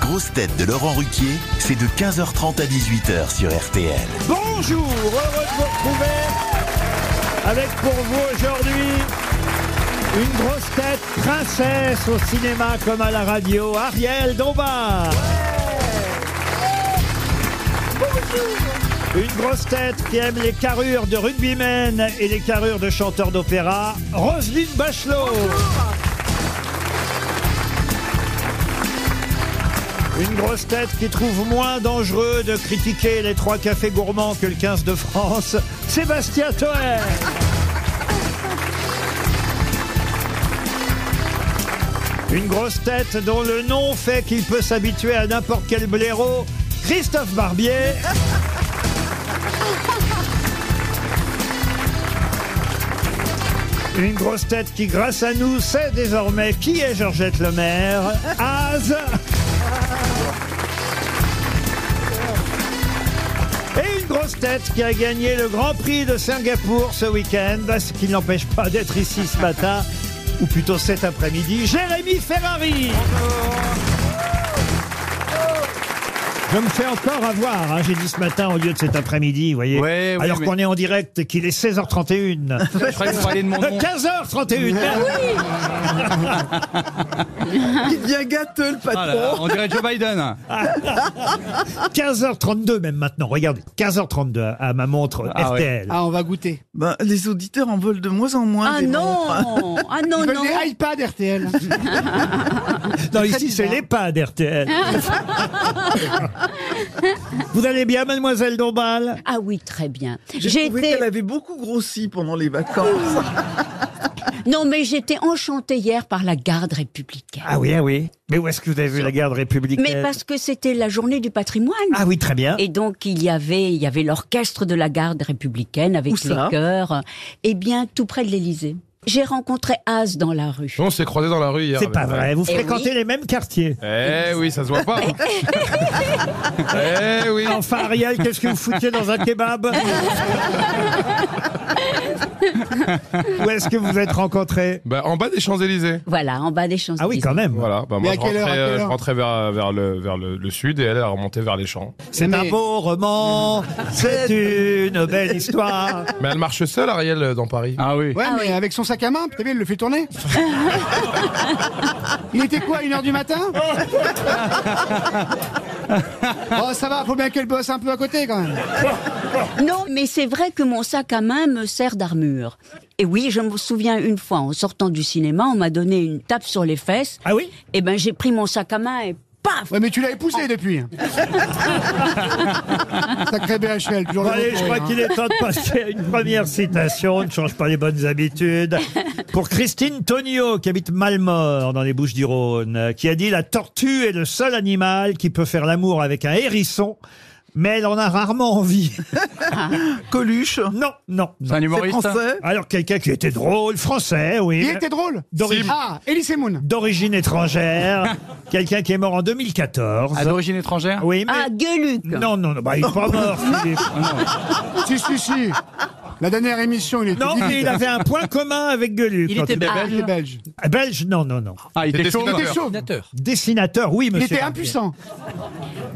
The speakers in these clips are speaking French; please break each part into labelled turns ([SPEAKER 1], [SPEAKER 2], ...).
[SPEAKER 1] grosses têtes de Laurent Ruquier, c'est de 15h30 à 18h sur RTL.
[SPEAKER 2] Bonjour, heureux de vous retrouver avec pour vous aujourd'hui une grosse tête princesse au cinéma comme à la radio, Ariel Dombard. Une grosse tête qui aime les carrures de rugbymen et les carrures de chanteurs d'opéra, Roselyne Bachelot. Une grosse tête qui trouve moins dangereux de critiquer les trois cafés gourmands que le 15 de France, Sébastien Toer. Une grosse tête dont le nom fait qu'il peut s'habituer à n'importe quel blaireau, Christophe Barbier. Une grosse tête qui, grâce à nous, sait désormais qui est Georgette Lemaire. Az. Et une grosse tête qui a gagné le Grand Prix de Singapour ce week-end, bah, ce qui ne l'empêche pas d'être ici ce matin, ou plutôt cet après-midi, Jérémy Ferrari. Je me fais encore avoir, hein, j'ai dit ce matin au lieu de cet après-midi, vous voyez.
[SPEAKER 3] Ouais, oui,
[SPEAKER 2] Alors
[SPEAKER 3] mais-
[SPEAKER 2] qu'on est en direct et qu'il est 16h31.
[SPEAKER 3] Je croyais qu'on parlait de mon nom.
[SPEAKER 2] 15h31 merde.
[SPEAKER 4] Ah
[SPEAKER 5] Il devient gâteux, le
[SPEAKER 3] Ah là là,
[SPEAKER 5] patron.
[SPEAKER 3] on dirait Joe Biden.
[SPEAKER 2] 15h32 même maintenant, regardez, 15h32 à- à ma montre
[SPEAKER 3] Ah ouais.
[SPEAKER 2] RTL.
[SPEAKER 6] Ah, on va goûter.
[SPEAKER 5] Ben, les auditeurs en veulent de moins en moins.
[SPEAKER 4] Ah
[SPEAKER 5] des
[SPEAKER 4] non
[SPEAKER 5] montres.
[SPEAKER 4] Ah non,
[SPEAKER 6] Ils veulent
[SPEAKER 4] non Ah
[SPEAKER 6] des iPads RTL.
[SPEAKER 2] Non, ici c'est
[SPEAKER 6] bizarre.
[SPEAKER 2] l'EHPAD RTL. Vous allez bien, mademoiselle Dombal
[SPEAKER 4] Ah oui, très bien.
[SPEAKER 5] J'ai trouvé
[SPEAKER 4] J'étais-
[SPEAKER 5] qu'elle avait beaucoup grossi pendant les vacances.
[SPEAKER 4] Non, mais j'étais enchantée hier par la garde républicaine.
[SPEAKER 2] Ah oui, ah oui. Mais où est-ce que vous avez vu la garde républicaine
[SPEAKER 4] mais parce que c'était la journée du patrimoine.
[SPEAKER 2] Ah oui, très bien.
[SPEAKER 4] Et donc il y avait il y avait l'orchestre de la garde républicaine
[SPEAKER 5] Où
[SPEAKER 4] avec les
[SPEAKER 5] ça
[SPEAKER 4] chœurs, et bien tout près de l'Élysée. J'ai rencontré Az dans la rue.
[SPEAKER 7] On s'est croisés dans la rue hier.
[SPEAKER 2] C'est pas vrai, vous
[SPEAKER 4] Eh
[SPEAKER 2] fréquentez
[SPEAKER 4] oui.
[SPEAKER 2] les mêmes quartiers.
[SPEAKER 7] Eh oui, ça se voit pas. eh oui.
[SPEAKER 2] Enfin, Ariel, qu'est-ce que vous foutiez dans un kebab Où est-ce que vous êtes rencontrés
[SPEAKER 7] Bah, en bas des Champs-Élysées.
[SPEAKER 4] Voilà, en bas des champs
[SPEAKER 2] Ah oui, quand même.
[SPEAKER 7] Voilà, bah, moi
[SPEAKER 6] à
[SPEAKER 7] je
[SPEAKER 6] quelle
[SPEAKER 7] rentrais,
[SPEAKER 6] heure, à quelle
[SPEAKER 7] euh, je
[SPEAKER 6] heure
[SPEAKER 7] rentrais vers, vers, le, vers le, le sud et elle elle remontait vers les champs.
[SPEAKER 2] C'est un beau roman, c'est une belle histoire.
[SPEAKER 7] Mais elle marche seule, Ariel, euh, dans Paris.
[SPEAKER 3] Ah oui.
[SPEAKER 6] Ouais,
[SPEAKER 4] Ah
[SPEAKER 6] mais
[SPEAKER 4] oui.
[SPEAKER 6] avec son sac à main, t'as vu, elle le fait tourner. Il était quoi, 1h du matin Oh, ça va, faut bien qu'elle bosse un peu à côté quand même.
[SPEAKER 4] Non, mais c'est vrai que mon sac à main me sert d'armure. Et oui, je me souviens une fois, en sortant du cinéma, on m'a donné une tape sur les fesses.
[SPEAKER 2] Ah oui
[SPEAKER 4] Eh ben, j'ai pris mon sac à main et paf
[SPEAKER 6] Ouais, mais tu l'as épousée depuis. Sacré BHL, toujours
[SPEAKER 2] Bon,
[SPEAKER 6] le
[SPEAKER 2] allez,
[SPEAKER 6] même
[SPEAKER 2] je
[SPEAKER 6] sourire,
[SPEAKER 2] crois
[SPEAKER 6] hein.
[SPEAKER 2] qu'il est temps de passer à une première citation. On ne change pas les bonnes habitudes. Pour Christine Tonio, qui habite Malmort, dans les Bouches-du-Rhône, euh, qui a dit La tortue est le seul animal qui peut faire l'amour avec un hérisson, mais elle en a rarement envie.
[SPEAKER 5] Coluche,
[SPEAKER 2] Non, non,
[SPEAKER 3] C'est
[SPEAKER 2] non.
[SPEAKER 3] un
[SPEAKER 5] c'est
[SPEAKER 3] humoriste.
[SPEAKER 5] français.
[SPEAKER 2] Alors, quelqu'un qui était drôle, français, oui.
[SPEAKER 6] Il était drôle
[SPEAKER 2] D'origine-
[SPEAKER 6] Ah, Elise Moon.
[SPEAKER 2] D'origine étrangère. quelqu'un qui est mort en 2014.
[SPEAKER 3] À Ah, d'origine étrangère.
[SPEAKER 2] Oui, mais.
[SPEAKER 4] Ah, Gueuluc
[SPEAKER 2] non, non, non, bah, il est pas mort. Philippe. Ah
[SPEAKER 6] Si, si, si. La dernière émission, Ah, il était
[SPEAKER 2] Non, mais il avait un point commun avec Gueuluc.
[SPEAKER 3] Il
[SPEAKER 2] en
[SPEAKER 3] était
[SPEAKER 2] tout cas.
[SPEAKER 3] belge.
[SPEAKER 6] Il est belge.
[SPEAKER 2] Belge, non, non, non.
[SPEAKER 3] Ah, il était
[SPEAKER 7] C'était
[SPEAKER 3] chaud.
[SPEAKER 6] Il était
[SPEAKER 7] dessinateur.
[SPEAKER 6] chauve.
[SPEAKER 2] Dessinateur, oui,
[SPEAKER 6] Il
[SPEAKER 2] monsieur.
[SPEAKER 6] était
[SPEAKER 2] Barbier.
[SPEAKER 6] impuissant.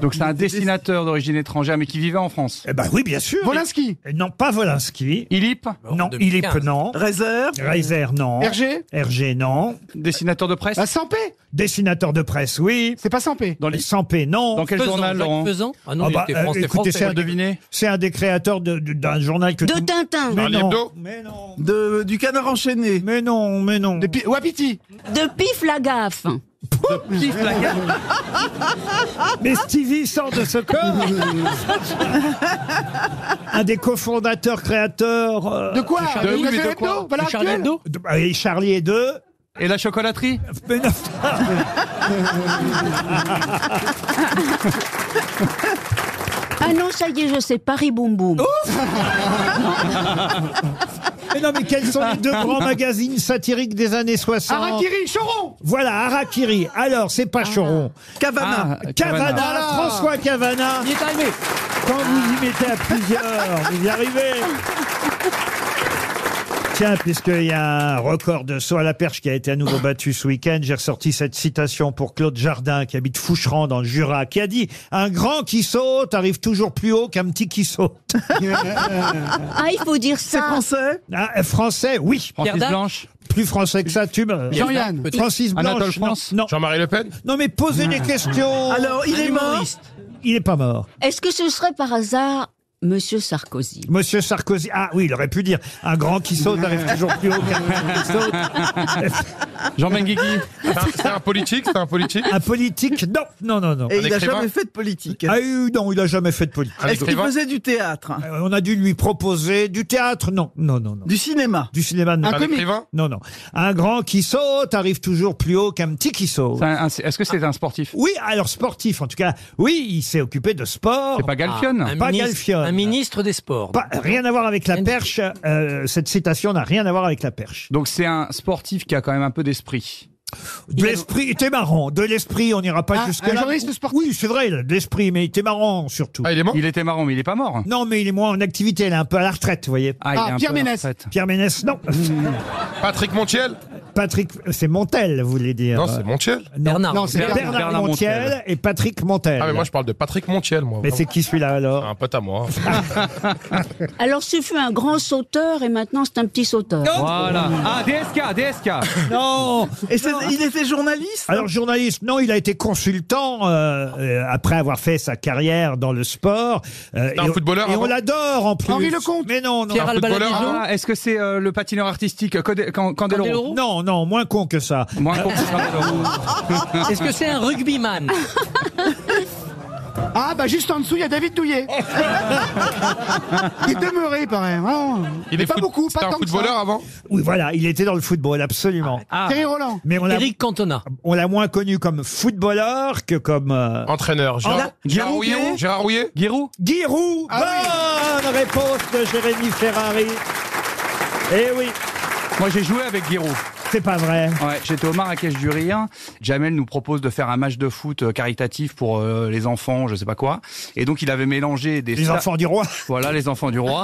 [SPEAKER 3] Donc c'est un dessinateur d'origine étrangère mais qui vivait en France.
[SPEAKER 2] Eh ben oui, bien sûr.
[SPEAKER 6] Volinsky.
[SPEAKER 2] Non, pas Volinsky.
[SPEAKER 3] Ilip,
[SPEAKER 2] Non, Ilip, non.
[SPEAKER 5] Réserve.
[SPEAKER 2] Reiser, non.
[SPEAKER 6] Hergé
[SPEAKER 2] Hergé, non.
[SPEAKER 3] dessinateur de presse.
[SPEAKER 6] Bah, sans paix.
[SPEAKER 2] Dessinateur de presse, oui.
[SPEAKER 6] C'est pas sans paix.
[SPEAKER 3] Dans les...
[SPEAKER 2] Sampé, non.
[SPEAKER 3] Dans quel journal, Laurent
[SPEAKER 8] Ah non,
[SPEAKER 2] Ah
[SPEAKER 8] il
[SPEAKER 2] bah,
[SPEAKER 8] était
[SPEAKER 2] euh,
[SPEAKER 8] français,
[SPEAKER 2] écoutez,
[SPEAKER 8] français.
[SPEAKER 2] c'est un
[SPEAKER 3] Pour deviner.
[SPEAKER 2] C'est un des créateurs de- de- d'un journal que...
[SPEAKER 4] De
[SPEAKER 2] tout-
[SPEAKER 4] Tintin,
[SPEAKER 2] Mais
[SPEAKER 7] Charlie
[SPEAKER 2] non.
[SPEAKER 7] Hebdo
[SPEAKER 2] Mais non.
[SPEAKER 5] De, du canard enchaîné.
[SPEAKER 2] Mais non, mais non.
[SPEAKER 6] De Pi- Wapiti.
[SPEAKER 4] de Pif la gaffe.
[SPEAKER 2] Mais Stevie sort de ce corps. un des cofondateurs, créateurs... euh,
[SPEAKER 6] De quoi
[SPEAKER 3] Charlie
[SPEAKER 6] De Charlie
[SPEAKER 3] Hebdo, mais de
[SPEAKER 6] Hebdo
[SPEAKER 3] quoi
[SPEAKER 6] Valère
[SPEAKER 8] De Charlie
[SPEAKER 6] Actuel
[SPEAKER 8] Hebdo
[SPEAKER 2] de- bah, et Charlie et deux.
[SPEAKER 3] Et la chocolaterie.
[SPEAKER 2] Mais non.
[SPEAKER 4] Ah non, ça y est, je sais, Paris Boum Boum.
[SPEAKER 2] Mais non, mais quels sont les deux grands magazines satiriques des années 60
[SPEAKER 6] Harakiri, Choron Ah.
[SPEAKER 2] Voilà, Harakiri. Alors, c'est pas Choron. Ah,
[SPEAKER 5] Cavana.
[SPEAKER 2] Cavana,
[SPEAKER 6] Voilà.
[SPEAKER 2] François Cavana.
[SPEAKER 8] Il est arrivé.
[SPEAKER 2] Quand vous y mettez à plusieurs, vous y arrivez. Tiens, puisqu'il y a un record de saut à la perche qui a été à nouveau battu ce week-end, j'ai ressorti cette citation pour Claude Jardin, qui habite Foucheran dans le Jura, qui a dit « Un grand qui saute arrive toujours plus haut qu'un petit qui saute
[SPEAKER 4] Ah, il faut dire
[SPEAKER 5] C'est
[SPEAKER 4] ça.
[SPEAKER 5] français
[SPEAKER 2] Ah, Français, oui.
[SPEAKER 3] Francis
[SPEAKER 8] Dac
[SPEAKER 3] Blanche.
[SPEAKER 2] Plus français que ça, tu me...
[SPEAKER 6] Jean-Yann.
[SPEAKER 2] Francis Blanche,
[SPEAKER 3] Anatole
[SPEAKER 2] non,
[SPEAKER 3] France.
[SPEAKER 2] non.
[SPEAKER 7] Jean-Marie Le Pen
[SPEAKER 2] Non, mais posez des questions
[SPEAKER 5] Alors, il est mort
[SPEAKER 2] Il est pas mort.
[SPEAKER 4] Est-ce que ce serait par hasard Monsieur Sarkozy
[SPEAKER 2] Monsieur Sarkozy. Ah oui, il aurait pu dire un grand qui saute arrive toujours plus haut qu'un petit qui saute.
[SPEAKER 3] Jean Benguigui.
[SPEAKER 7] C'est un- C'est un politique C'est un politique
[SPEAKER 2] Un politique Non, non, non, non.
[SPEAKER 5] Et il n'a
[SPEAKER 7] écrivain
[SPEAKER 5] jamais fait de politique.
[SPEAKER 2] Ah oui, non, il a jamais fait de politique.
[SPEAKER 7] Un
[SPEAKER 5] Est-ce qu'il
[SPEAKER 7] écrivain
[SPEAKER 5] faisait du théâtre
[SPEAKER 2] Euh, On a dû lui proposer du théâtre Non, non, non, non.
[SPEAKER 5] Du cinéma
[SPEAKER 2] Du cinéma Non,
[SPEAKER 7] Un écrivain
[SPEAKER 2] non, non. Un grand qui saute arrive toujours plus haut qu'un petit qui saute.
[SPEAKER 3] C'est un- un- c'est- Est-ce que c'est un sportif
[SPEAKER 2] Oui, alors sportif en tout cas. Oui, il s'est occupé de sport. Ah,
[SPEAKER 3] C'est pas Galfion
[SPEAKER 8] Ah, un,
[SPEAKER 2] Pas
[SPEAKER 8] ministre,
[SPEAKER 2] Galfione.
[SPEAKER 8] un ministre des sports.
[SPEAKER 2] Pas- rien à voir avec la perche. euh, cette citation n'a rien à voir avec la perche.
[SPEAKER 3] Donc c'est un sportif qui a quand même un peu d'esprit.
[SPEAKER 2] De l'esprit, il était marrant. De l'esprit, on n'ira pas
[SPEAKER 6] Un-
[SPEAKER 2] jusque
[SPEAKER 6] Ah, un
[SPEAKER 2] là.
[SPEAKER 6] journaliste sportif.
[SPEAKER 2] Oui, c'est vrai, il a de l'esprit, mais il était marrant surtout.
[SPEAKER 7] Ah, il est mort
[SPEAKER 3] Il était marrant, mais il est pas mort.
[SPEAKER 2] Non, mais il est moins en activité, il est un peu à la retraite, vous voyez.
[SPEAKER 3] il
[SPEAKER 6] Ah,
[SPEAKER 3] est un
[SPEAKER 6] Pierre
[SPEAKER 3] peu à la
[SPEAKER 6] Ménès.
[SPEAKER 3] retraite.
[SPEAKER 2] Pierre Ménès, non.
[SPEAKER 7] Patrick Montiel
[SPEAKER 2] Patrick, c'est Montel, vous voulez dire.
[SPEAKER 7] Non, c'est Montiel.
[SPEAKER 8] Bernard.
[SPEAKER 6] Non, c'est
[SPEAKER 2] Bernard,
[SPEAKER 6] Bernard
[SPEAKER 3] Bernard
[SPEAKER 2] Montiel,
[SPEAKER 3] Montiel.
[SPEAKER 2] et Patrick Montel.
[SPEAKER 7] Ah, mais moi je parle de Patrick Montiel, moi.
[SPEAKER 2] Mais
[SPEAKER 7] vraiment.
[SPEAKER 2] c'est qui celui-là alors
[SPEAKER 7] Un pote à moi.
[SPEAKER 4] Alors, ce fut un grand sauteur et maintenant c'est un petit sauteur.
[SPEAKER 3] Voilà. Ah, DSK, DSK.
[SPEAKER 2] Non
[SPEAKER 5] Et c'est- il était journaliste
[SPEAKER 2] Alors journaliste, non, il a été consultant euh, euh, après avoir fait sa carrière dans le sport. Euh,
[SPEAKER 7] un
[SPEAKER 2] et on-
[SPEAKER 7] footballeur
[SPEAKER 2] Et on
[SPEAKER 7] avant
[SPEAKER 2] l'adore en plus.
[SPEAKER 6] Henri Lecomte.
[SPEAKER 2] Mais non, non.
[SPEAKER 8] Pierre
[SPEAKER 7] Un footballeur,
[SPEAKER 8] Albaladejo.
[SPEAKER 7] hein.
[SPEAKER 3] Ah, Est-ce que c'est euh, le patineur artistique Code- Can- Candeloro
[SPEAKER 8] Candeloro
[SPEAKER 2] Non, non, moins con que ça.
[SPEAKER 3] Moins con que Candeloro.
[SPEAKER 8] Est-ce que c'est un rugbyman
[SPEAKER 6] Ah, bah juste en dessous, il y a David Douillet. il demeurait, il paraît. hein. vraiment.
[SPEAKER 7] Il
[SPEAKER 6] Mais
[SPEAKER 7] est
[SPEAKER 6] pas
[SPEAKER 7] foot-
[SPEAKER 6] beaucoup,
[SPEAKER 7] c'était
[SPEAKER 6] pas
[SPEAKER 7] un
[SPEAKER 6] tant que ça.
[SPEAKER 7] footballeur avant
[SPEAKER 2] Oui, voilà, il était dans le football, absolument.
[SPEAKER 8] Ah,
[SPEAKER 6] Thierry Roland.
[SPEAKER 2] Mais on l'a
[SPEAKER 8] Eric Cantona.
[SPEAKER 2] on l'a moins connu comme footballeur que comme euh,
[SPEAKER 7] Entraîneur. Gérard, Gérard Rouillet Gérard Rouillet Ah
[SPEAKER 3] Giroud
[SPEAKER 2] Giroud. Bonne réponse de Jérémy Ferrari. Eh oui,
[SPEAKER 3] Moi j'ai joué avec Giroud.
[SPEAKER 2] c'est pas vrai.
[SPEAKER 3] Ouais, j'étais au Marrakech du Rire. Jamel nous propose de faire un match de foot euh, caritatif pour euh, les enfants, je sais pas quoi. Et donc il avait mélangé des
[SPEAKER 2] Les
[SPEAKER 3] stars-
[SPEAKER 2] enfants du roi.
[SPEAKER 3] Voilà les enfants du roi.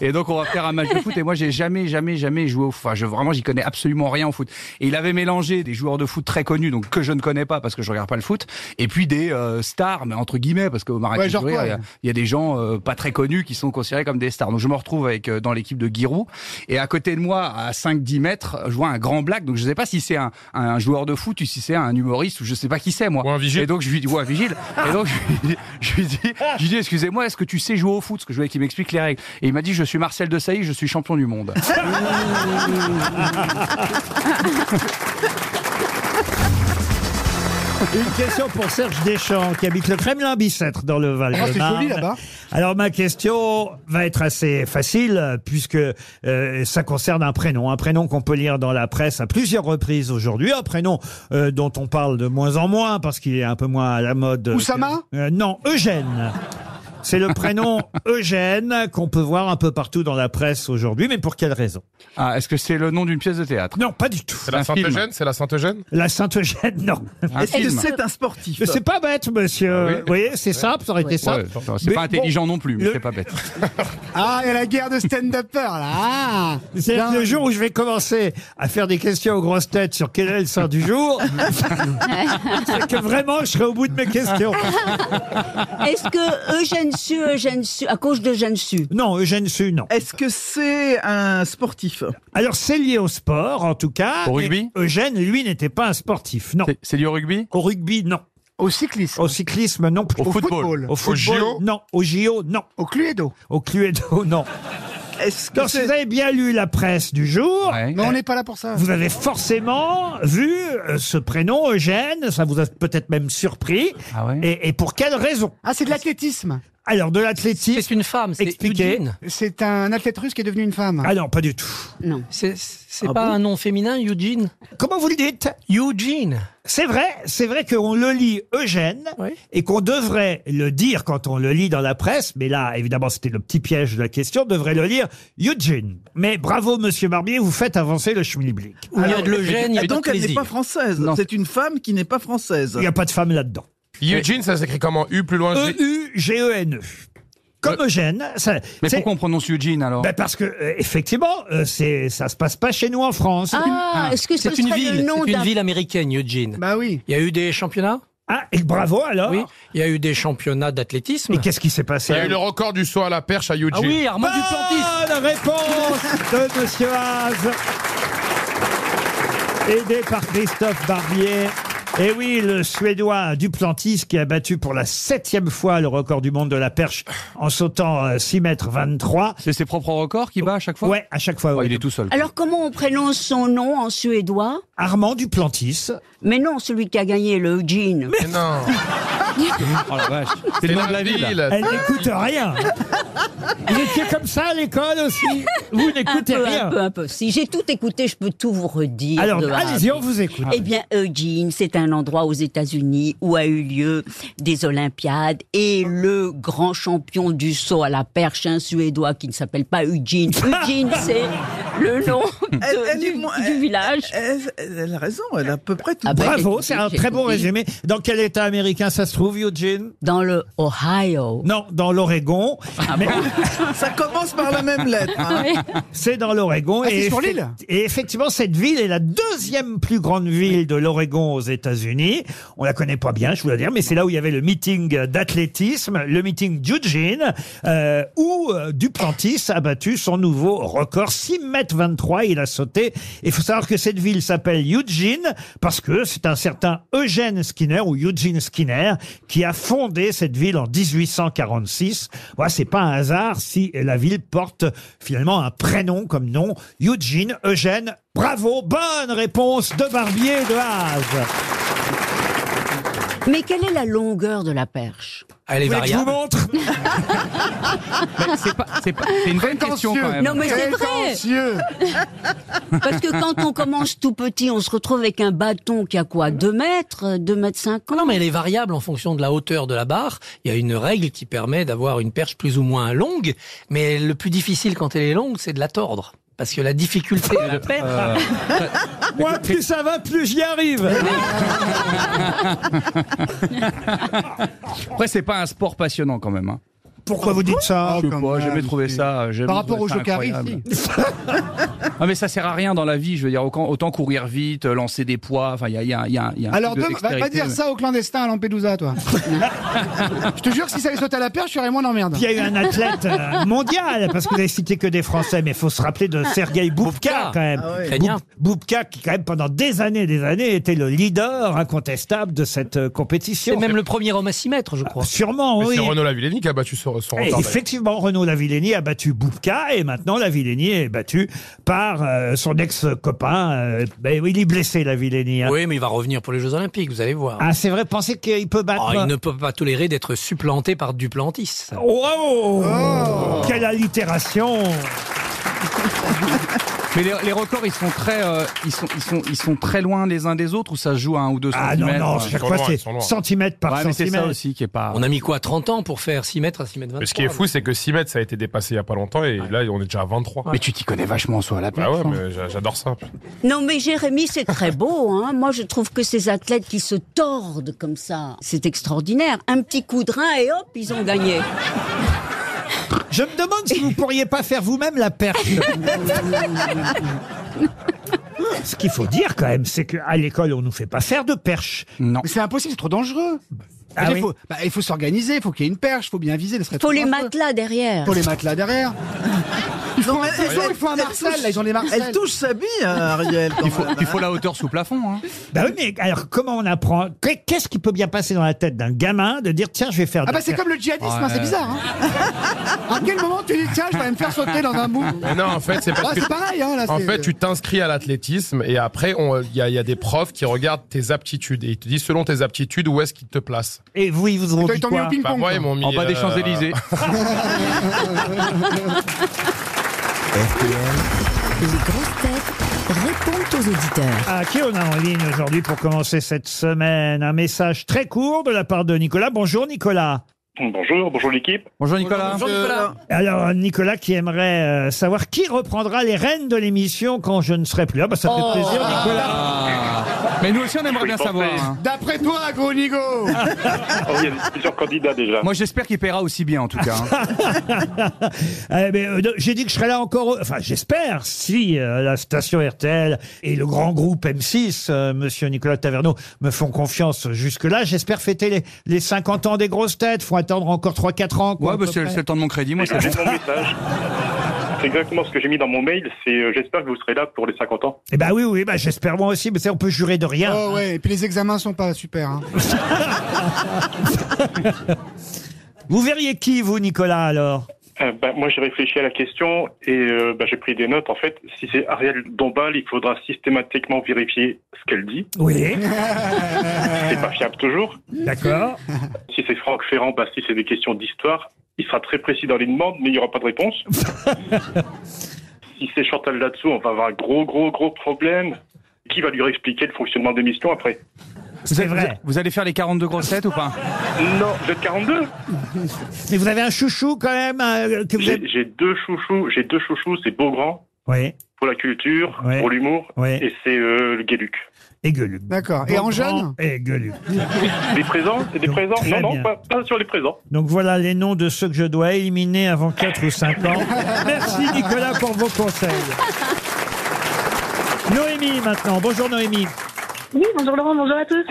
[SPEAKER 3] et, et donc on va faire un match de foot. Et moi j'ai jamais, jamais, jamais joué au foot. Enfin, je, vraiment, j'y connais absolument rien au foot. Et il avait mélangé des joueurs de foot très connus, donc que je ne connais pas parce que je regarde pas le foot, et puis des euh, stars, mais entre guillemets, parce qu'au Marrakech
[SPEAKER 6] Ouais, genre
[SPEAKER 3] du Rire,
[SPEAKER 6] quoi,
[SPEAKER 3] il y a-
[SPEAKER 6] ouais.
[SPEAKER 3] il y, a des gens euh, pas très connus qui sont considérés comme des stars. Donc je me retrouve avec euh, dans l'équipe de Giroud. Et à côté de moi, à 5-10 mètres, je vois un grand black. Donc je sais pas si c'est un, un joueur de foot ou si c'est un humoriste ou je sais pas qui c'est moi.
[SPEAKER 7] Ou un vigile.
[SPEAKER 3] Et donc je lui dis, ouais, vigile. Et donc je lui dis, je lui dis, je lui dis, excusez-moi, est-ce que tu sais jouer au foot Parce que je voulais qu'il m'explique les règles. Et il m'a dit, je suis Marcel de Sailly, je suis champion du monde.
[SPEAKER 2] Une question pour Serge Deschamps qui habite le Kremlin-Bicêtre dans le Val.
[SPEAKER 6] Ah, c'est joli, là-bas.
[SPEAKER 2] Alors ma question va être assez facile euh, puisque euh, ça concerne un prénom, un prénom qu'on peut lire dans la presse à plusieurs reprises aujourd'hui, un prénom euh, dont on parle de moins en moins parce qu'il est un peu moins à la mode. euh,
[SPEAKER 6] Oussama
[SPEAKER 2] que- Euh, Non, Eugène. C'est le prénom Eugène qu'on peut voir un peu partout dans la presse aujourd'hui, mais pour quelle raison
[SPEAKER 3] Ah, est-ce que c'est le nom d'une pièce de théâtre
[SPEAKER 2] Non, pas du tout.
[SPEAKER 7] C'est la
[SPEAKER 3] un film.
[SPEAKER 7] Sainte-Eugène C'est la Sainte-Eugène
[SPEAKER 2] La Sainte-Eugène, non.
[SPEAKER 3] Un
[SPEAKER 5] Est-ce que
[SPEAKER 3] film
[SPEAKER 5] c'est un sportif
[SPEAKER 2] Mais C'est pas bête, monsieur.
[SPEAKER 7] Ah oui.
[SPEAKER 2] Vous voyez, c'est simple, ça aurait été
[SPEAKER 3] Ouais,
[SPEAKER 2] simple.
[SPEAKER 3] c'est
[SPEAKER 2] Mais
[SPEAKER 3] pas intelligent non plus, mais
[SPEAKER 2] le-
[SPEAKER 3] c'est pas bête.
[SPEAKER 6] Ah, il y a la guerre de stand-uppers, là. Ah.
[SPEAKER 2] C'est
[SPEAKER 6] Bien.
[SPEAKER 2] le jour où je vais commencer à faire des questions aux grosses têtes sur quel est le saint du jour, c'est que vraiment je serai au bout de mes questions.
[SPEAKER 4] Est-ce que Eugène Su, Eugène Su, à cause d'Eugène Su
[SPEAKER 2] Non, euh, Eugène Su, non.
[SPEAKER 5] Est-ce que c'est un sportif
[SPEAKER 2] Alors c'est lié au sport en tout cas.
[SPEAKER 3] Au
[SPEAKER 2] mais
[SPEAKER 3] rugby
[SPEAKER 2] Eugène, lui, n'était pas un sportif, non.
[SPEAKER 3] C'est- C'est du rugby
[SPEAKER 2] Au rugby, non.
[SPEAKER 6] Au cyclisme.
[SPEAKER 2] Au cyclisme, non.
[SPEAKER 3] Au football.
[SPEAKER 2] Au football,
[SPEAKER 7] JO
[SPEAKER 2] non. Au JO, non.
[SPEAKER 6] Au Cluedo.
[SPEAKER 2] Au Cluedo, non.
[SPEAKER 5] Est-ce que
[SPEAKER 2] Donc si
[SPEAKER 5] c'est
[SPEAKER 2] vous avez bien lu la presse du jour,
[SPEAKER 3] Ouais.
[SPEAKER 6] Mais on n'est pas là pour ça.
[SPEAKER 2] Vous avez forcément vu euh, ce prénom, Eugène, ça vous a peut-être même surpris.
[SPEAKER 3] Ah ouais
[SPEAKER 2] et, et pour quelle raison
[SPEAKER 6] Ah, c'est de l'athlétisme.
[SPEAKER 2] Alors, de l'athlétisme
[SPEAKER 8] C'est une femme, c'est
[SPEAKER 2] Expliquez.
[SPEAKER 8] Eugene.
[SPEAKER 6] C'est un athlète russe qui est devenu une femme.
[SPEAKER 2] Ah non, pas du tout.
[SPEAKER 4] Non.
[SPEAKER 8] C'est c'est pas un nom féminin, Eugene
[SPEAKER 2] Ah Comment vous le dites
[SPEAKER 8] Eugene
[SPEAKER 2] C'est vrai, c'est vrai qu'on le lit Eugène
[SPEAKER 8] Oui.
[SPEAKER 2] et qu'on devrait le dire quand on le lit dans la presse, mais là, évidemment, c'était le petit piège de la question, on devrait le lire Eugene. Mais bravo, monsieur Barbier, vous faites avancer le schmilblick.
[SPEAKER 8] Où il y a de l'Eugène, il y
[SPEAKER 5] Ah,
[SPEAKER 8] a pas de
[SPEAKER 5] donc elle n'est
[SPEAKER 8] plaisir.
[SPEAKER 5] pas française.
[SPEAKER 3] Non.
[SPEAKER 5] C'est une femme qui n'est pas française.
[SPEAKER 2] Il n'y a pas de femme là-dedans. E
[SPEAKER 7] Eugene, ça s'écrit comment U plus loin G
[SPEAKER 2] E-U-G-E-N-E. Comme Eugène. ça-
[SPEAKER 3] Mais
[SPEAKER 2] c'est-
[SPEAKER 3] pourquoi on prononce Eugene alors
[SPEAKER 2] Ben, parce que, euh, effectivement, euh, c'est- ça se passe pas chez nous en France.
[SPEAKER 4] Ah, est-ce que ce
[SPEAKER 8] C'est une
[SPEAKER 4] serait le
[SPEAKER 8] ville,
[SPEAKER 4] nom
[SPEAKER 8] c'est une
[SPEAKER 4] d'un
[SPEAKER 8] ville américaine, Eugene.
[SPEAKER 6] Bah oui.
[SPEAKER 8] Il y a eu des championnats
[SPEAKER 2] Ah, et bravo alors
[SPEAKER 8] Oui, il y a eu des championnats d'athlétisme.
[SPEAKER 2] Et qu'est-ce qui s'est
[SPEAKER 7] Il
[SPEAKER 2] passé
[SPEAKER 7] y a eu le record du saut à la perche à Eugene.
[SPEAKER 8] Ah oui, Armand
[SPEAKER 2] Bonne
[SPEAKER 8] Duplantis.
[SPEAKER 2] réponse de Monsieur Haas. Aidé par Christophe Barbier. Et oui, le Suédois Duplantis qui a battu pour la septième fois le record du monde de la perche en sautant euh, 6 mètres 23.
[SPEAKER 3] C'est ses propres records qu'il bat à chaque fois
[SPEAKER 2] Ouais, à chaque fois.
[SPEAKER 3] Oh,
[SPEAKER 2] ouais.
[SPEAKER 3] Il est tout seul.
[SPEAKER 4] Alors comment on prononce son nom en suédois
[SPEAKER 2] Armand Duplantis.
[SPEAKER 4] Mais non, celui qui a gagné le jean.
[SPEAKER 7] Mais non.
[SPEAKER 3] Oh la vache. C'est
[SPEAKER 7] C'est
[SPEAKER 3] le nom de la ville.
[SPEAKER 2] Elle n'écoute rien. Il était comme ça à l'école aussi. Vous
[SPEAKER 4] Un
[SPEAKER 2] n'écoutez
[SPEAKER 4] peu, un
[SPEAKER 2] rien.
[SPEAKER 4] peu, un peu. Si j'ai tout écouté, je peux tout vous redire.
[SPEAKER 2] Alors,
[SPEAKER 4] de A à
[SPEAKER 2] allez-y,
[SPEAKER 4] Z.
[SPEAKER 2] on vous écoute.
[SPEAKER 4] Eh bien, Eugene, c'est un endroit aux États-Unis où a eu lieu des Olympiades et le grand champion du saut à la perche, un Suédois qui ne s'appelle pas Eugene. Eugene, c'est le nom de-
[SPEAKER 5] Elle- elle est
[SPEAKER 4] du,
[SPEAKER 5] moins-
[SPEAKER 4] du village.
[SPEAKER 5] Elle, elle a raison, elle a à peu près tout.
[SPEAKER 4] Ah bah,
[SPEAKER 2] Bravo,
[SPEAKER 4] écoutez,
[SPEAKER 2] c'est un
[SPEAKER 4] j'ai
[SPEAKER 2] très bon
[SPEAKER 4] compris.
[SPEAKER 2] résumé. Dans quel état américain ça se trouve, Eugene
[SPEAKER 4] Dans le Ohio. Ah
[SPEAKER 2] Non, dans l'Oregon. mais
[SPEAKER 5] Ça commence par la même lettre. hein.
[SPEAKER 2] c'est dans l'Oregon.
[SPEAKER 6] Ah, c'est
[SPEAKER 2] et
[SPEAKER 6] sur
[SPEAKER 2] effe-
[SPEAKER 6] l'île
[SPEAKER 2] Et effectivement, cette ville est la deuxième plus grande ville de l'Oregon aux États-Unis. On la connaît pas bien, je vous dois dire, mais c'est là où il y avait le meeting d'athlétisme, le meeting d'Eugene, euh, où euh, Duplantis a battu son nouveau record, 6 mètres 23, il a sauté. Il faut savoir que cette ville s'appelle Eugene parce que c'est un certain Eugène Skinner ou Eugene Skinner qui a fondé cette ville en 1846. Voilà, c'est pas un hasard si la ville porte finalement un prénom comme nom, Eugene, Eugène. Bravo, bonne réponse de Barbier de Haas.
[SPEAKER 4] Mais quelle est la longueur de la perche
[SPEAKER 8] Elle est
[SPEAKER 2] Vous voulez que
[SPEAKER 3] Ah,
[SPEAKER 2] je vous
[SPEAKER 8] variable.
[SPEAKER 2] montre
[SPEAKER 3] Mais Bah, C'est pas- c'est pas- c'est une vraie question quand même.
[SPEAKER 4] Non, mais c'est vrai.
[SPEAKER 6] Prétentieux.
[SPEAKER 4] Parce que quand on commence tout petit, on se retrouve avec un bâton qui a quoi 2 mètres 2 mètres 50
[SPEAKER 8] Non, mais elle est variable en fonction de la hauteur de la barre. Il y a une règle qui permet d'avoir une perche plus ou moins longue, mais le plus difficile quand elle est longue, c'est de la tordre. Parce que la difficulté de la perche,
[SPEAKER 2] Moi, plus ça va, plus j'y arrive.
[SPEAKER 3] Après, c'est pas un sport passionnant quand même. hein.
[SPEAKER 2] Pourquoi vous dites ça
[SPEAKER 6] Oh,
[SPEAKER 3] Je sais
[SPEAKER 6] quand
[SPEAKER 3] pas,
[SPEAKER 6] même,
[SPEAKER 3] j'ai jamais trouvé
[SPEAKER 6] c'est-
[SPEAKER 3] ça. j'ai jamais
[SPEAKER 6] Par rapport au
[SPEAKER 3] trouvé ça
[SPEAKER 6] Jokari,
[SPEAKER 3] incroyable.
[SPEAKER 6] si.
[SPEAKER 3] Ah, mais ça sert à rien dans la vie. Je veux dire, autant, autant courir vite, euh, lancer des poids. Enfin, il y a, il y a- il y a- il y a un
[SPEAKER 6] Alors,
[SPEAKER 3] truc de
[SPEAKER 6] Dom, va pas
[SPEAKER 3] dextérité,
[SPEAKER 6] dire
[SPEAKER 3] mais-
[SPEAKER 6] ça au clandestin à Lampedusa, toi. Je te jure que si ça allait sauter à la perche, j'aurais moins d'emmerde.
[SPEAKER 2] Il y a eu un athlète euh, mondial, parce que vous avez cité que des Français, mais il faut se rappeler de Sergei Boubka
[SPEAKER 8] Boubka.
[SPEAKER 2] quand même.
[SPEAKER 5] Ah ouais.
[SPEAKER 8] Ukrainien.
[SPEAKER 2] Boub- Boubka qui quand même pendant des années et des années était le leader incontestable de cette euh,
[SPEAKER 8] c'est
[SPEAKER 2] compétition. Euh,
[SPEAKER 8] même le premier homme à 6 mètres, je crois.
[SPEAKER 2] Sûrement,
[SPEAKER 7] Mais
[SPEAKER 2] oui. Eh,
[SPEAKER 7] C'est Renaud ah Lavillenie qui a battu son, son
[SPEAKER 2] Et
[SPEAKER 7] record. d'ailleurs.
[SPEAKER 2] effectivement, Renaud Lavillenie a battu Boubka et maintenant Lavillenie est battu par euh, son ex-copain. euh, ben oui, il est blessé, Lavillenie. hein.
[SPEAKER 8] Oui, mais il va revenir pour les Jeux Olympiques, vous allez voir.
[SPEAKER 2] Ah, c'est vrai, pensez qu'il peut
[SPEAKER 8] Oh,
[SPEAKER 2] battre.
[SPEAKER 8] il ne peut pas tolérer d'être supplanté par Duplantis.
[SPEAKER 2] Oh, Wow Quelle allitération
[SPEAKER 3] Mais les, les records, ils sont très, euh, ils sont, ils sont, ils sont très loin les uns des autres. Ou ça se joue à un ou deux
[SPEAKER 2] Ah non,
[SPEAKER 3] centimètres.
[SPEAKER 2] non,
[SPEAKER 3] ouais.
[SPEAKER 2] chaque
[SPEAKER 7] sont
[SPEAKER 2] fois
[SPEAKER 7] loin,
[SPEAKER 2] c'est
[SPEAKER 7] ils sont loin.
[SPEAKER 2] centimètre par
[SPEAKER 3] Ouais, mais c'est ça
[SPEAKER 2] centimètre.
[SPEAKER 3] aussi qui est pas.
[SPEAKER 8] On a mis quoi 30 ans pour faire 6 mètres à 6 mètres 23
[SPEAKER 7] Mais ce qui est fou, c'est que 6 mètres, ça a été dépassé il y a pas longtemps et là, on est déjà à 23.
[SPEAKER 3] Mais tu t'y connais vachement en soi à la
[SPEAKER 7] Bah
[SPEAKER 3] perche.
[SPEAKER 7] ouais,
[SPEAKER 3] hein.
[SPEAKER 7] mais j'a- j'adore ça.
[SPEAKER 4] Non, mais Jérémy, c'est très beau. Hein. Moi, je trouve que ces athlètes qui se tordent comme ça, c'est extraordinaire. Un petit coup de rein et hop, ils ont gagné.
[SPEAKER 2] Je me demande si vous pourriez pas faire vous-même la perche. Ce qu'il faut dire quand même, c'est qu'à l'école, on nous fait pas faire de perche.
[SPEAKER 3] Non.
[SPEAKER 6] Mais c'est impossible, c'est trop dangereux.
[SPEAKER 2] Ah
[SPEAKER 6] il
[SPEAKER 2] oui.
[SPEAKER 6] faut, bah, il faut s'organiser, il faut qu'il y ait une perche, il faut bien viser. Il
[SPEAKER 4] Faut les matelas derrière.
[SPEAKER 6] Il faut les matelas derrière.
[SPEAKER 5] Non, mais
[SPEAKER 6] Ils ont- il faut un
[SPEAKER 5] elle
[SPEAKER 6] Marcel,
[SPEAKER 5] touche-
[SPEAKER 6] là, ils ont les Marcel.
[SPEAKER 5] Elle touche sa bille, hein, Ariel. quand
[SPEAKER 3] Il faut,
[SPEAKER 5] même,
[SPEAKER 3] il
[SPEAKER 5] hein.
[SPEAKER 3] faut la hauteur sous plafond. Hein.
[SPEAKER 2] Bah oui, mais alors comment on apprend Qu'est- Qu'est-ce qui peut bien passer dans la tête d'un gamin de dire tiens, je vais faire de
[SPEAKER 6] Ah bah
[SPEAKER 2] la
[SPEAKER 6] c'est
[SPEAKER 2] perche
[SPEAKER 6] comme le djihadisme,
[SPEAKER 3] Ouais.
[SPEAKER 6] hein, c'est bizarre. Hein. à quel moment tu dis tiens, je vais me faire sauter dans un bout
[SPEAKER 7] Mais non, en fait, c'est parce
[SPEAKER 6] Ouais,
[SPEAKER 7] que.
[SPEAKER 6] C'est pareil, hein, là.
[SPEAKER 7] En
[SPEAKER 6] c'est-
[SPEAKER 7] fait, tu t'inscris à l'athlétisme et après, on- il y, a- il y a des profs qui regardent tes aptitudes et ils te disent selon tes aptitudes où est-ce qu'ils te placent.
[SPEAKER 2] Et vous, ils vous ont
[SPEAKER 6] Toi,
[SPEAKER 2] dit
[SPEAKER 6] ils t'ont mis
[SPEAKER 2] quoi
[SPEAKER 6] au ping-pong.
[SPEAKER 7] Bah, moi, ils
[SPEAKER 6] quoi.
[SPEAKER 7] m'ont mis.
[SPEAKER 3] En bas des
[SPEAKER 7] euh,
[SPEAKER 3] Champs-Élysées.
[SPEAKER 9] Les grosses têtes répondent aux auditeurs.
[SPEAKER 2] À qui on a en ligne aujourd'hui pour commencer cette semaine Un message très court de la part de Nicolas. Bonjour Nicolas.
[SPEAKER 10] Bonjour, bonjour l'équipe.
[SPEAKER 3] Bonjour Nicolas.
[SPEAKER 2] Alors, Nicolas qui aimerait euh, savoir qui reprendra les rênes de l'émission quand je ne serai plus là. Bah, ça fait plaisir, Nicolas.
[SPEAKER 3] Mais nous aussi, on aimerait
[SPEAKER 2] Oui,
[SPEAKER 3] bien
[SPEAKER 2] parfait.
[SPEAKER 3] savoir. hein.
[SPEAKER 6] D'après toi, gros nigo
[SPEAKER 10] Oh, il y a plusieurs candidats déjà.
[SPEAKER 3] Moi, j'espère qu'il paiera aussi bien, en tout cas. hein.
[SPEAKER 2] Eh ben, euh, J'ai dit que je serai là encore, au- enfin j'espère, si euh, la station RTL et le grand groupe M6, euh, monsieur Nicolas Taverneau, me font confiance jusque-là. J'espère fêter les, les 50 ans des grosses têtes. faut attendre encore 3-4 ans. quoi,
[SPEAKER 3] Ouais,
[SPEAKER 2] à peu
[SPEAKER 3] bah, c'est
[SPEAKER 2] près.
[SPEAKER 3] c'est le temps de mon crédit, moi, c'est
[SPEAKER 10] C'est
[SPEAKER 3] bon.
[SPEAKER 10] mon message. C'est exactement ce que j'ai mis dans mon mail. C'est euh, j'espère que vous serez là pour les 50 ans.
[SPEAKER 2] Eh ben oui, oui, bah, j'espère moi aussi, mais ça, on peut jurer de rien.
[SPEAKER 6] Oh ouais, et puis les examens sont pas super. hein.
[SPEAKER 2] Vous verriez qui, vous, Nicolas, alors
[SPEAKER 10] Euh, ben, moi, j'ai réfléchi à la question et euh, ben, j'ai pris des notes. En fait, si c'est Ariel Dombal, il faudra systématiquement vérifier ce qu'elle dit.
[SPEAKER 2] Oui,
[SPEAKER 10] C'est pas fiable toujours.
[SPEAKER 2] d'accord.
[SPEAKER 10] Si c'est Franck Ferrand, ben, si c'est des questions d'histoire, il sera très précis dans les demandes, mais il n'y aura pas de réponse. si c'est Chantal là-dessous, on va avoir un gros, gros, gros problème. Qui va lui réexpliquer le fonctionnement des missions après
[SPEAKER 2] C'est
[SPEAKER 3] Vous-
[SPEAKER 2] vrai.
[SPEAKER 3] Vous allez faire les 42 grossettes ou pas
[SPEAKER 10] Non, vous êtes 42
[SPEAKER 2] Mais vous avez un chouchou quand même euh, que vous
[SPEAKER 10] J'ai
[SPEAKER 2] avez-
[SPEAKER 10] j'ai deux chouchous, j'ai deux chouchous, c'est Beaugrand
[SPEAKER 2] Oui,
[SPEAKER 10] pour la culture,
[SPEAKER 2] Ouais.
[SPEAKER 10] pour l'humour,
[SPEAKER 2] Ouais.
[SPEAKER 10] et c'est euh, le Guéluc.
[SPEAKER 2] et Gueuluc.
[SPEAKER 6] D'accord. Et en jeune
[SPEAKER 2] Et Gueuluc.
[SPEAKER 10] Les présents, c'est des
[SPEAKER 2] Donc,
[SPEAKER 10] présents
[SPEAKER 2] très
[SPEAKER 10] Non,
[SPEAKER 2] bien.
[SPEAKER 10] non, pas, pas sur les présents.
[SPEAKER 2] Donc voilà les noms de ceux que je dois éliminer avant 4 ou 5 ans. Merci Nicolas pour vos conseils. Noémie maintenant. Bonjour Noémie.
[SPEAKER 11] Oui, bonjour Laurent, bonjour à tous.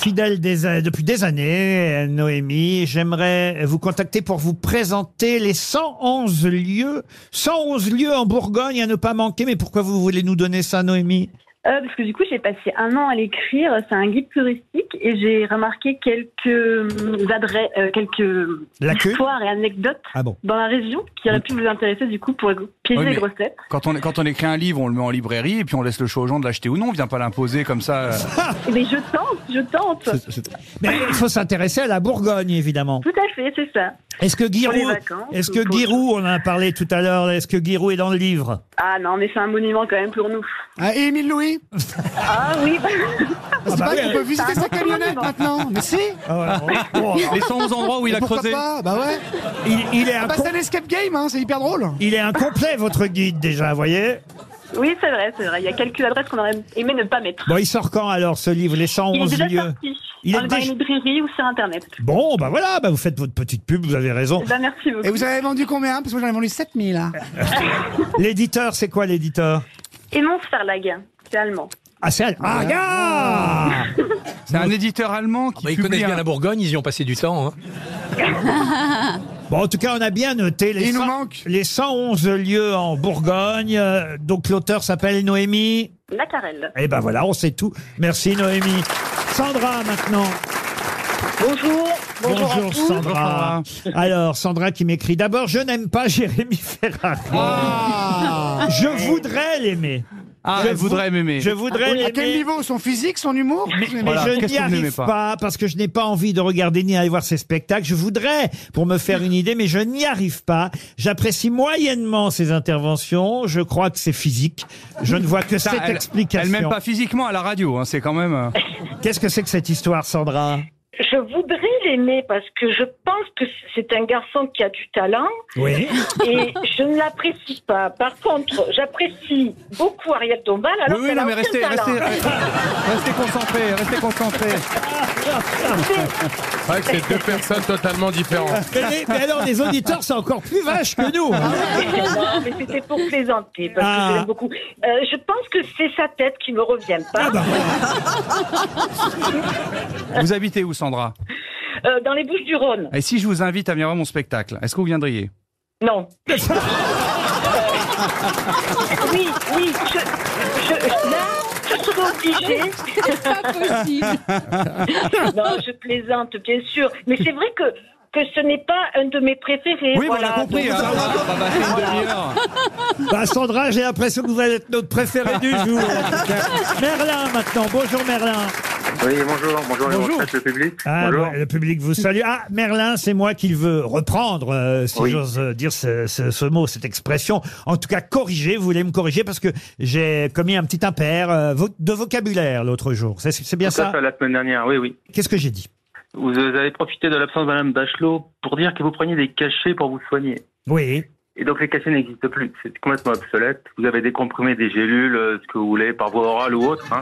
[SPEAKER 2] Fidèle des, a- depuis des années, euh, Noémie, j'aimerais vous contacter pour vous présenter les 111 lieux, 111 lieux en Bourgogne à ne pas manquer. Mais pourquoi vous voulez nous donner ça, Noémie
[SPEAKER 11] Euh, parce que du coup, j'ai passé un an à l'écrire. C'est un guide touristique et j'ai remarqué quelques euh, adresses, euh, quelques
[SPEAKER 2] Lacunes
[SPEAKER 11] histoires et anecdotes
[SPEAKER 2] Ah bon
[SPEAKER 11] dans la région qui auraient pu vous intéresser du coup pour piéger
[SPEAKER 3] Oui, mais-
[SPEAKER 11] les grosses têtes.
[SPEAKER 3] quand on, quand on écrit un livre, on le met en librairie et puis on laisse le choix aux gens de l'acheter ou non. On vient pas l'imposer comme ça. euh.
[SPEAKER 11] Mais je tente, je tente.
[SPEAKER 3] C'est- c'est-
[SPEAKER 2] Mais il faut s'intéresser à la Bourgogne, évidemment.
[SPEAKER 11] Tout à fait, c'est ça.
[SPEAKER 2] Est-ce que
[SPEAKER 11] Pour les
[SPEAKER 2] Giroud,
[SPEAKER 11] vacances,
[SPEAKER 2] est-ce que
[SPEAKER 11] pour-
[SPEAKER 2] Giroud, on en a parlé tout à l'heure, est-ce que Giroud est dans le livre
[SPEAKER 11] Ah non, mais c'est un monument quand même pour nous.
[SPEAKER 6] Ah, et Émile Louis
[SPEAKER 11] Ah oui, bah,
[SPEAKER 6] C'est
[SPEAKER 2] bah
[SPEAKER 6] pas
[SPEAKER 2] oui,
[SPEAKER 6] qu'on peut visiter sa camionnette maintenant Mais si Oh.
[SPEAKER 2] Ah ouais, bon,
[SPEAKER 3] Les 111 endroits où il a
[SPEAKER 6] Pourquoi
[SPEAKER 3] creusé.
[SPEAKER 6] pas Bah ouais
[SPEAKER 2] il, il est
[SPEAKER 6] Ah bah
[SPEAKER 2] incom-
[SPEAKER 6] c'est un escape game, hein, c'est hyper drôle
[SPEAKER 2] il est incomplet, votre guide, déjà, vous voyez
[SPEAKER 11] oui, c'est vrai, c'est vrai. Il y a quelques adresses qu'on aurait aimé ne pas mettre.
[SPEAKER 2] Bon, il sort quand alors ce livre, Les
[SPEAKER 11] Il est
[SPEAKER 2] 111
[SPEAKER 11] déjà
[SPEAKER 2] lieux
[SPEAKER 11] sorti
[SPEAKER 2] Oh, Il
[SPEAKER 11] dans
[SPEAKER 2] est
[SPEAKER 11] le- dans
[SPEAKER 2] déjà-
[SPEAKER 11] les librairies ou sur Internet.
[SPEAKER 2] Bon, bah voilà, bah vous faites votre petite pub, vous avez raison.
[SPEAKER 11] Eh ben, merci beaucoup.
[SPEAKER 6] Et vous avez vendu combien Parce que j'en ai vendu 7000. hein.
[SPEAKER 2] L'éditeur, c'est quoi l'éditeur
[SPEAKER 11] Aimons Verlag, c'est allemand.
[SPEAKER 2] Ah, c'est Al- Ah, gars
[SPEAKER 3] C'est un éditeur allemand qui
[SPEAKER 8] Bah, ils
[SPEAKER 3] publie
[SPEAKER 8] connaissent bien
[SPEAKER 3] un-
[SPEAKER 8] la Bourgogne, ils y ont passé du temps. hein.
[SPEAKER 2] Bon, en tout cas, on a bien noté les,
[SPEAKER 6] Il nous
[SPEAKER 2] cent-
[SPEAKER 6] manque.
[SPEAKER 2] les 111 lieux en Bourgogne. Euh, Donc l'auteur s'appelle Noémie.
[SPEAKER 11] Lacarelle.
[SPEAKER 2] Et ben voilà, on sait tout. Merci Noémie. Sandra maintenant.
[SPEAKER 11] Bonjour.
[SPEAKER 2] Bonjour Sandra. Alors Sandra qui m'écrit d'abord je n'aime pas Jérémy Ferrari. Je voudrais l'aimer.
[SPEAKER 3] Ah,
[SPEAKER 2] Je
[SPEAKER 3] elle voudrait
[SPEAKER 2] vou-
[SPEAKER 3] m'aimer.
[SPEAKER 2] Je voudrais
[SPEAKER 6] Ah À quel
[SPEAKER 2] l'aimer.
[SPEAKER 6] niveau Son physique, son humour
[SPEAKER 2] Mais
[SPEAKER 3] Voilà,
[SPEAKER 2] je n'y
[SPEAKER 3] qu'est-ce que vous n'aimez
[SPEAKER 2] arrive pas.
[SPEAKER 3] pas
[SPEAKER 2] parce que je n'ai pas envie de regarder ni aller voir ses spectacles. Je voudrais pour me faire une idée, mais je n'y arrive pas. J'apprécie moyennement ses interventions. Je crois que c'est physique. Je ne vois que
[SPEAKER 3] Ça,
[SPEAKER 2] cette
[SPEAKER 3] elle,
[SPEAKER 2] explication.
[SPEAKER 3] Elle même pas physiquement à la radio. hein, c'est quand même. euh,
[SPEAKER 2] Qu'est-ce que c'est que cette histoire, Sandra
[SPEAKER 11] Je voudrais l'aimer parce que je pense que c'est un garçon qui a du talent
[SPEAKER 2] Oui.
[SPEAKER 11] et je ne l'apprécie pas. Par contre, j'apprécie beaucoup Ariel Dombal alors
[SPEAKER 3] Oui, oui,
[SPEAKER 11] qu'elle
[SPEAKER 3] non,
[SPEAKER 11] a
[SPEAKER 3] mais
[SPEAKER 11] aucun
[SPEAKER 3] restez,
[SPEAKER 11] talent.
[SPEAKER 3] restez, restez concentrés, restez concentrés.
[SPEAKER 7] C'est vrai que c'est deux personnes totalement différentes.
[SPEAKER 2] Mais, les- mais alors, les auditeurs, c'est encore plus vache que nous.
[SPEAKER 11] Non, Ah mais c'était pour plaisanter parce
[SPEAKER 2] Ah.
[SPEAKER 11] que je l'aime beaucoup. Euh, je pense que c'est sa tête qui me revient pas.
[SPEAKER 2] Ah bah, hein.
[SPEAKER 3] Vous habitez où, Sandra
[SPEAKER 11] Euh, dans les Bouches du Rhône.
[SPEAKER 3] Et si je vous invite à venir voir mon spectacle, est-ce que vous viendriez
[SPEAKER 11] Non. Euh, oui, oui, je, je, je- là, je serais obligée.
[SPEAKER 9] Pas possible.
[SPEAKER 11] Non, je plaisante, bien sûr. Mais c'est vrai que, que ce n'est pas un de mes préférés.
[SPEAKER 3] Oui,
[SPEAKER 11] voilà.
[SPEAKER 3] on a compris.
[SPEAKER 11] Donc,
[SPEAKER 3] hein. On va passer une demi-heure.
[SPEAKER 2] bah, Sandra, j'ai l'impression que vous allez être notre préféré du jour. Merlin, maintenant. Bonjour, Merlin.
[SPEAKER 10] Oui, bonjour, bonjour,
[SPEAKER 2] Bonjour.
[SPEAKER 10] retraites, le public.
[SPEAKER 2] Ah, bah, le public vous salue. Ah, Merlin, c'est moi qu'il veut reprendre, euh, si
[SPEAKER 10] Oui.
[SPEAKER 2] j'ose euh, dire ce, ce- ce mot, cette expression. En tout cas, corriger, vous voulez me corriger parce que j'ai commis un petit impair euh, vo- de vocabulaire l'autre jour. C'est- C'est bien
[SPEAKER 10] Ça,
[SPEAKER 2] ça
[SPEAKER 10] ça, la semaine dernière, oui, oui.
[SPEAKER 2] Qu'est-ce que j'ai dit
[SPEAKER 12] Vous avez profité de l'absence de Madame Bachelot pour dire que vous preniez des cachets pour vous soigner.
[SPEAKER 2] Oui.
[SPEAKER 12] Et donc les cachets n'existent plus, c'est complètement obsolète. Vous avez des comprimés, des gélules, euh, ce que vous voulez, par voie orale ou autre. hein.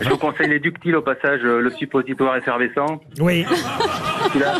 [SPEAKER 12] Je vous conseille les ductiles au passage, euh, le suppositoire effervescent.
[SPEAKER 2] Oui.
[SPEAKER 12] Celui-là,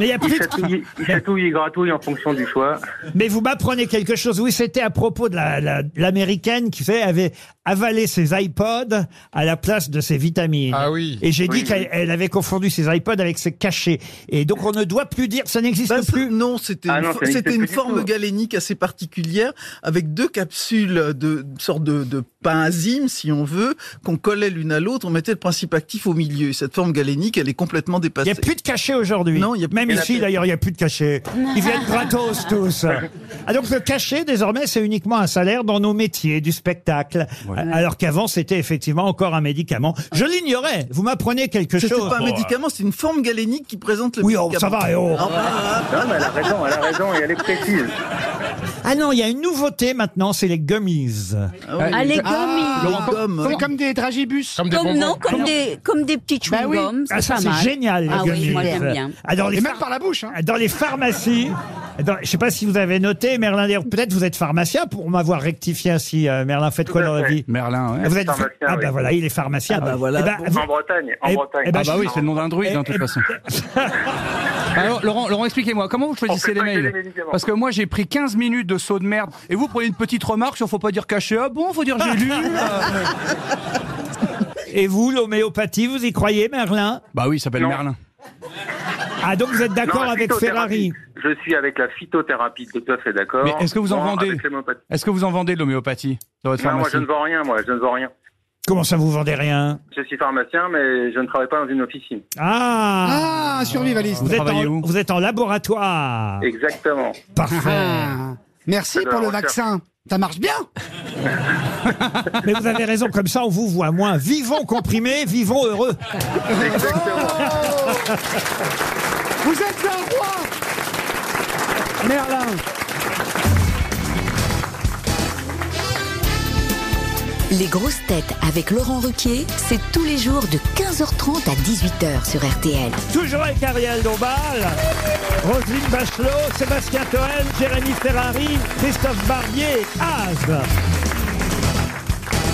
[SPEAKER 2] Mais il y a plus de-
[SPEAKER 12] chatouille, il chatouille et gratouille en fonction du choix.
[SPEAKER 2] Mais vous m'apprenez quelque chose. Oui, c'était à propos de la- la- l'américaine qui fait, avait avalé ses iPods à la place de ses vitamines. Ah oui. Et j'ai
[SPEAKER 5] Oui,
[SPEAKER 2] dit qu'elle
[SPEAKER 5] oui.
[SPEAKER 2] elle avait confondu ses iPods avec ses cachets. Et donc on ne doit plus dire ça n'existe plus.
[SPEAKER 5] Non, c'était
[SPEAKER 2] Ah
[SPEAKER 5] une
[SPEAKER 2] non,
[SPEAKER 5] fo-
[SPEAKER 2] ça n'existe
[SPEAKER 5] c'était une
[SPEAKER 2] plus du
[SPEAKER 5] forme
[SPEAKER 2] tout.
[SPEAKER 5] galénique assez particulière avec deux capsules de une sorte de, de pain enzyme, si on veut, qu'on collait l'une à l'autre. On mettait le principe actif au milieu. Et cette forme galénique, elle est complètement dépassée. Il n'y a plus
[SPEAKER 2] de cachet aujourd'hui.
[SPEAKER 5] Non, il y a
[SPEAKER 2] Même ici d'ailleurs, il n'y a plus de cachet. Ils viennent gratos tous. Ah, donc le cachet désormais, c'est uniquement un salaire dans nos métiers du spectacle. A- Alors qu'avant, c'était effectivement encore un médicament. Je l'ignorais. Vous m'apprenez quelque chose.
[SPEAKER 5] C'était pas un
[SPEAKER 2] Bon,
[SPEAKER 5] médicament, c'est une forme galénique qui présente le
[SPEAKER 2] Oui, oh,
[SPEAKER 5] médicament.
[SPEAKER 2] ça va, eh oh.
[SPEAKER 5] Ah, bah,
[SPEAKER 12] Non, mais elle a raison, elle a raison et elle est précise.
[SPEAKER 2] Ah non, il y a une nouveauté maintenant, c'est les gummies.
[SPEAKER 4] Ah, les gummies.
[SPEAKER 2] Laurent,
[SPEAKER 4] Les
[SPEAKER 2] comme-
[SPEAKER 4] gommes.
[SPEAKER 6] C'est comme des dragibus.
[SPEAKER 4] Comme, Ah non, comme des, comme des petits
[SPEAKER 6] Bah oui.
[SPEAKER 4] chewing-gums.
[SPEAKER 2] Ah, ça,
[SPEAKER 4] pas
[SPEAKER 2] c'est
[SPEAKER 4] mal.
[SPEAKER 2] génial, les
[SPEAKER 4] Ah oui,
[SPEAKER 2] gummies.
[SPEAKER 4] moi, j'aime bien.
[SPEAKER 2] Ah, dans les
[SPEAKER 6] Et
[SPEAKER 2] phar-
[SPEAKER 6] même par la bouche. Hein.
[SPEAKER 2] Dans les pharmacies, Ah, dans- je ne sais pas si vous avez noté, Merlin, d'ailleurs, peut-être vous êtes pharmacien pour m'avoir rectifié ainsi. euh, Merlin, faites quoi dans la vie
[SPEAKER 3] Merlin, ouais.
[SPEAKER 2] Vous êtes
[SPEAKER 3] Pharmacien,
[SPEAKER 2] Ah
[SPEAKER 3] oui.
[SPEAKER 2] bah voilà, il est pharmacien.
[SPEAKER 3] Ah bah
[SPEAKER 2] bah
[SPEAKER 3] voilà.
[SPEAKER 2] Eh ben, vous-
[SPEAKER 12] En Bretagne, en
[SPEAKER 2] Eh-
[SPEAKER 12] Bretagne.
[SPEAKER 2] eh ben,
[SPEAKER 3] ah bah
[SPEAKER 2] je-
[SPEAKER 3] oui, c'est le nom d'un druide, hein, de toute façon. Alors, Laurent, Laurent expliquez-moi, comment vous choisissez
[SPEAKER 12] On fait
[SPEAKER 3] les
[SPEAKER 12] pas que
[SPEAKER 3] mails
[SPEAKER 12] les médicaments.
[SPEAKER 3] Parce que moi, j'ai pris 15 minutes de saut de merde, et vous prenez une petite remarque sur faut pas dire caché, ah bon, faut dire j'ai lu.
[SPEAKER 2] Ah,
[SPEAKER 3] euh.
[SPEAKER 2] Et vous, l'homéopathie, vous y croyez, Merlin
[SPEAKER 3] Bah oui, il s'appelle
[SPEAKER 12] Non.
[SPEAKER 3] Merlin.
[SPEAKER 2] Ah, donc vous êtes d'accord
[SPEAKER 12] Non, la
[SPEAKER 2] avec Ferrari
[SPEAKER 12] phytothérapie. Je suis avec la phytothérapie, tout à fait d'accord.
[SPEAKER 3] Mais est-ce que vous en
[SPEAKER 12] Moi,
[SPEAKER 3] vendez
[SPEAKER 12] avec l'homéopathie.
[SPEAKER 3] Est-ce que vous en vendez de l'homéopathie dans votre
[SPEAKER 12] Non, moi
[SPEAKER 3] pharmacie
[SPEAKER 12] je ne vends rien, moi je ne vends rien.
[SPEAKER 2] Comment ça, vous vendez rien
[SPEAKER 12] Je suis pharmacien, mais je ne travaille pas dans une officine.
[SPEAKER 2] Ah
[SPEAKER 6] Ah, un survivaliste.
[SPEAKER 2] vous êtes,
[SPEAKER 3] travaillez
[SPEAKER 2] en, vous êtes en laboratoire.
[SPEAKER 12] Exactement.
[SPEAKER 2] Parfait.
[SPEAKER 6] Ah. Merci
[SPEAKER 12] C'est de
[SPEAKER 6] pour
[SPEAKER 12] la
[SPEAKER 6] le
[SPEAKER 12] recherche.
[SPEAKER 6] vaccin. Ça marche bien.
[SPEAKER 2] Mais vous avez raison, comme ça, on vous voit moins. Vivons comprimés, vivons heureux.
[SPEAKER 6] Vous êtes un roi. Merlin.
[SPEAKER 9] Les grosses têtes avec Laurent Ruquier, c'est tous les jours de 15h30 à 18h sur RTL.
[SPEAKER 2] Toujours avec Ariel Dombal, Roselyne Bachelot, Sébastien Toen, Jérémy Ferrari, Christophe Barbier, Az.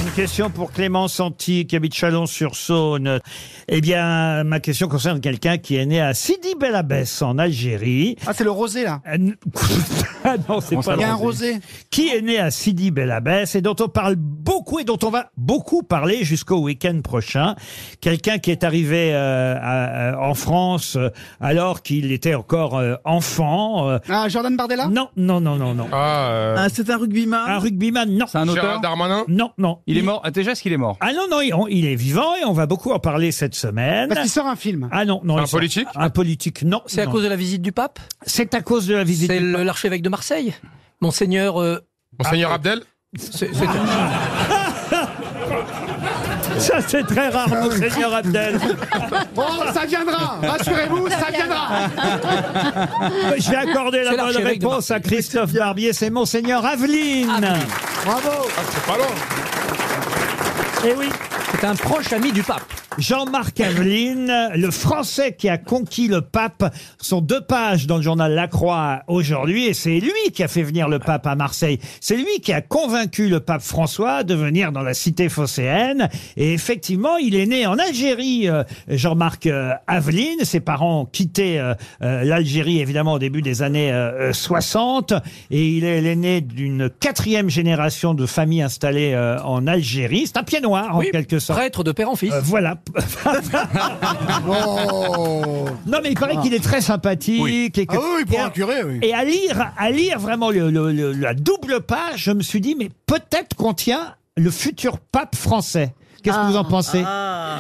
[SPEAKER 2] Une question pour Clément Santi, qui habite Chalon-sur-Saône. Eh bien, ma question concerne quelqu'un qui est né à Sidi Bel Abbès, en Algérie.
[SPEAKER 6] Ah, c'est le rosé là.
[SPEAKER 2] Euh, n- Ah non, c'est pas
[SPEAKER 6] Il y a
[SPEAKER 2] le
[SPEAKER 6] un
[SPEAKER 2] rosé.
[SPEAKER 6] rosé.
[SPEAKER 2] Qui est né à Sidi Bel Abbès et dont on parle beaucoup et dont on va beaucoup parler jusqu'au week-end prochain. Quelqu'un qui est arrivé euh, à- à- en France euh, alors qu'il était encore euh, enfant. euh,
[SPEAKER 6] Ah, Jordan Bardella.
[SPEAKER 2] non, non, non, non, non.
[SPEAKER 7] Ah, euh,
[SPEAKER 5] Ah, c'est un rugbyman.
[SPEAKER 2] Un rugbyman, non.
[SPEAKER 3] C'est un auteur
[SPEAKER 7] Gérald Darmanin.
[SPEAKER 2] Non, non.
[SPEAKER 3] Il est mort. Ah, déjà, est-ce qu'il est mort
[SPEAKER 2] Ah non, non, il, on- il est vivant et on va beaucoup en parler cette semaine.
[SPEAKER 6] Parce qu'il sort un film.
[SPEAKER 2] Ah non, non.
[SPEAKER 7] Un
[SPEAKER 2] il sort-
[SPEAKER 7] politique
[SPEAKER 2] Un politique, non.
[SPEAKER 8] C'est à
[SPEAKER 2] non.
[SPEAKER 8] cause de la visite du pape
[SPEAKER 2] C'est à cause de la visite.
[SPEAKER 8] C'est
[SPEAKER 2] du-
[SPEAKER 8] le- l'archevêque de Marseille Monseigneur. euh,
[SPEAKER 7] Monseigneur Abdel.
[SPEAKER 8] c'est- c'est-
[SPEAKER 2] Ça, c'est très rare, Monseigneur Abdel.
[SPEAKER 6] Oh, ça viendra. Rassurez-vous, ça viendra.
[SPEAKER 2] Je vais accorder
[SPEAKER 8] C'est
[SPEAKER 2] la bonne
[SPEAKER 8] l'archevêque de
[SPEAKER 2] réponse à Christophe Barbier, c'est Monseigneur Aveline.
[SPEAKER 8] Aveline.
[SPEAKER 6] Bravo.
[SPEAKER 7] Ah, c'est pas loin.
[SPEAKER 2] Eh oui,
[SPEAKER 8] c'est un proche ami du pape.
[SPEAKER 2] Jean-Marc Aveline, le Français qui a conquis le pape, sont deux pages dans le journal La Croix aujourd'hui, et c'est lui qui a fait venir le pape à Marseille. C'est lui qui a convaincu le pape François de venir dans la cité phocéenne. Et effectivement, il est né en Algérie, euh, Jean-Marc euh, Aveline. Ses parents ont quitté euh, euh, l'Algérie, évidemment, au début des années euh, euh, 60, et il est l'aîné d'une quatrième génération de familles installées euh, en Algérie. C'est un pied noir, en
[SPEAKER 8] Oui,
[SPEAKER 2] quelque sorte.
[SPEAKER 8] Prêtre de père en fils.
[SPEAKER 2] Euh, voilà.
[SPEAKER 6] Oh.
[SPEAKER 2] Non, mais il paraît qu'il est très sympathique.
[SPEAKER 3] Oui.
[SPEAKER 2] Et, que-
[SPEAKER 6] Ah oui, pour
[SPEAKER 2] et à-
[SPEAKER 6] un curé, oui.
[SPEAKER 2] et à lire, à lire vraiment le- le- le- la double page, je me suis dit, mais peut-être qu'on tient le futur pape français. Qu'est-ce que vous
[SPEAKER 4] Ah.
[SPEAKER 2] en pensez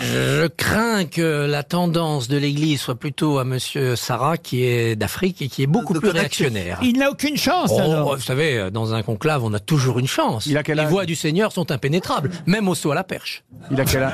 [SPEAKER 8] Je crains que la tendance de l'Église soit plutôt à Monsieur Sarah, qui est d'Afrique et qui est beaucoup
[SPEAKER 5] De- de
[SPEAKER 8] plus
[SPEAKER 5] connecter.
[SPEAKER 4] Ah.
[SPEAKER 8] réactionnaire.
[SPEAKER 2] Il n'a aucune chance,
[SPEAKER 8] Oh,
[SPEAKER 2] alors.
[SPEAKER 8] vous savez, dans un conclave, on a toujours une chance.
[SPEAKER 3] Il a quel
[SPEAKER 8] Les
[SPEAKER 3] âge
[SPEAKER 8] voix du Seigneur sont impénétrables, même au saut à la perche.
[SPEAKER 3] Il a quel âge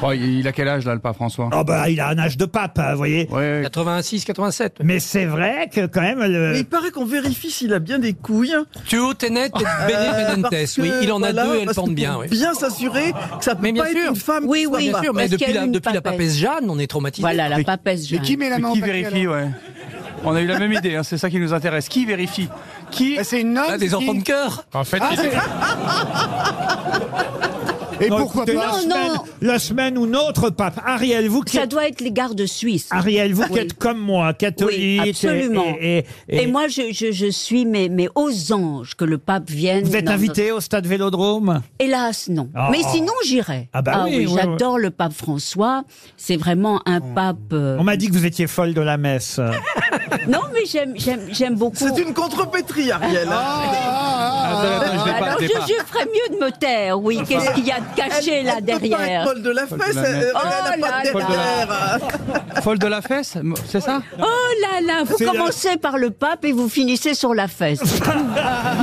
[SPEAKER 3] Bon, Oh, il il a quel âge, là, le pape François
[SPEAKER 2] Ah bah, il a un âge de pape, hein, vous voyez.
[SPEAKER 8] 86, 87.
[SPEAKER 2] Mais c'est vrai que quand même. Le...
[SPEAKER 5] Mais il paraît qu'on vérifie s'il a bien des couilles. Euh,
[SPEAKER 8] Tu haut, t'es net, Benitez, oui. Il en a deux et elles pendent bien, oui.
[SPEAKER 5] Bien s'assurer que ça peut
[SPEAKER 8] Mais bien
[SPEAKER 5] pas
[SPEAKER 8] sûr.
[SPEAKER 5] être une femme.
[SPEAKER 8] Oui,
[SPEAKER 5] qui soit
[SPEAKER 8] oui, bien
[SPEAKER 5] pape.
[SPEAKER 8] sûr. Mais depuis, la, depuis la papesse Jeanne, on est traumatisé.
[SPEAKER 4] Voilà, la
[SPEAKER 3] Mais-
[SPEAKER 4] papesse Jeanne.
[SPEAKER 3] Qui vérifie, ouais. On a eu la même idée, hein, c'est ça qui nous intéresse. Qui vérifie Qui
[SPEAKER 6] Bah, C'est une note.
[SPEAKER 8] Ah, des enfants de cœur.
[SPEAKER 7] En fait,
[SPEAKER 6] Ah,
[SPEAKER 7] il-
[SPEAKER 2] Et
[SPEAKER 6] pourquoi
[SPEAKER 2] la
[SPEAKER 4] pas Non,
[SPEAKER 2] semaine,
[SPEAKER 4] non.
[SPEAKER 2] La semaine où notre pape, Ariel, vous qui
[SPEAKER 4] Ça
[SPEAKER 2] êtes,
[SPEAKER 4] doit être les gardes suisses.
[SPEAKER 2] Ariel, vous qui
[SPEAKER 4] Oui.
[SPEAKER 2] êtes Ah, comme moi, catholique.
[SPEAKER 4] Oui,
[SPEAKER 2] et-
[SPEAKER 4] absolument.
[SPEAKER 2] Et, et- et-
[SPEAKER 4] Et moi, je, je, je suis, mais, mais aux anges que le pape vienne.
[SPEAKER 2] vous êtes
[SPEAKER 4] dans
[SPEAKER 2] invité au stade Vélodrome
[SPEAKER 4] notre- Hélas, non.
[SPEAKER 2] Ah.
[SPEAKER 4] Mais sinon, j'irai.
[SPEAKER 2] Ah bah oui, oui, oui.
[SPEAKER 4] j'adore le pape François. C'est vraiment un pape. euh,
[SPEAKER 2] On m'a dit que vous étiez folle de la messe.
[SPEAKER 4] Non, mais j'aime, j'aime, j'aime beaucoup.
[SPEAKER 5] C'est une contrepétrie, Ariel. hein.
[SPEAKER 3] Ah, attends, ah, je l'ai pas,
[SPEAKER 4] Euh, Alors,
[SPEAKER 3] je
[SPEAKER 4] je,
[SPEAKER 3] l'ai pas.
[SPEAKER 4] je ferais mieux de me taire, oui. Qu'est-ce qu'il y a de caché là
[SPEAKER 5] Elle
[SPEAKER 4] derrière
[SPEAKER 5] Paul de la
[SPEAKER 3] Paul de
[SPEAKER 5] fesse,
[SPEAKER 3] la
[SPEAKER 6] euh,
[SPEAKER 5] elle-
[SPEAKER 3] Messe.
[SPEAKER 5] elle a
[SPEAKER 4] Oh
[SPEAKER 5] pas de
[SPEAKER 4] là là.
[SPEAKER 5] derrière.
[SPEAKER 3] Folle de la fesse C'est ça
[SPEAKER 4] Oh là là, vous
[SPEAKER 2] C'est la-
[SPEAKER 4] commencez par le pape et vous finissez sur la fesse.
[SPEAKER 3] Ah,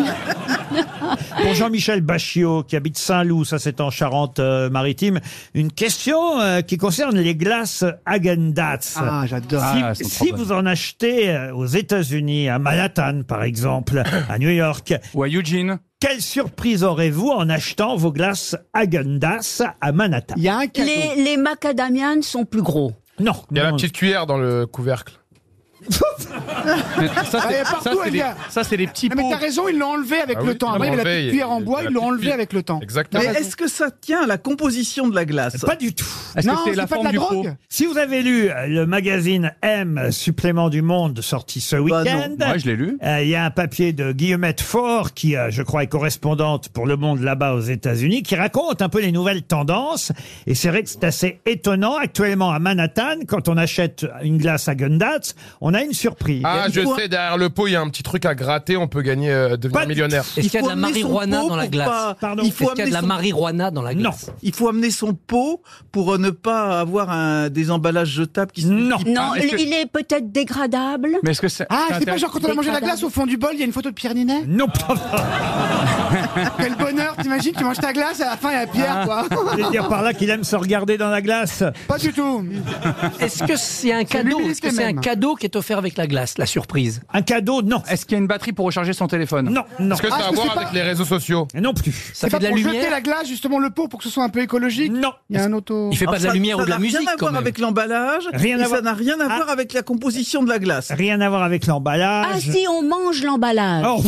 [SPEAKER 2] Pour Jean-Michel Bachio, qui habite Saint-Loup, ça c'est en Charente-Maritime, une question euh, qui concerne les glaces Häagen-Dazs.
[SPEAKER 6] Ah, j'adore.
[SPEAKER 2] Si,
[SPEAKER 3] Ah, c'est un
[SPEAKER 2] si
[SPEAKER 3] problème.
[SPEAKER 2] vous en achetez euh, aux États-Unis, à Manhattan par exemple, à New York,
[SPEAKER 3] Ou à Eugene
[SPEAKER 2] quelle surprise aurez-vous en achetant vos glaces Häagen-Dazs à Manhattan
[SPEAKER 6] Il y a un cadeau.
[SPEAKER 4] les, les macadamianes sont plus gros.
[SPEAKER 2] Non.
[SPEAKER 7] il y a la
[SPEAKER 2] non.
[SPEAKER 7] petite cuillère dans le couvercle.
[SPEAKER 3] Ah, Ça,
[SPEAKER 6] Elle
[SPEAKER 3] c'est
[SPEAKER 6] est partout,
[SPEAKER 3] ça, c'est
[SPEAKER 6] elle
[SPEAKER 3] des,
[SPEAKER 6] vient.
[SPEAKER 3] ça, c'est des petits
[SPEAKER 6] Non, mais
[SPEAKER 3] pots.
[SPEAKER 6] t'as raison, ils l'ont enlevé avec
[SPEAKER 7] Ah
[SPEAKER 6] le
[SPEAKER 7] oui,
[SPEAKER 6] temps.
[SPEAKER 7] ils
[SPEAKER 6] Avant, il y
[SPEAKER 7] l'ont
[SPEAKER 6] avait la
[SPEAKER 7] enlevé,
[SPEAKER 6] petite cuillère en
[SPEAKER 7] il-
[SPEAKER 6] bois,
[SPEAKER 7] la
[SPEAKER 6] ils l'ont
[SPEAKER 7] petite
[SPEAKER 6] enlevé
[SPEAKER 7] cuillère.
[SPEAKER 6] avec le temps.
[SPEAKER 7] Exactement.
[SPEAKER 5] Mais est-ce que ça tient à la composition de la glace
[SPEAKER 2] Pas du tout.
[SPEAKER 3] Est-ce que
[SPEAKER 6] Non,
[SPEAKER 3] c'est
[SPEAKER 6] c'est
[SPEAKER 3] la
[SPEAKER 6] pas de
[SPEAKER 3] forme
[SPEAKER 6] la
[SPEAKER 3] du pot
[SPEAKER 6] drogue. Ah,
[SPEAKER 2] Si vous avez lu euh, le magazine M, supplément du monde, sorti ce week-end,
[SPEAKER 3] Ouais, Bah je l'ai lu.
[SPEAKER 2] Euh, Il y a un papier de Guillemette Faure, qui, euh, je crois, est correspondante pour Le Monde là-bas aux États-Unis, qui raconte un peu les nouvelles tendances. Et c'est vrai que c'est assez étonnant. Actuellement, à Manhattan, quand on achète une glace à Gundats, on a une surprise. hein.
[SPEAKER 7] Ah, je
[SPEAKER 5] faut-
[SPEAKER 7] sais, derrière le pot, il y a un petit truc à gratter, on peut gagner, euh, devenir
[SPEAKER 2] Pas du-
[SPEAKER 7] millionnaire.
[SPEAKER 8] Est-ce qu'il y a
[SPEAKER 5] faut
[SPEAKER 8] de la
[SPEAKER 5] amener son
[SPEAKER 8] marijuana
[SPEAKER 5] pot
[SPEAKER 8] dans la
[SPEAKER 5] pour
[SPEAKER 8] glace
[SPEAKER 5] pas-
[SPEAKER 2] Pardon.
[SPEAKER 5] Il
[SPEAKER 8] Est-ce
[SPEAKER 5] faut
[SPEAKER 8] qu'il y a de
[SPEAKER 5] amener
[SPEAKER 8] la
[SPEAKER 5] son-
[SPEAKER 8] marijuana dans la
[SPEAKER 2] Non.
[SPEAKER 8] glace
[SPEAKER 5] Il faut amener son pot pour euh, ne pas avoir un, des emballages jetables qui se Ah,
[SPEAKER 2] Non.
[SPEAKER 4] Non,
[SPEAKER 3] est-ce que-
[SPEAKER 4] il est peut-être dégradable.
[SPEAKER 3] Mais est-ce que c'est.
[SPEAKER 6] Ah, c'est pas
[SPEAKER 3] intéressant
[SPEAKER 6] genre quand on a mangé la glace au fond du bol, il y a une photo de Pierre Ninet
[SPEAKER 2] Non, pas-
[SPEAKER 6] Quel bonheur, t'imagines, tu manges ta glace, à la fin, il y a Pierre, quoi.
[SPEAKER 2] je voulais dire par là qu'il aime se regarder dans la glace.
[SPEAKER 6] Ah. Pas du tout.
[SPEAKER 8] Est-ce que c'est un cadeau
[SPEAKER 6] l'humilité
[SPEAKER 8] Est-ce que c'est un
[SPEAKER 6] même.
[SPEAKER 8] cadeau qui est offert avec la glace, la surprise
[SPEAKER 2] Un cadeau, non.
[SPEAKER 3] Est-ce qu'il y a une batterie pour recharger son téléphone
[SPEAKER 2] Non, non.
[SPEAKER 7] Est-ce que
[SPEAKER 6] Ah,
[SPEAKER 7] ça a à
[SPEAKER 6] je sais
[SPEAKER 7] voir
[SPEAKER 6] pas.
[SPEAKER 7] avec les réseaux sociaux
[SPEAKER 2] Non plus.
[SPEAKER 8] Ça
[SPEAKER 6] C'est
[SPEAKER 8] fait
[SPEAKER 6] pas
[SPEAKER 8] de la
[SPEAKER 6] pour jeter
[SPEAKER 8] lumière
[SPEAKER 6] la glace, justement, le pot, pour que ce soit un peu écologique.
[SPEAKER 2] Non.
[SPEAKER 6] Il y a un auto.
[SPEAKER 8] Il fait pas
[SPEAKER 5] Alors,
[SPEAKER 8] de la
[SPEAKER 5] ça-
[SPEAKER 8] lumière
[SPEAKER 5] ça
[SPEAKER 8] ou de la
[SPEAKER 5] n'a
[SPEAKER 8] musique
[SPEAKER 5] rien à
[SPEAKER 8] quand
[SPEAKER 5] voir
[SPEAKER 8] même.
[SPEAKER 5] avec l'emballage.
[SPEAKER 2] Rien
[SPEAKER 5] et
[SPEAKER 2] à
[SPEAKER 5] ça
[SPEAKER 2] voir-
[SPEAKER 5] n'a rien à
[SPEAKER 2] Ah.
[SPEAKER 5] voir avec la composition de la glace.
[SPEAKER 2] Rien à voir avec
[SPEAKER 4] Ah
[SPEAKER 2] l'emballage.
[SPEAKER 4] si, on mange l'emballage.
[SPEAKER 2] Oh,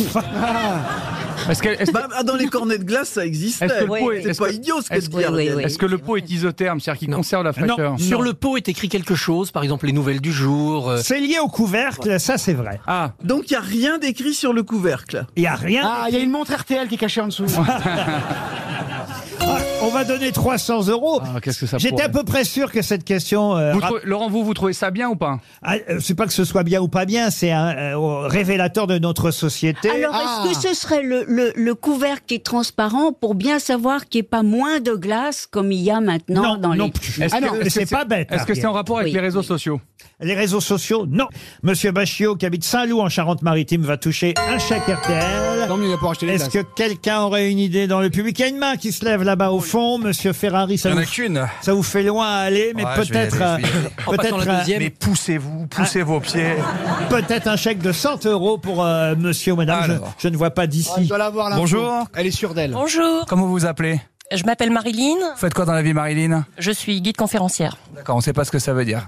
[SPEAKER 3] Est-ce Ah, que, est-ce que-
[SPEAKER 5] Bah, dans les cornets de glace, ça existait.
[SPEAKER 3] Est-ce que le
[SPEAKER 4] pot est-
[SPEAKER 5] C'est
[SPEAKER 3] est-ce
[SPEAKER 5] pas
[SPEAKER 3] que-
[SPEAKER 5] idiot ce que
[SPEAKER 3] est-ce
[SPEAKER 5] de
[SPEAKER 4] que-
[SPEAKER 5] dire.
[SPEAKER 4] oui, oui,
[SPEAKER 5] Ariel.
[SPEAKER 4] oui.
[SPEAKER 3] est-ce que le pot est isotherme, c'est-à-dire qu'il
[SPEAKER 8] Non.
[SPEAKER 3] conserve la fraîcheur
[SPEAKER 8] Sur
[SPEAKER 2] Euh, Non.
[SPEAKER 8] le pot est écrit quelque chose, par exemple les nouvelles du jour. euh,
[SPEAKER 2] c'est lié au couvercle, ça c'est vrai.
[SPEAKER 3] Ah,
[SPEAKER 5] Donc il n'y a rien d'écrit sur le couvercle.
[SPEAKER 2] Il n'y a rien.
[SPEAKER 6] Ah, il y a une montre RTL qui est cachée en dessous.
[SPEAKER 2] Ah, on va donner 300 euros.
[SPEAKER 3] Ah, qu'est-ce que ça
[SPEAKER 2] J'étais
[SPEAKER 3] pourrait.
[SPEAKER 2] à peu près sûr que cette question. euh,
[SPEAKER 3] vous
[SPEAKER 2] rap-
[SPEAKER 3] trouvez- Laurent, vous, vous trouvez ça bien ou pas
[SPEAKER 2] Ah, euh, c'est pas que ce soit bien ou pas bien, c'est un euh, révélateur de notre société.
[SPEAKER 4] Alors,
[SPEAKER 6] Ah.
[SPEAKER 4] est-ce que ce serait le, le, le couvercle qui est transparent pour bien savoir qu'il n'y ait pas moins de glace comme il y a maintenant
[SPEAKER 2] non,
[SPEAKER 4] dans
[SPEAKER 2] non
[SPEAKER 4] les...
[SPEAKER 2] plus.
[SPEAKER 3] Est-ce
[SPEAKER 2] Ah
[SPEAKER 3] que-
[SPEAKER 2] non,
[SPEAKER 3] est-ce
[SPEAKER 2] mais
[SPEAKER 3] que
[SPEAKER 2] c'est pas bête.
[SPEAKER 3] Est-ce que c'est en
[SPEAKER 2] Ariel.
[SPEAKER 3] rapport avec
[SPEAKER 4] Oui,
[SPEAKER 3] les réseaux
[SPEAKER 4] oui.
[SPEAKER 3] sociaux
[SPEAKER 2] Les réseaux sociaux, non. Monsieur Bachio, qui habite Saint-Loup en Charente-Maritime, va toucher un chèque RTL.
[SPEAKER 6] Tant mieux, il va pouvoir acheter des
[SPEAKER 2] Est-ce
[SPEAKER 6] glaces.
[SPEAKER 2] que quelqu'un aurait une idée dans le public Il y a une main qui se lève là-bas au fond, Monsieur Ferrari. Ça, vous,
[SPEAKER 13] qu'une.
[SPEAKER 2] ça vous fait loin à aller, mais
[SPEAKER 13] Ouais, je vais
[SPEAKER 2] peut-être,
[SPEAKER 13] aller, je vais y aller.
[SPEAKER 2] euh,
[SPEAKER 8] En passant la
[SPEAKER 2] peut-être, euh, Ah.
[SPEAKER 8] deuxième.
[SPEAKER 13] Mais poussez-vous, poussez vos pieds.
[SPEAKER 2] peut-être un chèque de 100 euros pour euh, Monsieur ou Madame. Je-
[SPEAKER 13] Alors.
[SPEAKER 2] Je, ne vois pas
[SPEAKER 6] Ah, je
[SPEAKER 2] d'ici.
[SPEAKER 6] dois l'avoir là.
[SPEAKER 13] Bonjour.
[SPEAKER 6] Elle est sûre d'elle.
[SPEAKER 14] Bonjour,
[SPEAKER 13] Comment vous vous appelez
[SPEAKER 14] je m'appelle Marilyn,
[SPEAKER 13] Vous faites quoi dans la vie, Marilyn
[SPEAKER 14] je suis guide conférencière.
[SPEAKER 13] D'accord, on sait pas ce que ça veut dire.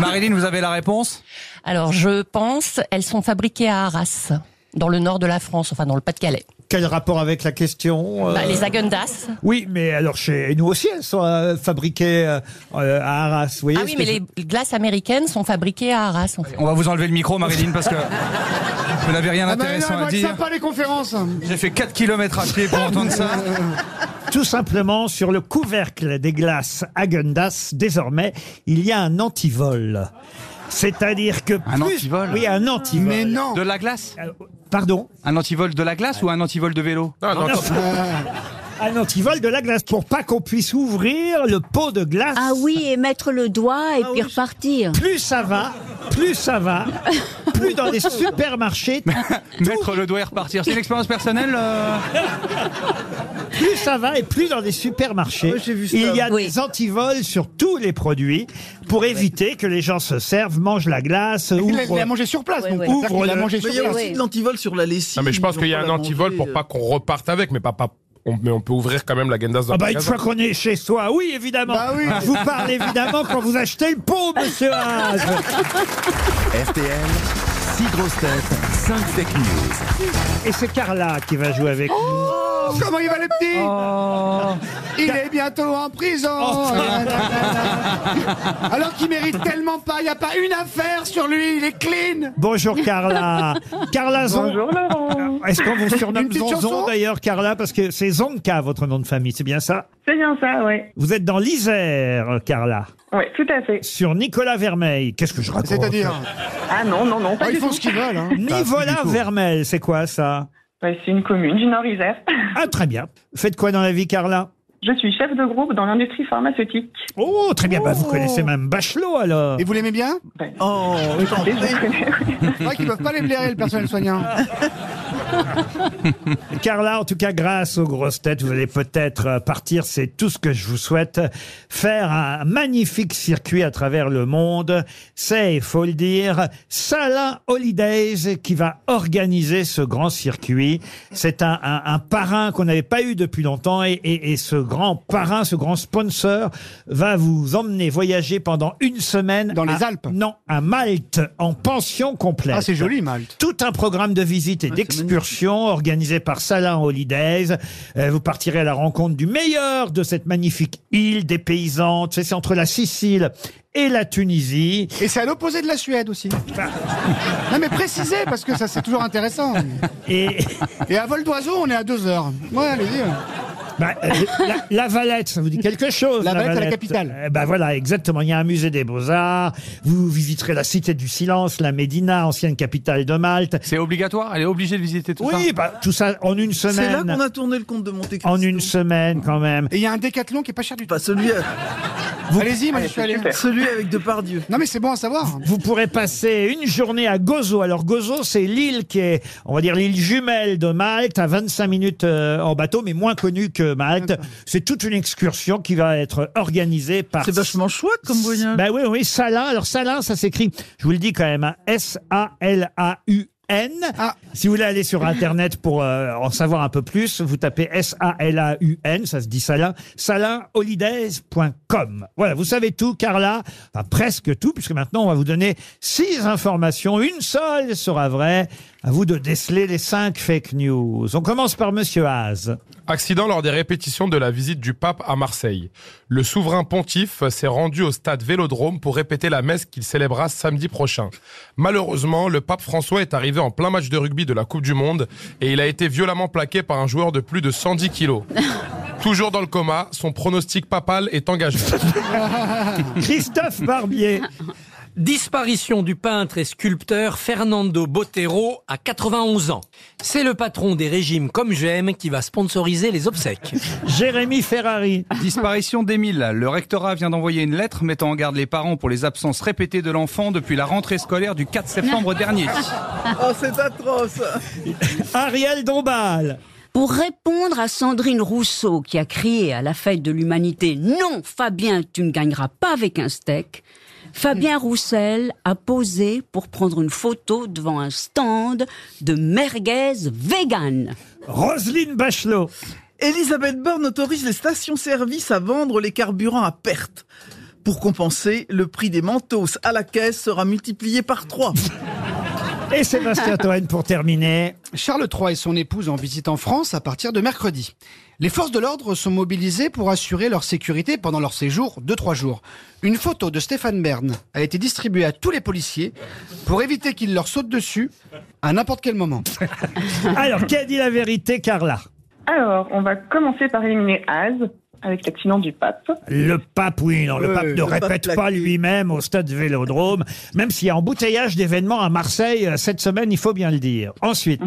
[SPEAKER 13] Marilyn, vous avez la réponse
[SPEAKER 14] Alors je pense, elles sont fabriquées à Arras, dans le nord de la France, enfin dans le Pas-de-Calais.
[SPEAKER 2] Quel rapport avec la question euh,
[SPEAKER 14] Bah, les Agendas.
[SPEAKER 2] Oui, mais alors chez nous aussi, elles sont euh, fabriquées euh, euh, à Arras. Vous voyez
[SPEAKER 14] Ah
[SPEAKER 2] ce
[SPEAKER 14] oui,
[SPEAKER 2] que
[SPEAKER 14] mais
[SPEAKER 2] je-
[SPEAKER 14] les glaces américaines sont fabriquées à Arras. en fait.
[SPEAKER 13] On va vous enlever le micro, Marilyn, parce que vous n'avez rien
[SPEAKER 6] Ah bah, non,
[SPEAKER 13] d'intéressant
[SPEAKER 6] elle
[SPEAKER 13] à
[SPEAKER 6] va être
[SPEAKER 13] dire.
[SPEAKER 6] sympa les conférences.
[SPEAKER 13] J'ai fait 4 km à pied pour entendre ça.
[SPEAKER 2] Tout simplement, sur le couvercle des glaces Agendas, désormais, il y a un antivol. C'est-à-dire que
[SPEAKER 3] Un
[SPEAKER 2] plus...
[SPEAKER 3] antivol
[SPEAKER 2] Oui, un antivol.
[SPEAKER 6] Mais non.
[SPEAKER 3] De la glace
[SPEAKER 2] Euh, Pardon
[SPEAKER 3] Un antivol de la glace ou un antivol de vélo
[SPEAKER 7] Ah, Non, non,
[SPEAKER 2] Un antivol de la glace pour pas qu'on puisse ouvrir le pot de glace.
[SPEAKER 4] Ah oui, et mettre le doigt et
[SPEAKER 5] Ah
[SPEAKER 4] puis
[SPEAKER 5] oui.
[SPEAKER 4] repartir.
[SPEAKER 2] Plus ça va, plus ça va, plus dans les supermarchés,
[SPEAKER 3] Mettre le doigt et repartir. C'est une expérience personnelle euh
[SPEAKER 2] plus ça va et plus dans les
[SPEAKER 6] Ah,
[SPEAKER 2] supermarchés, il y a des antivols sur tous les produits pour éviter que les gens se servent, mangent la glace,
[SPEAKER 6] Il
[SPEAKER 2] ouvrent...
[SPEAKER 6] l'a- il l'a mangé sur place, donc.
[SPEAKER 2] Ouvre
[SPEAKER 6] Il l'a
[SPEAKER 2] le-
[SPEAKER 6] mangé
[SPEAKER 2] Mais
[SPEAKER 6] sur
[SPEAKER 2] il y a
[SPEAKER 6] place.
[SPEAKER 2] aussi de
[SPEAKER 6] l'antivol sur la lessive.
[SPEAKER 7] Non, mais je pense qu'il y a un antivol pour pas qu'on reparte avec, mais pas, pas- on, mais on peut ouvrir quand même la Gendas dans
[SPEAKER 2] Ah bah
[SPEAKER 7] le
[SPEAKER 2] une
[SPEAKER 7] magasin.
[SPEAKER 2] fois qu'on est chez soi, oui évidemment.
[SPEAKER 7] Bah oui.
[SPEAKER 2] Je vous parle évidemment quand vous achetez le pot, monsieur Haas.
[SPEAKER 1] RTL, 6 grosses têtes, 5 fake news.
[SPEAKER 2] Et c'est Carla qui va jouer avec nous.
[SPEAKER 6] Oh, comment il va le petit Oh. Il est bientôt en prison. Alors qu'il mérite tellement pas. Il n'y a pas une affaire sur lui. Il est clean.
[SPEAKER 2] Bonjour Carla. Carla Zon.
[SPEAKER 6] Bonjour, Laurent.
[SPEAKER 2] Est-ce qu'on vous
[SPEAKER 6] Une
[SPEAKER 2] surnomme
[SPEAKER 6] petite
[SPEAKER 2] Zonzon
[SPEAKER 6] chanson
[SPEAKER 2] d'ailleurs Carla parce que c'est Zonka votre nom de famille, c'est bien ça
[SPEAKER 11] C'est bien ça, oui.
[SPEAKER 2] Vous êtes dans l'Isère, Carla.
[SPEAKER 11] Oui, tout à fait.
[SPEAKER 2] Sur Nicolas Vermeil. Qu'est-ce que je raconte
[SPEAKER 6] C'est-à-dire
[SPEAKER 11] Ah non, non, non, pas
[SPEAKER 3] Oh,
[SPEAKER 6] Ah, Ils
[SPEAKER 11] du
[SPEAKER 6] font
[SPEAKER 11] tout.
[SPEAKER 6] ce qu'ils veulent. hein.
[SPEAKER 2] Nicolas Vermeil, c'est quoi ça
[SPEAKER 11] Ouais, c'est une commune du Nord-Isère.
[SPEAKER 2] Ah très bien. Faites quoi dans la vie Carla
[SPEAKER 11] Je suis chef de groupe dans l'industrie pharmaceutique.
[SPEAKER 2] Oh très bien, bah, vous
[SPEAKER 6] Oh.
[SPEAKER 2] connaissez même Bachelot alors.
[SPEAKER 6] Et vous l'aimez bien Oh,
[SPEAKER 11] Ben, Écoutez, je vous connais.
[SPEAKER 6] C'est vrai qu'ils peuvent pas les blairer, le personnel soignant.
[SPEAKER 2] Carla, en tout cas, grâce aux grosses têtes, vous allez peut-être euh, partir, c'est tout ce que je vous souhaite, faire un magnifique circuit à travers le monde. C'est, il faut le dire, Salin Holidays qui va organiser ce grand circuit. C'est un, un- un parrain qu'on n'avait pas eu depuis longtemps et, et- et ce grand parrain, ce grand sponsor va vous emmener voyager pendant une semaine. Dans
[SPEAKER 6] les Alpes
[SPEAKER 2] Non, à Malte, en pension complète.
[SPEAKER 6] Ah, c'est joli, Malte.
[SPEAKER 2] Tout un programme de visites
[SPEAKER 6] Ah,
[SPEAKER 2] et d'excursions organisé par Salin Holidays. Euh, vous partirez à la rencontre du meilleur de cette magnifique île des paysans. Tu sais, c'est entre la Sicile et la Tunisie.
[SPEAKER 6] Et c'est à l'opposé de la Suède aussi. non mais précisez parce que ça c'est toujours intéressant.
[SPEAKER 2] Et
[SPEAKER 6] Et à vol d'oiseau on est à deux heures. Ouais allez-y.
[SPEAKER 2] bah, euh, la, la Valette, ça vous dit quelque chose
[SPEAKER 6] La Valette, c'est la capitale.
[SPEAKER 2] Euh, bah voilà, exactement. Il y a un musée des beaux-arts. Vous visiterez la Cité du Silence, la Médina, ancienne capitale de Malte.
[SPEAKER 3] C'est obligatoire Elle est obligée de visiter tout ça
[SPEAKER 2] Oui, bah, tout ça en une semaine.
[SPEAKER 5] C'est là qu'on a tourné le compte de Monte Cristo.
[SPEAKER 2] En une semaine, quand même.
[SPEAKER 6] Et il y a un décathlon qui est pas cher du tout.
[SPEAKER 5] Pas Bah, celui. à-
[SPEAKER 6] Allez-y, moi je suis allé.
[SPEAKER 5] Celui avec Depardieu.
[SPEAKER 6] Non mais c'est bon à savoir.
[SPEAKER 2] Vous pourrez passer une journée à Gozo. Alors Gozo, c'est l'île qui est, on va dire, l'île jumelle de Malte, à 25 minutes euh, en bateau, mais moins connue que Malte. C'est toute une excursion qui va être organisée par...
[SPEAKER 5] C'est vachement chouette comme voyage.
[SPEAKER 2] Ben oui, oui, Salin. Alors Salin, ça s'écrit, je vous le dis quand même, hein, S-A-L-A-U. N. Si vous voulez aller sur Internet pour euh, en savoir un peu plus, vous tapez S-A-L-A-U-N, ça se dit Salin, salinholidays.com. Voilà, vous savez tout, Carla, enfin presque tout, puisque maintenant on va vous donner six informations. Une seule sera vraie. À vous de déceler les cinq fake news. On commence par Monsieur Haas.
[SPEAKER 7] Accident lors des répétitions de la visite du pape à Marseille. Le souverain pontife s'est rendu au stade Vélodrome pour répéter la messe qu'il célébrera samedi prochain. Malheureusement, le pape François est arrivé en plein match de rugby de la Coupe du Monde et il a été violemment plaqué par un joueur de plus de 110 kilos. Toujours dans le coma, son pronostic papal est engagé.
[SPEAKER 2] Christophe Barbier.
[SPEAKER 8] Disparition du peintre et sculpteur Fernando Botero à 91 ans. C'est le patron des régimes comme j'aime qui va sponsoriser les obsèques.
[SPEAKER 2] Jérémy Ferrari.
[SPEAKER 3] Disparition d'Émile. Le rectorat vient d'envoyer une lettre mettant en garde les parents pour les absences répétées de l'enfant depuis la rentrée scolaire du 4 septembre dernier.
[SPEAKER 5] Oh, c'est atroce.
[SPEAKER 2] Ariel Dombal.
[SPEAKER 4] Pour répondre à Sandrine Rousseau qui a crié à la fête de l'humanité Non, Fabien, tu ne gagneras pas avec un steak. Fabien Roussel a posé pour prendre une photo devant un stand de merguez vegan.
[SPEAKER 2] Roselyne Bachelot.
[SPEAKER 5] Elisabeth Borne autorise les stations-service à vendre les carburants à perte. Pour compenser, le prix des mentos à la caisse sera multiplié par 3.
[SPEAKER 2] Et Sébastien Toen pour terminer.
[SPEAKER 6] Charles III et son épouse en visite en France à partir de mercredi. Les forces de l'ordre sont mobilisées pour assurer leur sécurité pendant leur séjour de trois jours. Une photo de Stéphane Bern a été distribuée à tous les policiers pour éviter qu'ils leur sautent dessus à n'importe quel moment.
[SPEAKER 2] Alors, qui a dit la vérité, Carla
[SPEAKER 11] Alors, on va commencer par éliminer Az avec l'accident du pape.
[SPEAKER 2] Le pape, oui, non, le
[SPEAKER 5] Ouais,
[SPEAKER 2] pape ne
[SPEAKER 5] le pape
[SPEAKER 2] répète pas
[SPEAKER 5] plaqué.
[SPEAKER 2] lui-même au stade
[SPEAKER 5] Ah.
[SPEAKER 2] Vélodrome, même s'il y a embouteillage d'événements à Marseille euh, cette semaine, il faut bien le dire. Ensuite,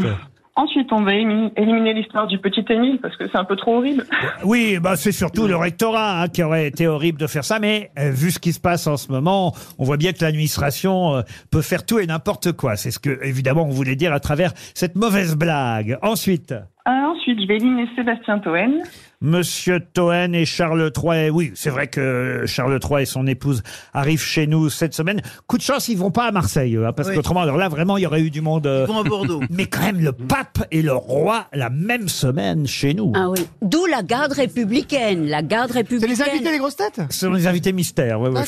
[SPEAKER 15] Ensuite, on va émi- éliminer l'histoire du petit Émile parce que c'est un peu trop horrible.
[SPEAKER 2] Oui, bah c'est surtout le rectorat hein, qui aurait été horrible de faire ça, mais euh, vu ce qui se passe en ce moment, on voit bien que l'administration euh, peut faire tout et n'importe quoi. C'est ce que, évidemment, on voulait dire à travers cette mauvaise blague. Ensuite,
[SPEAKER 15] Euh,
[SPEAKER 11] Ah,
[SPEAKER 15] ensuite, je vais éliminer Sébastien Toen.
[SPEAKER 2] Monsieur Toen et Charles III, oui, c'est vrai que Charles III et son épouse arrivent chez nous cette semaine. Coup de chance, ils vont pas à Marseille, eux, hein, parce
[SPEAKER 5] Oui.
[SPEAKER 2] qu'autrement, alors là, vraiment, il y aurait eu du monde. euh,
[SPEAKER 5] Ils vont à Bordeaux.
[SPEAKER 2] Mais quand même, le pape et le roi, la même semaine chez nous.
[SPEAKER 4] Ah oui. D'où la garde républicaine. La garde républicaine. C'est les invités
[SPEAKER 6] des grosses têtes
[SPEAKER 2] Ce sont les invités mystères, ouais, ouais.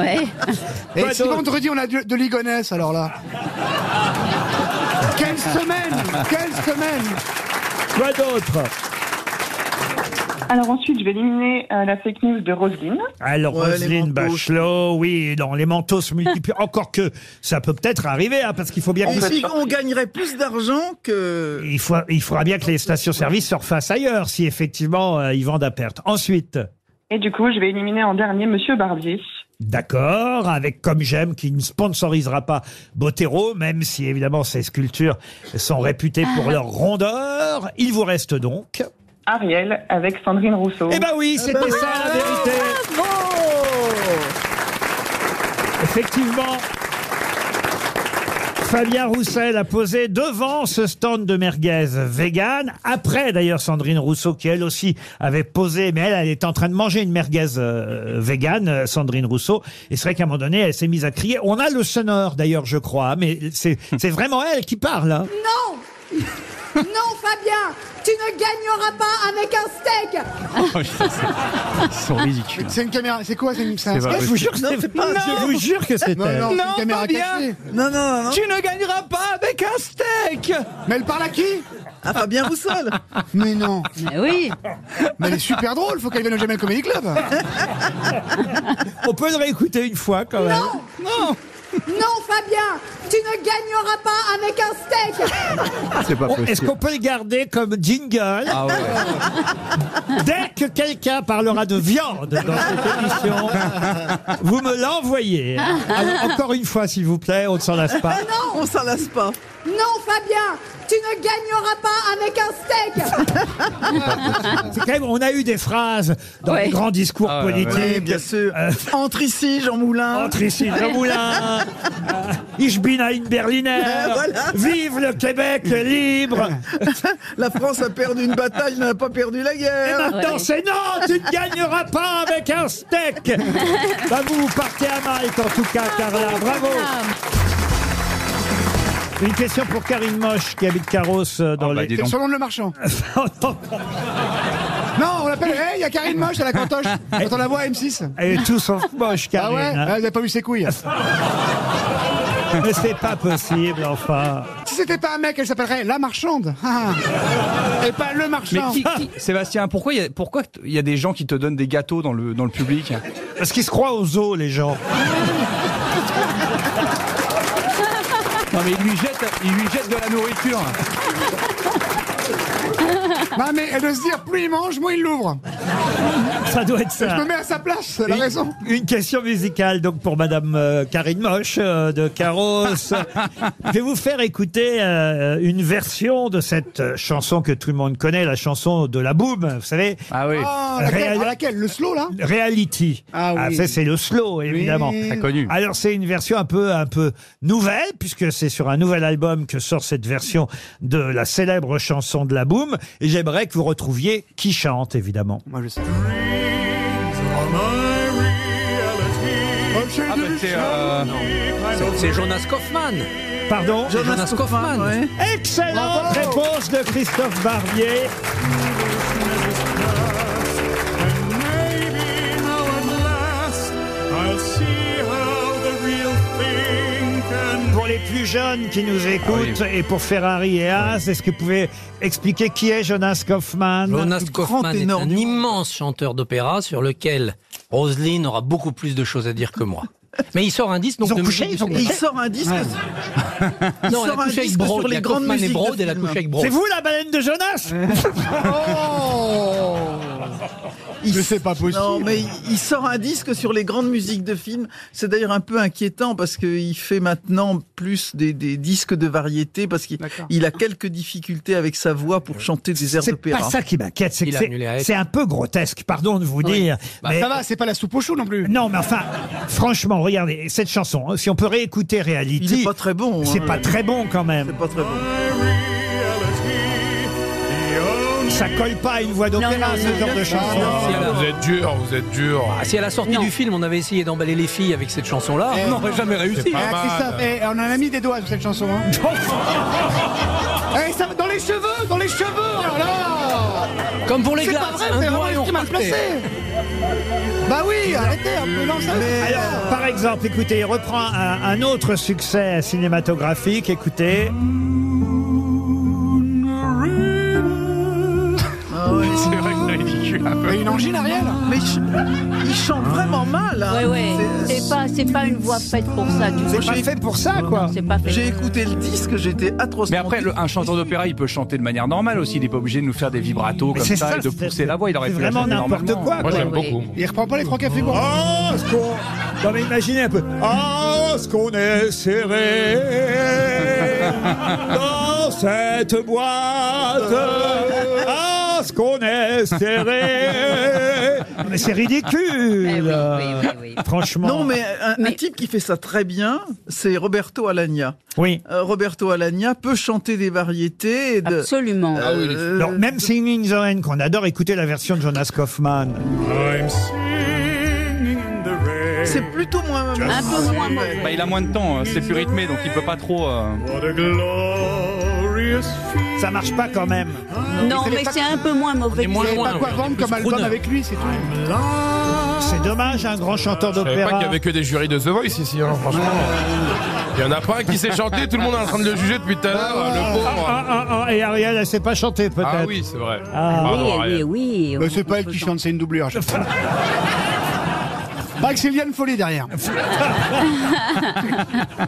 [SPEAKER 4] Ouais.
[SPEAKER 6] Et
[SPEAKER 2] Pas
[SPEAKER 6] si
[SPEAKER 2] d'autres.
[SPEAKER 6] vendredi on a du- de l'igonesse alors là Quelle semaine Quelle semaine
[SPEAKER 2] Quoi d'autre
[SPEAKER 15] Alors ensuite, je vais éliminer euh, la fake news de Roselyne.
[SPEAKER 2] Alors,
[SPEAKER 15] Ouais, les
[SPEAKER 2] Roselyne
[SPEAKER 15] manteaux.
[SPEAKER 2] Bachelot, oui, dans les manteaux se multiplient. Encore que ça peut peut-être arriver, hein, parce qu'il faut bien
[SPEAKER 5] Et
[SPEAKER 2] que-
[SPEAKER 5] si on gagnerait plus d'argent que...
[SPEAKER 2] Il, faut, il faudra bien que les stations-service se refassent ailleurs, si effectivement euh, ils vendent à perte. Ensuite,
[SPEAKER 15] Et du coup, je vais éliminer en dernier Monsieur Barbier.
[SPEAKER 2] d'accord, avec Comme J'aime, qui ne sponsorisera pas Botero, même si évidemment ses sculptures sont réputées
[SPEAKER 15] Ah.
[SPEAKER 2] pour leur rondeur. Il vous reste donc...
[SPEAKER 15] Ariel avec Sandrine Rousseau.
[SPEAKER 2] Eh ben oui, c'était ça la vérité. Effectivement. Fabien Roussel a posé devant ce stand de merguez vegan. Après, d'ailleurs, Sandrine Rousseau, qui elle aussi avait posé, mais elle, elle était en train de manger une merguez euh, vegan, euh, Sandrine Rousseau. Et c'est vrai qu'à un moment donné, elle s'est mise à crier. On a le sonore, d'ailleurs, je crois, mais c'est c'est vraiment elle qui parle. hein.
[SPEAKER 16] Non Non, Fabien Tu ne gagneras pas avec un steak
[SPEAKER 2] Oh,
[SPEAKER 3] Ils sont ridicules.
[SPEAKER 6] C'est une caméra, c'est quoi C'est une c'est un
[SPEAKER 3] C'est pas
[SPEAKER 6] sketch
[SPEAKER 3] possible. Je vous jure
[SPEAKER 5] que Non, c'est- c'est pas- je vous jure que c'est
[SPEAKER 6] Non,
[SPEAKER 5] elle.
[SPEAKER 6] non, c'est une
[SPEAKER 5] Non,
[SPEAKER 6] caméra
[SPEAKER 5] Fabien.
[SPEAKER 6] cachée.
[SPEAKER 5] Non, non, non, non.
[SPEAKER 6] Tu ne gagneras pas avec un steak Mais elle parle à qui
[SPEAKER 5] À Fabien Roussel
[SPEAKER 6] Mais non
[SPEAKER 4] Mais oui
[SPEAKER 6] Mais elle est super drôle, faut qu'elle vienne au Jamel Comedy Club
[SPEAKER 2] On peut le réécouter une fois quand même.
[SPEAKER 16] Non Non Non, Fabien Tu ne gagneras pas avec un steak
[SPEAKER 2] Ah, C'est pas Est-ce qu'on peut le garder comme jingle
[SPEAKER 5] Ah
[SPEAKER 2] Dès que quelqu'un parlera de viande dans cette émission, vous me l'envoyez. Alors, encore une fois, s'il vous plaît, on ne s'en lasse pas.
[SPEAKER 5] On s'en lasse pas.
[SPEAKER 16] Non, Fabien Tu ne gagneras pas avec un steak
[SPEAKER 2] C'est quand même, on a eu des phrases dans les grands discours
[SPEAKER 5] Ah, ouais,
[SPEAKER 2] politiques. Euh,
[SPEAKER 5] ouais, bien sûr. Entre ici, Jean Moulin.
[SPEAKER 2] Entre ici, Jean Moulin. Euh, Ich bin ein Berliner.
[SPEAKER 5] Ouais, voilà.
[SPEAKER 2] Vive le Québec libre.
[SPEAKER 5] La France a perdu une bataille, n'a pas perdu la
[SPEAKER 2] Et
[SPEAKER 5] guerre.
[SPEAKER 2] maintenant, c'est non, tu ne gagneras pas avec un steak. bah, vous, vous partez à Malte, en tout cas, Carla. Bravo. Une question pour Karine Moche, qui habite Carros euh, dans
[SPEAKER 3] Ah,
[SPEAKER 2] les...
[SPEAKER 6] C'est selon le marchand Non, on l'appelle, hey, il y a Karine Moche à la cantoche Quand on la voit à M6
[SPEAKER 2] Elle est tout sauf moche,
[SPEAKER 6] Ah
[SPEAKER 2] Karine.
[SPEAKER 6] ouais
[SPEAKER 2] hein.
[SPEAKER 6] Ah, Vous avez pas vu ses couilles
[SPEAKER 2] Mais c'est pas possible, enfin.
[SPEAKER 6] Si c'était pas un mec, elle s'appellerait La Marchande Ah. Et pas Le
[SPEAKER 3] Mais
[SPEAKER 6] Marchand
[SPEAKER 3] qui, qui- Sébastien, pourquoi il y a, pourquoi t- il y a des gens qui te donnent des gâteaux dans le, dans le public
[SPEAKER 2] Parce qu'ils se croient aux os, les gens.
[SPEAKER 3] Non mais ils lui jettent, ils lui jettent de la nourriture.
[SPEAKER 6] Non mais elle doit se dire, plus il mange, moins il l'ouvre
[SPEAKER 2] Ça doit être ça.
[SPEAKER 6] Je me mets à sa place, c'est la
[SPEAKER 2] Une-
[SPEAKER 6] raison
[SPEAKER 2] Une question musicale donc pour Madame euh, Karine Moche euh, de Carros. Je vais vous faire écouter euh, une version de cette euh, chanson que tout le monde connaît, la chanson de la Boom, vous savez. Ah oui.
[SPEAKER 6] Ah, laquelle, ah, laquelle Le slow là
[SPEAKER 2] Reality.
[SPEAKER 6] Ah oui.
[SPEAKER 2] ça, c'est le slow, évidemment.
[SPEAKER 6] Oui. Très
[SPEAKER 2] connu. Alors, c'est une version un peu, un peu nouvelle, puisque c'est sur un nouvel album que sort cette version de la célèbre chanson de la boom. Et j'aimerais que vous retrouviez qui chante, évidemment. Moi, je sais. Oh,
[SPEAKER 8] Ah, bah, c'est, euh, c'est- c'est Jonas Kaufmann.
[SPEAKER 2] Pardon
[SPEAKER 8] Jonas Jonas Kaufmann, Kaufmann. ouais.
[SPEAKER 2] Excellente réponse de Christophe Barbier. Pour les plus jeunes qui
[SPEAKER 8] Ah
[SPEAKER 2] nous écoutent et pour Ferrari et Haas, est-ce que vous pouvez expliquer qui est Jonas Kaufmann
[SPEAKER 8] Jonas
[SPEAKER 2] Le grand
[SPEAKER 8] Kaufmann est
[SPEAKER 2] ténor
[SPEAKER 8] un
[SPEAKER 2] du-
[SPEAKER 8] immense chanteur d'opéra sur lequel Roselyne aura beaucoup plus de choses à dire que moi. Mais il sort un disque, donc
[SPEAKER 5] Ils ont
[SPEAKER 8] de
[SPEAKER 5] couché,
[SPEAKER 8] musique
[SPEAKER 5] ils ont
[SPEAKER 8] célèbre.
[SPEAKER 5] couché. Il sort un disque.
[SPEAKER 8] Ouais.
[SPEAKER 5] Il
[SPEAKER 8] Non, elle a
[SPEAKER 5] sort un
[SPEAKER 8] couché avec
[SPEAKER 5] disque
[SPEAKER 8] Brod,
[SPEAKER 5] sur
[SPEAKER 8] il y
[SPEAKER 5] les
[SPEAKER 8] a
[SPEAKER 5] grandes
[SPEAKER 8] Kaufmann et
[SPEAKER 5] musiques.
[SPEAKER 8] Brod,
[SPEAKER 5] de
[SPEAKER 8] elle a
[SPEAKER 5] film.
[SPEAKER 8] couché avec Brod.
[SPEAKER 2] C'est vous la baleine de Jonas
[SPEAKER 6] Oh
[SPEAKER 5] Il-
[SPEAKER 6] c'est pas possible.
[SPEAKER 5] Non, mais il- il sort un disque sur les grandes musiques de films. C'est d'ailleurs un peu inquiétant parce qu'il fait maintenant plus des, des disques de variété parce qu'il il a quelques difficultés avec sa voix pour chanter des airs
[SPEAKER 2] C'est
[SPEAKER 5] d'opéra.
[SPEAKER 2] pas ça qui m'inquiète, c'est que c'est- c'est un peu grotesque, pardon de vous dire.
[SPEAKER 5] Bah, ça va,
[SPEAKER 2] c'est pas la soupe au chou non plus. Non, mais enfin, franchement, regardez cette chanson. hein, Si on peut réécouter Reality, c'est pas
[SPEAKER 5] très bon.
[SPEAKER 2] C'est
[SPEAKER 5] hein.
[SPEAKER 2] pas très bon quand même.
[SPEAKER 5] C'est pas très bon.
[SPEAKER 2] Ça colle pas à une voix d'opéra, ce genre de chanson.
[SPEAKER 7] Vous êtes dur, Oh, vous êtes dur.
[SPEAKER 8] Ah, si à la sortie du film on avait essayé d'emballer les filles avec cette chanson-là,
[SPEAKER 7] Eh,
[SPEAKER 8] on n'aurait jamais réussi.
[SPEAKER 7] c'est pas Eh, mal. Christophe,
[SPEAKER 6] Eh, on en a mis des doigts sur cette chanson. hein. Eh, ça va- dans les cheveux, dans les cheveux. alors là
[SPEAKER 8] Comme pour les
[SPEAKER 6] C'est
[SPEAKER 8] glaces,
[SPEAKER 6] pas vrai,
[SPEAKER 8] un
[SPEAKER 6] c'est
[SPEAKER 8] doigt
[SPEAKER 6] vraiment
[SPEAKER 8] et
[SPEAKER 6] les
[SPEAKER 8] on
[SPEAKER 6] petits mal
[SPEAKER 8] repartait.
[SPEAKER 6] placé. Bah oui, arrêtez un peu, non, ça.
[SPEAKER 2] Alors, par exemple, écoutez, il reprend un, un autre succès cinématographique. Écoutez.
[SPEAKER 3] C'est vrai que c'est ridicule un peu.
[SPEAKER 5] Mais il ch- il chante vraiment mal. hein.
[SPEAKER 4] Ouais, ouais. C'est pas, c'est pas une voix faite pour ça. tu vois. Non, C'est pas fait.
[SPEAKER 5] J'ai écouté le disque, j'étais atrocement.
[SPEAKER 3] Mais après, le- un chanteur d'opéra, il peut chanter de manière normale aussi. Il n'est pas obligé de nous faire des vibratos
[SPEAKER 2] Mais
[SPEAKER 3] comme
[SPEAKER 2] c'est
[SPEAKER 3] ça,
[SPEAKER 2] ça,
[SPEAKER 3] et de
[SPEAKER 2] c'est-
[SPEAKER 3] pousser la voix. Il aurait
[SPEAKER 2] c'est
[SPEAKER 3] pu la
[SPEAKER 2] vraiment
[SPEAKER 3] chanter
[SPEAKER 2] n'importe
[SPEAKER 3] normalement.
[SPEAKER 2] quoi, quoi. Ouais, ouais.
[SPEAKER 6] Il reprend pas les trois cafés pour.
[SPEAKER 2] Oh, ce qu'on... Non, mais imaginez un peu. Oh, ce qu'on est serré dans cette boîte. Oh, ce qu'on est serré. Mais c'est
[SPEAKER 4] Eh
[SPEAKER 2] ridicule. Franchement.
[SPEAKER 5] Non, mais un, un type qui fait ça très bien, c'est Roberto Alagna. Euh,
[SPEAKER 2] Oui.
[SPEAKER 5] Roberto Alagna peut chanter des variétés. et de-
[SPEAKER 4] Absolument.
[SPEAKER 5] Euh,
[SPEAKER 2] Alors, même Singing in the Rain, qu'on adore écouter la version de Jonas Kaufman.
[SPEAKER 5] C'est plutôt moins.
[SPEAKER 4] Un peu moins mauvais.
[SPEAKER 3] Bah, il a moins de temps, euh, c'est plus rythmé, donc il peut pas trop. euh,
[SPEAKER 2] Ça marche pas quand même.
[SPEAKER 4] Non, mais c'est un peu moins mauvais. que ça.
[SPEAKER 6] Vous savez pas quoi vendre comme album avec lui, c'est tout.
[SPEAKER 2] C'est dommage, Ah, un grand chanteur
[SPEAKER 7] Je savais pas
[SPEAKER 2] d'opéra.
[SPEAKER 7] qu'il y avait que des jurys de The Voice ici, hein, franchement. Il y en a pas un Ah, qui s'est chanté, tout le monde est en train de le juger depuis tout à l'heure, le
[SPEAKER 2] Ah, ah,
[SPEAKER 7] pauvre.
[SPEAKER 2] ah, ah, et Ariel, elle sait pas chanter peut-être.
[SPEAKER 7] Ah oui, c'est vrai.
[SPEAKER 2] Ah.
[SPEAKER 7] Pardon,
[SPEAKER 2] Oui,
[SPEAKER 7] Ariel.
[SPEAKER 4] oui.
[SPEAKER 6] Mais c'est pas elle qui chante, c'est une doublure. je sais pas. Pas que c'est Liane Follet derrière.
[SPEAKER 5] Ah,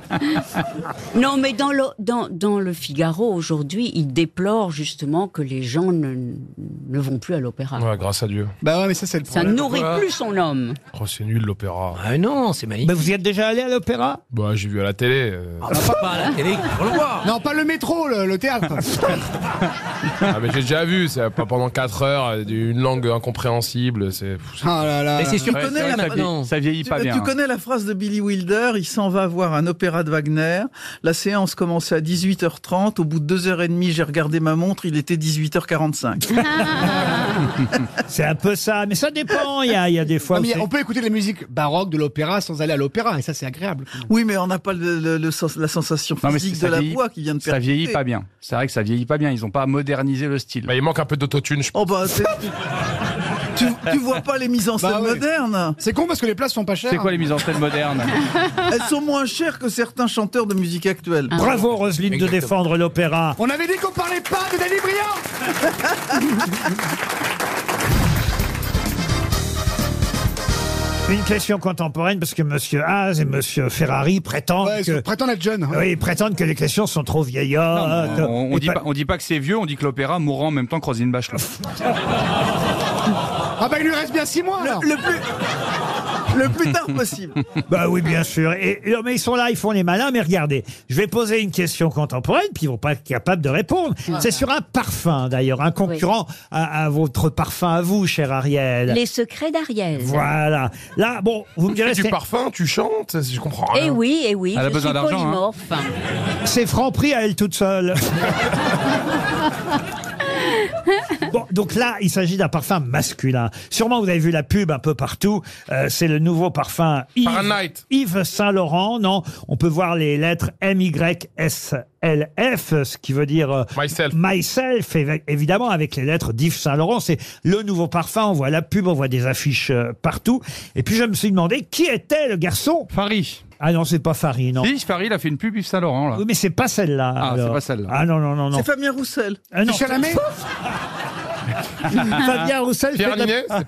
[SPEAKER 4] Non, mais dans le, dans, dans le Figaro, aujourd'hui, il déplore justement que les gens ne, ne vont plus à l'opéra.
[SPEAKER 7] Ouais, grâce à Dieu.
[SPEAKER 6] Bah ouais, mais ça, c'est le
[SPEAKER 4] Ça nourrit plus son homme.
[SPEAKER 7] Oh, c'est nul l'opéra.
[SPEAKER 8] Ah non, c'est magnifique.
[SPEAKER 2] Mais Bah, vous y êtes déjà allé à l'opéra Ah.
[SPEAKER 7] Bah, j'ai vu à la télé. euh.
[SPEAKER 8] Pas
[SPEAKER 5] hein.
[SPEAKER 8] à la télé, pour le voir.
[SPEAKER 6] Non, pas le métro, le, le théâtre.
[SPEAKER 7] Ah, mais j'ai déjà vu, c'est pas pendant 4 heures, euh, une langue incompréhensible, c'est.
[SPEAKER 6] Ah là là.
[SPEAKER 7] Mais c'est
[SPEAKER 5] Tu
[SPEAKER 7] sûr- Ouais,
[SPEAKER 5] connais
[SPEAKER 7] c'est vrai
[SPEAKER 5] la-
[SPEAKER 7] que ça vie-
[SPEAKER 5] non.
[SPEAKER 7] ça vieillit
[SPEAKER 5] Tu-
[SPEAKER 7] pas bien,
[SPEAKER 5] Tu
[SPEAKER 7] hein.
[SPEAKER 5] connais la phrase de Billy Wilder, il s'en va voir un opéra de Wagner. La séance commençait à 18h30. Au bout de 2h30, j'ai regardé ma montre, il était 18h45.
[SPEAKER 2] C'est un peu ça, mais ça dépend. Il y a, il y a des fois.
[SPEAKER 6] Non,
[SPEAKER 2] où
[SPEAKER 6] mais
[SPEAKER 2] c'est-
[SPEAKER 6] on peut écouter de la musique baroque de l'opéra sans aller à l'opéra, et ça, c'est agréable.
[SPEAKER 5] oui, mais on n'a pas le- le- le sens- la sensation
[SPEAKER 3] Non, mais
[SPEAKER 5] physique
[SPEAKER 3] ça
[SPEAKER 5] de la
[SPEAKER 3] vieillit-
[SPEAKER 5] voix qui vient de
[SPEAKER 3] Ça
[SPEAKER 5] percuter.
[SPEAKER 3] vieillit pas bien. C'est vrai que ça vieillit pas bien. Ils ont pas modernisé le style.
[SPEAKER 7] Bah, il manque un peu d'autotune, je
[SPEAKER 5] Oh bah, c'est- tu, tu vois pas les mises en scène
[SPEAKER 6] Bah ouais.
[SPEAKER 5] modernes
[SPEAKER 6] C'est con parce que les places sont pas chères.
[SPEAKER 3] C'est quoi les mises en scène modernes
[SPEAKER 5] Elles sont moins chères que certains chanteurs de musique actuelle.
[SPEAKER 2] Ah. Bravo Roselyne de
[SPEAKER 5] Exactement.
[SPEAKER 2] défendre l'opéra.
[SPEAKER 6] On avait dit qu'on parlait pas de Danny Briand
[SPEAKER 2] Une question contemporaine parce que Monsieur Haas et Monsieur Ferrari prétendent
[SPEAKER 6] Ouais,
[SPEAKER 2] que
[SPEAKER 6] Prétend être jeune.
[SPEAKER 2] oui, ils prétendent que les questions sont trop vieillottes.
[SPEAKER 3] on, on
[SPEAKER 2] Ah, Et
[SPEAKER 3] dit
[SPEAKER 2] pas-
[SPEAKER 3] pas, on dit pas que c'est vieux, on dit que l'opéra mourra en même temps que Rosine Bachelot.
[SPEAKER 6] Ah bah il lui reste bien 6 mois alors.
[SPEAKER 5] Le plus, le plus tard possible.
[SPEAKER 2] Bah oui, bien sûr. Et, et- mais ils sont là, ils font les malins. Mais regardez, je vais poser une question contemporaine, puis ils vont pas être capables de répondre.
[SPEAKER 4] Ah.
[SPEAKER 2] C'est sur un parfum d'ailleurs, un concurrent à, à votre parfum à vous, cher Ariel.
[SPEAKER 4] Les secrets d'Ariel.
[SPEAKER 2] Voilà. Là, bon, vous me direz,
[SPEAKER 7] Tu fais du
[SPEAKER 2] c'est-
[SPEAKER 7] parfum, tu chantes, je
[SPEAKER 2] Oh
[SPEAKER 7] comprends rien.
[SPEAKER 4] Eh oui, eh oui,
[SPEAKER 7] Elle a
[SPEAKER 4] je
[SPEAKER 7] besoin
[SPEAKER 4] suis
[SPEAKER 7] d'argent, hein.
[SPEAKER 4] polymorphe.
[SPEAKER 2] c'est Franprix à elle toute seule.
[SPEAKER 4] Ah
[SPEAKER 2] Bon, donc là, il s'agit d'un parfum masculin. Sûrement, vous avez vu la pub un peu partout. Euh, c'est le nouveau parfum Yves,
[SPEAKER 7] Fahrenheit.
[SPEAKER 2] Yves Saint Laurent. Non, on peut voir les lettres M Y S L F, ce qui veut dire euh,
[SPEAKER 7] Myself.
[SPEAKER 2] myself, évi- évidemment, avec les lettres d'Yves Saint Laurent. C'est le nouveau parfum. On voit la pub, on voit des affiches euh, partout. Et puis, je me suis demandé qui était le garçon.
[SPEAKER 3] Farid.
[SPEAKER 2] Ah non, c'est pas Farid, non.
[SPEAKER 3] Si, Farid, il a fait une pub Yves Saint Laurent là.
[SPEAKER 2] Oui, mais c'est pas celle-là.
[SPEAKER 3] Ah, c'est
[SPEAKER 2] alors.
[SPEAKER 3] pas celle-là.
[SPEAKER 2] Ah non, non, non, non.
[SPEAKER 5] C'est Fabien Roussel.
[SPEAKER 2] Ah non,
[SPEAKER 6] Michel Hamé
[SPEAKER 2] Fabien Roussel
[SPEAKER 7] Pierre
[SPEAKER 2] fait de la- Ah,
[SPEAKER 7] Ninet C'est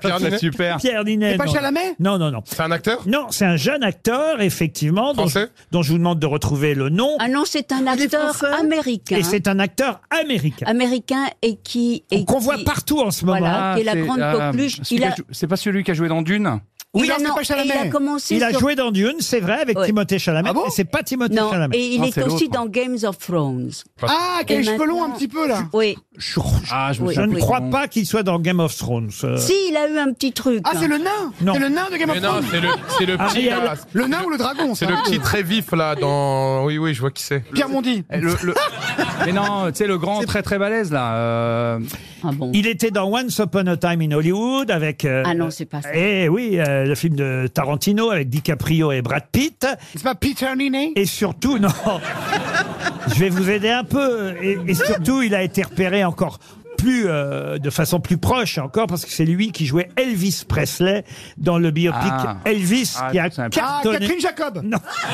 [SPEAKER 7] Pierre Ninet
[SPEAKER 2] Pierre Ninet.
[SPEAKER 7] C'est pas
[SPEAKER 2] non.
[SPEAKER 7] Chalamet
[SPEAKER 2] Non, non, non.
[SPEAKER 7] C'est un acteur
[SPEAKER 2] Non, c'est un jeune acteur, effectivement, dont je, dont je vous demande de retrouver le nom.
[SPEAKER 4] Ah non, c'est un acteur américain.
[SPEAKER 2] Et c'est un acteur américain.
[SPEAKER 4] américain et qui et
[SPEAKER 2] Qu'on voit
[SPEAKER 4] qui-
[SPEAKER 2] partout en ce moment. Ah,
[SPEAKER 4] Voilà, qui est la grande coqueluche. Il a,
[SPEAKER 3] euh, C'est pas celui qui a joué dans Dune
[SPEAKER 4] Oui, ah non, non, et il a commencé
[SPEAKER 2] Il a
[SPEAKER 4] sur-
[SPEAKER 2] joué dans Dune, c'est vrai, avec
[SPEAKER 4] Ouais.
[SPEAKER 2] Timothée Chalamet. mais c'est pas Timothée
[SPEAKER 4] non,
[SPEAKER 2] Chalamet.
[SPEAKER 4] et il
[SPEAKER 3] Ah,
[SPEAKER 4] est aussi dans Games of Thrones.
[SPEAKER 6] Ah, qui a
[SPEAKER 4] Et
[SPEAKER 6] les cheveux longs un
[SPEAKER 4] maintenant-
[SPEAKER 6] petit peu là.
[SPEAKER 4] Oui.
[SPEAKER 3] Ah,
[SPEAKER 2] Je ne crois pas qu'il soit dans Game of Thrones. euh.
[SPEAKER 4] Si, il a eu un petit truc.
[SPEAKER 6] Ah,
[SPEAKER 4] hein.
[SPEAKER 6] c'est le nain
[SPEAKER 2] Non. Ah,
[SPEAKER 6] C'est le nain de Game
[SPEAKER 7] Mais
[SPEAKER 6] of
[SPEAKER 7] non,
[SPEAKER 6] Thrones
[SPEAKER 7] c'est le, c'est le petit.
[SPEAKER 2] Ariel.
[SPEAKER 7] là.
[SPEAKER 6] Le nain ou le dragon
[SPEAKER 7] C'est
[SPEAKER 6] ça
[SPEAKER 7] le
[SPEAKER 6] va
[SPEAKER 7] petit très vif là dans. Oui, oui, je vois qui c'est.
[SPEAKER 6] Pierre Mondi.
[SPEAKER 3] Eh, le- le- Mais non, tu sais, le grand très très balèze là. euh,
[SPEAKER 4] Ah
[SPEAKER 2] Il était dans Once Upon a Time in Hollywood avec. euh,
[SPEAKER 4] Ah non, c'est pas ça.
[SPEAKER 2] Eh oui, euh, le film de Tarantino avec DiCaprio et Brad Pitt.
[SPEAKER 6] C'est pas Peter Ninet
[SPEAKER 2] Et surtout, non. Je vais vous aider un peu. Et, et surtout, il a été repéré encore plus, euh, de façon plus proche encore, parce que c'est lui qui jouait Elvis Presley dans le biopic
[SPEAKER 3] Ah.
[SPEAKER 2] Elvis,
[SPEAKER 3] Ah,
[SPEAKER 2] qui a
[SPEAKER 3] c'est un- Ah,
[SPEAKER 6] Ah,
[SPEAKER 2] cartonné.
[SPEAKER 6] Catherine Jacob Non.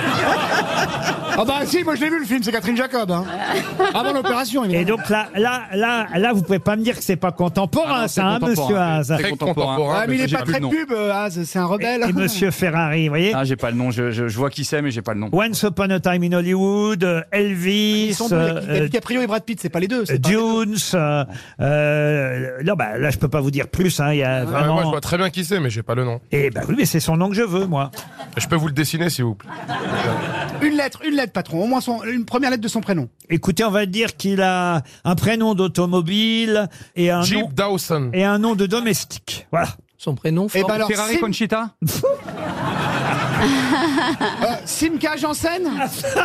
[SPEAKER 6] ah bah si, moi je l'ai vu le film, c'est Catherine Jacob. Hein. Avant l'opération,
[SPEAKER 2] Et
[SPEAKER 6] évidemment.
[SPEAKER 2] donc là, là, là, là, vous pouvez pas me dire que c'est pas contemporain,
[SPEAKER 3] Ah c'est
[SPEAKER 2] ça, hein,
[SPEAKER 3] contemporain,
[SPEAKER 2] monsieur Haas.
[SPEAKER 3] c'est très contemporain.
[SPEAKER 6] Ah, mais il est
[SPEAKER 3] j'ai
[SPEAKER 6] pas
[SPEAKER 3] plus
[SPEAKER 6] très
[SPEAKER 3] le nom.
[SPEAKER 6] pub, euh, Haas, c'est un rebelle.
[SPEAKER 2] Et monsieur Ferrari, vous voyez
[SPEAKER 3] Ah, j'ai pas le nom. Je, je- je vois qui c'est, mais j'ai pas le nom.
[SPEAKER 2] Once Upon a Time in Hollywood, euh,
[SPEAKER 6] Ah, Ils
[SPEAKER 2] Elvis,
[SPEAKER 6] sont deux, il y a
[SPEAKER 2] euh,
[SPEAKER 6] DiCaprio et Brad Pitt, c'est pas les deux. c'est pas-
[SPEAKER 2] Dunes. euh, euh, non, bah, là, je peux pas vous dire plus. hein, Il y a
[SPEAKER 7] Ah, mais
[SPEAKER 2] vraiment.
[SPEAKER 7] moi, je vois très bien qui c'est, mais j'ai pas le nom.
[SPEAKER 2] Eh ben oui, mais c'est son nom que je veux, moi.
[SPEAKER 7] Je peux vous le dessiner, s'il vous plaît.
[SPEAKER 6] Une lettre, une lettre, patron. Au moins son, une première lettre de son prénom.
[SPEAKER 2] Écoutez, on va dire qu'il a un prénom d'automobile et un
[SPEAKER 7] Jeep
[SPEAKER 2] nom
[SPEAKER 7] Dawson.
[SPEAKER 2] et un nom de domestique. Voilà.
[SPEAKER 8] Son prénom,
[SPEAKER 6] Et
[SPEAKER 8] Ford.
[SPEAKER 6] ben alors,
[SPEAKER 3] Ferrari
[SPEAKER 6] Sim-
[SPEAKER 3] Conchita
[SPEAKER 6] euh, Simca Janssen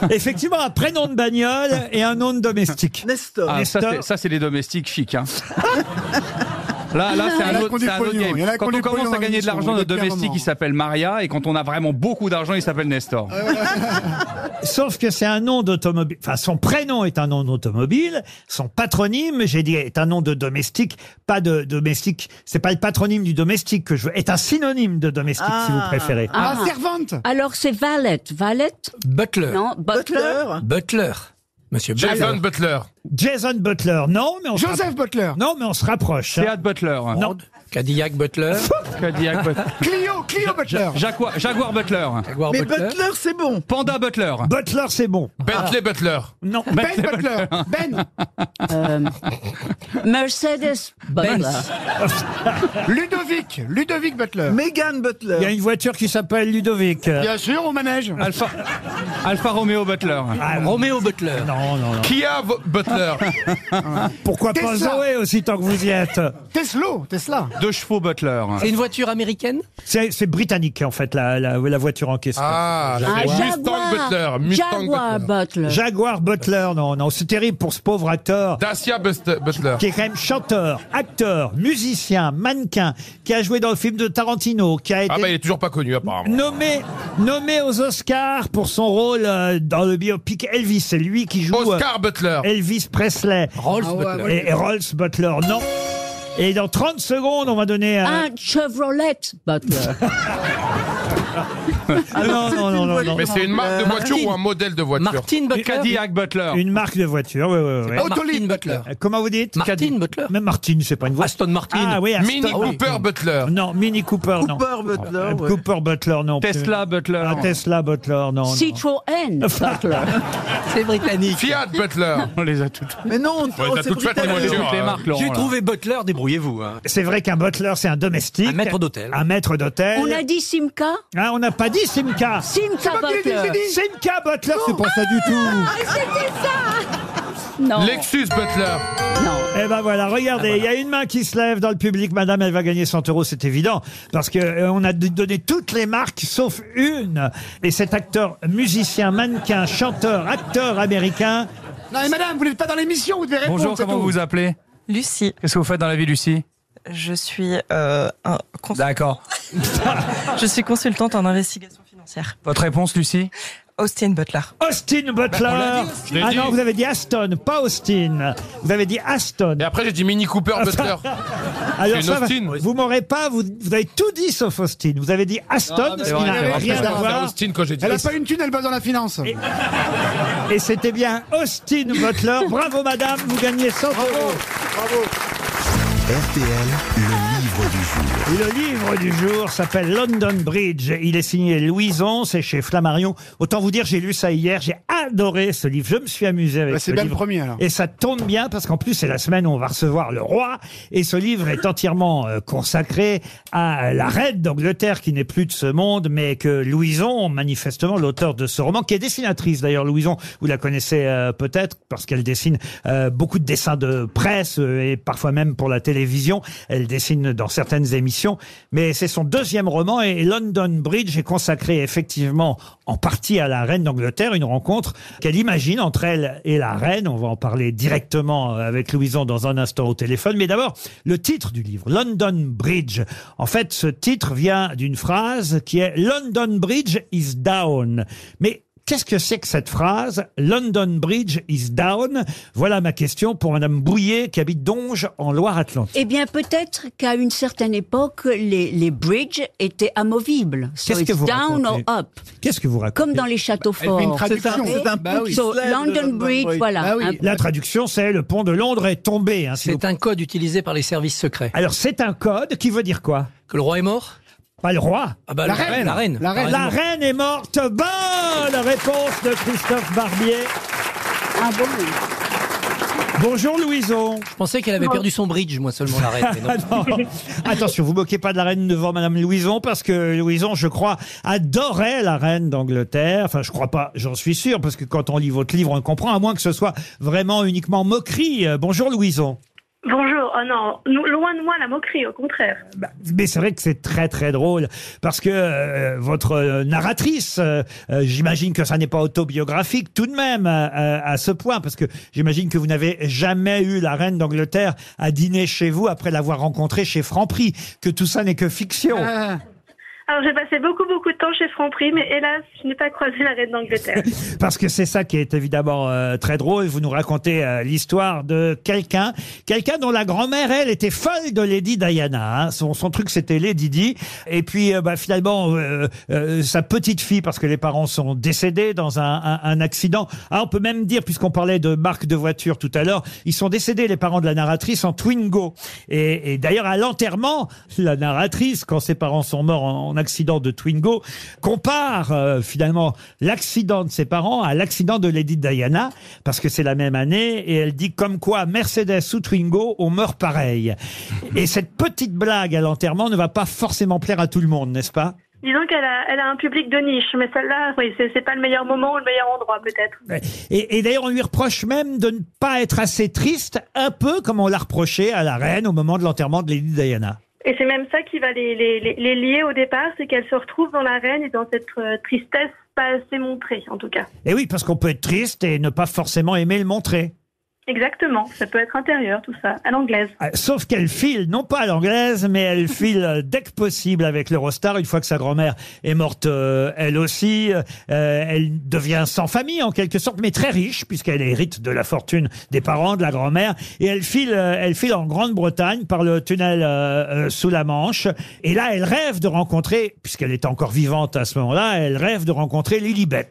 [SPEAKER 2] Ah, Effectivement, un prénom de bagnole et un nom de domestique.
[SPEAKER 5] Nestor.
[SPEAKER 3] Ah, ça,
[SPEAKER 2] Nestor.
[SPEAKER 3] c'est- ça, c'est les domestiques chics. Hein. Là, là c'est
[SPEAKER 6] Il y en a
[SPEAKER 3] un
[SPEAKER 6] qui ont
[SPEAKER 3] autre,
[SPEAKER 6] du
[SPEAKER 3] c'est un autre
[SPEAKER 6] pognon, il y en a
[SPEAKER 3] game.
[SPEAKER 6] qui
[SPEAKER 3] Quand
[SPEAKER 6] ont
[SPEAKER 3] on
[SPEAKER 6] du
[SPEAKER 3] commence
[SPEAKER 6] pognon
[SPEAKER 3] à
[SPEAKER 6] dans
[SPEAKER 3] gagner de
[SPEAKER 6] l'émission,
[SPEAKER 3] l'argent,
[SPEAKER 6] depuis
[SPEAKER 3] notre
[SPEAKER 6] un
[SPEAKER 3] domestique,
[SPEAKER 6] moment.
[SPEAKER 3] il s'appelle Maria. Et quand on a vraiment beaucoup d'argent, il s'appelle Nestor.
[SPEAKER 2] Sauf que c'est un nom d'automobile. Enfin, son prénom est un nom d'automobile. Son patronyme, j'ai dit, est un nom de domestique. Pas de domestique. C'est pas le patronyme du domestique que je veux. Est un synonyme de domestique, si vous préférez.
[SPEAKER 6] Ah,
[SPEAKER 4] Ah.
[SPEAKER 6] servante
[SPEAKER 4] Alors c'est Valet. Valet
[SPEAKER 8] Butler.
[SPEAKER 4] Non, Butler.
[SPEAKER 8] Butler. Monsieur Butler.
[SPEAKER 7] Jason Butler.
[SPEAKER 2] Jason Butler, non, mais on se
[SPEAKER 6] Joseph Butler
[SPEAKER 2] rapp- Non, mais on se rapproche. hein.
[SPEAKER 3] Théâtre Butler.
[SPEAKER 2] Non.
[SPEAKER 8] Cadillac Butler.
[SPEAKER 3] Cadillac Butler.
[SPEAKER 6] Clio, Clio Butler
[SPEAKER 3] Jaguar, Jaguar Butler.
[SPEAKER 8] Jaguar
[SPEAKER 5] Mais
[SPEAKER 8] Butler.
[SPEAKER 5] Butler, c'est bon.
[SPEAKER 3] Panda Butler.
[SPEAKER 2] Butler, c'est bon.
[SPEAKER 7] Bentley Butler.
[SPEAKER 2] Non.
[SPEAKER 6] Ben Butler
[SPEAKER 3] Hein
[SPEAKER 6] Ben
[SPEAKER 4] Euh, Mercedes Butler.
[SPEAKER 8] Benz.
[SPEAKER 6] Ludovic Ludovic Butler
[SPEAKER 5] Megan
[SPEAKER 2] Il y a
[SPEAKER 5] Butler.
[SPEAKER 2] une voiture qui s'appelle Ludovic.
[SPEAKER 6] Bien sûr, au manège
[SPEAKER 3] Alpha, Alpha Romeo Butler.
[SPEAKER 2] Ah, non,
[SPEAKER 8] Roméo Butler.
[SPEAKER 2] non, non. non.
[SPEAKER 7] Kia V- Butler.
[SPEAKER 2] Pourquoi pas
[SPEAKER 6] Tesla.
[SPEAKER 2] Zoé aussi tant que vous y êtes
[SPEAKER 6] Tesla Tesla
[SPEAKER 3] Deux chevaux Butler. hein.
[SPEAKER 8] C'est une voiture américaine
[SPEAKER 2] C'est c'est britannique en fait la, la, la voiture en question.
[SPEAKER 7] Ah,
[SPEAKER 4] Ah,
[SPEAKER 7] j'avais Mustang Butler.
[SPEAKER 4] Jaguar.
[SPEAKER 7] Mustang
[SPEAKER 4] Jaguar
[SPEAKER 7] Butler.
[SPEAKER 4] Butler.
[SPEAKER 2] Jaguar Butler, non, non, c'est terrible pour ce pauvre acteur
[SPEAKER 7] Dacia Bust- Butler.
[SPEAKER 2] qui est quand même chanteur, acteur, musicien, mannequin, qui a joué dans le film de Tarantino, qui a été
[SPEAKER 7] Ah bah il est toujours pas connu apparemment.
[SPEAKER 2] nommé nommé aux Oscars pour son rôle euh, dans le biopic Elvis. C'est lui qui joue euh,
[SPEAKER 7] Oscar Butler.
[SPEAKER 2] Elvis Presley.
[SPEAKER 8] Rolls
[SPEAKER 6] Ah ouais,
[SPEAKER 8] Butler.
[SPEAKER 6] ouais.
[SPEAKER 2] Et, et Rolls Butler, non. Et dans 30 secondes, on va donner euh, un...
[SPEAKER 4] Ah, Chevrolet Butler.
[SPEAKER 2] Ah non, non, non, non, Euh, non.
[SPEAKER 7] Mais c'est une marque de voiture
[SPEAKER 8] Martin.
[SPEAKER 7] ou un modèle de voiture
[SPEAKER 8] Martin Butler.
[SPEAKER 3] Cadillac Butler.
[SPEAKER 2] euh, Une marque de voiture, oui, oui, oui.
[SPEAKER 8] Martin Butler.
[SPEAKER 2] Euh, Comment vous dites
[SPEAKER 8] Martin Butler.
[SPEAKER 2] Même Martine, c'est pas une voiture.
[SPEAKER 8] Aston Martin.
[SPEAKER 2] Ah oui, Aston.
[SPEAKER 7] Mini
[SPEAKER 2] Ah oui.
[SPEAKER 7] Cooper Butler.
[SPEAKER 2] Non, Mini Cooper, non.
[SPEAKER 5] Cooper Butler.
[SPEAKER 2] Euh,
[SPEAKER 5] ouais.
[SPEAKER 2] Cooper Butler, non. plus.
[SPEAKER 3] Tesla Butler.
[SPEAKER 2] Ah, Tesla Butler, non. non.
[SPEAKER 4] Citroën Butler.
[SPEAKER 8] C'est britannique.
[SPEAKER 7] Fiat Butler.
[SPEAKER 3] On les a toutes.
[SPEAKER 5] Mais non,
[SPEAKER 7] Ouais,
[SPEAKER 5] oh,
[SPEAKER 7] t'as
[SPEAKER 5] c'est
[SPEAKER 7] toutes faites, les
[SPEAKER 5] britannique.
[SPEAKER 7] voitures.
[SPEAKER 3] les
[SPEAKER 7] euh,
[SPEAKER 3] marques, Laurent.
[SPEAKER 8] J'ai
[SPEAKER 3] là.
[SPEAKER 8] trouvé Butler, débrouillez-vous. hein.
[SPEAKER 2] C'est vrai qu'un butler, c'est un domestique.
[SPEAKER 8] Un maître d'hôtel.
[SPEAKER 2] Un maître d'hôtel.
[SPEAKER 4] On a dit Simca
[SPEAKER 2] Ah, on n'a pas dit Simca.
[SPEAKER 4] Simca Butler.
[SPEAKER 2] Simca Butler, Ah, c'est pas ça du
[SPEAKER 5] Ah,
[SPEAKER 4] Ah,
[SPEAKER 2] tout.
[SPEAKER 4] Non.
[SPEAKER 7] Lexus Butler.
[SPEAKER 4] Non. Ah,
[SPEAKER 2] Eh ben voilà, regardez, il y a une main qui se lève dans le public. Madame, elle va gagner 100 euros, c'est évident. Parce que euh, on a d- donné toutes les marques sauf une. Et cet acteur, musicien, mannequin, chanteur, acteur américain,
[SPEAKER 6] Non mais madame, vous n'êtes pas dans l'émission, vous devez répondre
[SPEAKER 3] Bonjour,
[SPEAKER 6] c'est
[SPEAKER 3] comment
[SPEAKER 6] tout.
[SPEAKER 3] vous vous appelez
[SPEAKER 17] Lucie,
[SPEAKER 3] Qu'est-ce que vous faites dans la vie, Lucie
[SPEAKER 17] je suis, euh, un cons-
[SPEAKER 3] D'accord.
[SPEAKER 17] je suis consultante en investigation financière.
[SPEAKER 3] Votre réponse, Lucie
[SPEAKER 17] Austin Butler.
[SPEAKER 2] Austin Butler.
[SPEAKER 17] Bah, on l'a dit,
[SPEAKER 7] Austin.
[SPEAKER 2] ah
[SPEAKER 7] Je l'ai
[SPEAKER 2] non,
[SPEAKER 7] dit.
[SPEAKER 2] vous avez dit Aston, pas Austin. Vous avez dit Aston. Et
[SPEAKER 7] après, j'ai dit Mini Cooper Butler.
[SPEAKER 2] Alors
[SPEAKER 7] C'est une
[SPEAKER 2] ça va,
[SPEAKER 7] Austin.
[SPEAKER 2] vous m'aurez pas, vous, vous avez tout dit sauf Austin. Vous avez dit Aston,
[SPEAKER 7] mais
[SPEAKER 2] ce
[SPEAKER 7] c'est
[SPEAKER 2] qui
[SPEAKER 7] vrai,
[SPEAKER 2] n'a
[SPEAKER 7] c'est vrai.
[SPEAKER 2] rien
[SPEAKER 7] Après,
[SPEAKER 2] à
[SPEAKER 7] on va faire
[SPEAKER 2] voir.
[SPEAKER 7] Austin quand j'ai dit
[SPEAKER 6] Elle a pas une thune, elle bosse dans la finance.
[SPEAKER 2] Et c'était bien Austin Butler. Bravo madame, vous gagnez 100 euros.
[SPEAKER 1] RTL, le livre du jour.
[SPEAKER 2] Le livre du jour s'appelle London Bridge. Il est signé Louison, c'est chez Flammarion. Autant vous dire, j'ai lu ça hier, j'ai adoré ce livre. Je me suis amusé avec
[SPEAKER 6] Bah,
[SPEAKER 2] ce
[SPEAKER 6] c'est bien le
[SPEAKER 2] livre.
[SPEAKER 6] premier, alors.
[SPEAKER 2] Et ça tombe bien parce qu'en plus, c'est la semaine où on va recevoir le roi. Et ce livre est entièrement euh, consacré à la reine d'Angleterre qui n'est plus de ce monde, mais que Louison, manifestement l'auteur de ce roman, qui est dessinatrice d'ailleurs, Louison, vous la connaissez euh, peut-être parce qu'elle dessine euh, beaucoup de dessins de presse euh, et parfois même pour la télévision. Elle dessine dans certaines émissions, mais c'est son deuxième roman et London Bridge est consacré effectivement en partie à la reine d'Angleterre, une rencontre qu'elle imagine entre elle et la reine. On va en parler directement euh, avec Louison dans un instant au téléphone. Mais d'abord, le titre du livre, London Bridge. En fait, ce titre vient d'une phrase qui est London Bridge is down. Mais Qu'est-ce que c'est que cette phrase London Bridge is down. Voilà ma question pour Madame Bouillet qui habite Donge en Loire-Atlantique.
[SPEAKER 4] Eh bien, peut-être qu'à une certaine époque, les, les bridges étaient amovibles. So
[SPEAKER 2] Qu'est-ce que
[SPEAKER 4] it's
[SPEAKER 2] vous
[SPEAKER 4] down or
[SPEAKER 2] racontez
[SPEAKER 4] up.
[SPEAKER 2] Qu'est-ce que vous racontez
[SPEAKER 4] Comme dans les châteaux
[SPEAKER 2] Elle fait une
[SPEAKER 4] forts.
[SPEAKER 2] traduction. Bah C'est un- c'est un
[SPEAKER 4] Bah
[SPEAKER 2] pont
[SPEAKER 4] oui.
[SPEAKER 2] qui
[SPEAKER 4] So,
[SPEAKER 2] se lève, le
[SPEAKER 4] London
[SPEAKER 2] London
[SPEAKER 4] Bridge,
[SPEAKER 2] Bridge. Ah
[SPEAKER 4] voilà. Un-
[SPEAKER 2] La traduction, c'est le pont de Londres est tombé. hein, si vous-
[SPEAKER 8] C'est un code utilisé par les services secrets.
[SPEAKER 2] Alors, c'est un code qui veut dire quoi
[SPEAKER 8] Que le roi est mort
[SPEAKER 2] Pas le roi.
[SPEAKER 8] Ah bah, La la reine. reine, la reine.
[SPEAKER 2] La reine,
[SPEAKER 8] La reine.
[SPEAKER 2] est morte. Bonne réponse de Christophe Barbier.
[SPEAKER 4] Ah bon
[SPEAKER 2] Bonjour Louison. Ah
[SPEAKER 8] Je pensais qu'elle avait perdu son bridge, moi seulement la reine. mais non.
[SPEAKER 2] Non. Attention, vous moquez pas de la reine devant Madame Louison parce que Louison, je crois, adorait la reine d'Angleterre. Enfin, je crois pas, j'en suis sûr, parce que quand on lit votre livre, on le comprend, à moins que ce soit vraiment uniquement moquerie. Euh, Bonjour Louison.
[SPEAKER 11] Bonjour, oh non, nous- loin de moi la moquerie, au contraire.
[SPEAKER 2] Ah, Mais c'est vrai que c'est très très drôle parce que euh, votre euh, narratrice, euh, euh, j'imagine que ça n'est pas autobiographique tout de même à, à- à ce point parce que j'imagine que vous n'avez jamais eu la reine d'Angleterre à dîner chez vous après l'avoir rencontrée chez Franprix, que tout ça n'est que fiction.
[SPEAKER 11] Ah, Alors j'ai passé beaucoup beaucoup de temps chez Franprix, mais hélas, je n'ai pas croisé la reine d'Angleterre.
[SPEAKER 2] Parce que c'est ça qui est évidemment euh, très drôle. Vous nous racontez euh, l'histoire de quelqu'un, quelqu'un dont la grand-mère, elle, était folle de Lady Diana. hein. Son, son truc, c'était Lady Di. Et puis, euh, bah, finalement, euh, euh, sa petite fille, parce que les parents sont décédés dans un, un- un accident. Ah, on peut même dire, puisqu'on parlait de marque de voiture tout à l'heure, ils sont décédés, les parents de la narratrice, en Twingo. Et, et d'ailleurs, à l'enterrement, la narratrice, quand ses parents sont morts en, en accident de Twingo, compare euh, finalement l'accident de ses parents à l'accident de Lady Diana, parce que c'est la même année, et elle dit comme quoi Mercedes ou Twingo, on meurt pareil. Et cette petite blague à l'enterrement ne va pas forcément plaire à tout le monde, n'est-ce pas
[SPEAKER 11] Disons qu'elle a, elle a un public de niche, mais celle-là, oui, c'est c'est pas le meilleur moment ou le meilleur endroit peut-être.
[SPEAKER 2] Et, et d'ailleurs, on lui reproche même de ne pas être assez triste, un peu comme on l'a reproché à la reine au moment de l'enterrement de Lady Diana.
[SPEAKER 11] Et c'est même ça qui va les, les, les- les lier au départ, c'est qu'elles se retrouvent dans la reine et dans cette euh, tristesse pas assez montrée en tout cas.
[SPEAKER 2] Et Eh oui, parce qu'on peut être triste et ne pas forcément aimer le montrer.
[SPEAKER 11] Exactement, ça peut être intérieur tout ça, à l'anglaise.
[SPEAKER 2] Euh, Sauf qu'elle file, non pas à l'anglaise, mais elle file euh, dès que possible avec l'Eurostar, une fois que sa grand-mère est morte euh, elle aussi. euh, euh, elle devient sans famille en quelque sorte, mais très riche, puisqu'elle hérite de la fortune des parents, de la grand-mère. Et elle file, euh, elle file en Grande-Bretagne par le tunnel euh, euh, sous la Manche. Et là, elle rêve de rencontrer, puisqu'elle est encore vivante à ce moment-là, elle rêve de rencontrer Lilibet.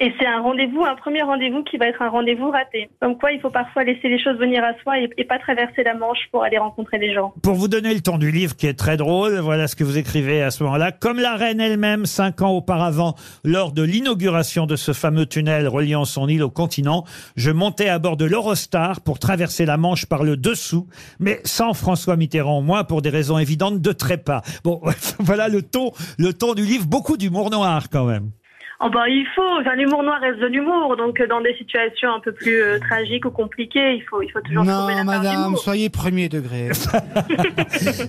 [SPEAKER 11] Et c'est un rendez-vous, un premier rendez-vous qui va être un rendez-vous raté. Comme quoi, il faut parfois laisser les choses venir à soi et, et pas traverser la Manche pour aller rencontrer les gens.
[SPEAKER 2] Pour vous donner le ton du livre qui est très drôle, voilà ce que vous écrivez à ce moment-là. Comme la reine elle-même, cinq ans auparavant, lors de l'inauguration de ce fameux tunnel reliant son île au continent, je montais à bord de l'Eurostar pour traverser la Manche par le dessous, mais sans François Mitterrand, moi, pour des raisons évidentes de trépas. Bon, voilà le ton, le ton du livre. Beaucoup d'humour noir, quand même.
[SPEAKER 11] Oh ben, il faut, enfin, l'humour noir reste de l'humour, donc euh, dans des situations un peu plus euh, tragiques ou compliquées, il faut, il faut toujours trouver
[SPEAKER 6] Non,
[SPEAKER 11] la part
[SPEAKER 6] madame,
[SPEAKER 11] d'humour.
[SPEAKER 6] soyez premier degré.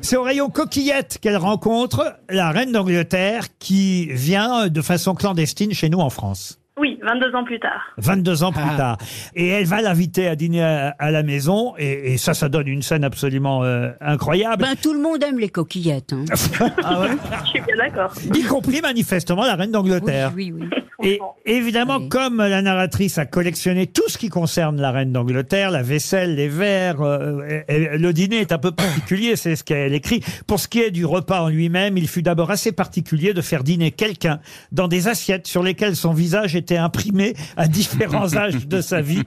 [SPEAKER 2] C'est au rayon coquillette qu'elle rencontre la reine d'Angleterre qui vient de façon clandestine chez nous en France.
[SPEAKER 11] Oui, 22 ans plus tard.
[SPEAKER 2] 22 ans plus
[SPEAKER 6] Ah.
[SPEAKER 2] tard. Et elle va l'inviter à dîner à, à la maison. Et, et ça, ça donne une scène absolument euh, incroyable.
[SPEAKER 4] Ben, tout le monde aime les coquillettes. hein.
[SPEAKER 6] Ah
[SPEAKER 11] Je suis bien d'accord.
[SPEAKER 2] y compris manifestement la reine d'Angleterre.
[SPEAKER 4] Oui, oui.
[SPEAKER 2] Et évidemment, comme la narratrice a collectionné tout ce qui concerne la reine d'Angleterre, la vaisselle, les verres, euh, et- et le dîner est un peu particulier, c'est ce qu'elle écrit. Pour ce qui est du repas en lui-même, il fut d'abord assez particulier de faire dîner quelqu'un dans des assiettes sur lesquelles son visage était imprimé à différents âges de sa vie.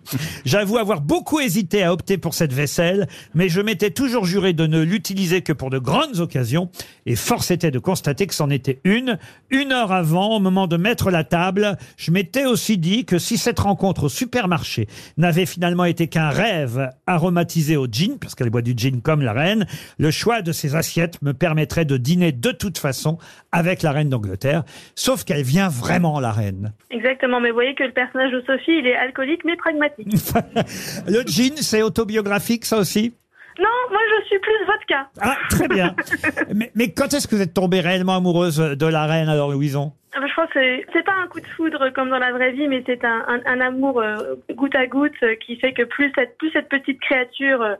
[SPEAKER 2] J'avoue avoir beaucoup hésité à opter pour cette vaisselle, mais je m'étais toujours juré de ne l'utiliser que pour de grandes occasions, et force était de constater que c'en était une. Une heure avant, au moment de mettre la table, je m'étais aussi dit que si cette rencontre au supermarché n'avait finalement été qu'un rêve aromatisé au gin, parce qu'elle boit du gin comme la reine, le choix de ses assiettes me permettrait de dîner de toute façon avec la reine d'Angleterre, sauf qu'elle vient vraiment, la reine.
[SPEAKER 11] Exactement, mais vous voyez que le personnage de Sophie, il est alcoolique mais pragmatique.
[SPEAKER 2] Le gin, c'est autobiographique, ça aussi
[SPEAKER 11] non, moi je suis plus vodka.
[SPEAKER 2] Ah, très bien. mais, mais quand est-ce que vous êtes tombée réellement amoureuse de la reine, alors, Louison
[SPEAKER 11] Ah bah, Je pense que c'est- c'est pas un coup de foudre comme dans la vraie vie, mais c'est un, un- un amour euh, goutte à goutte euh, qui fait que plus cette, plus cette petite créature euh,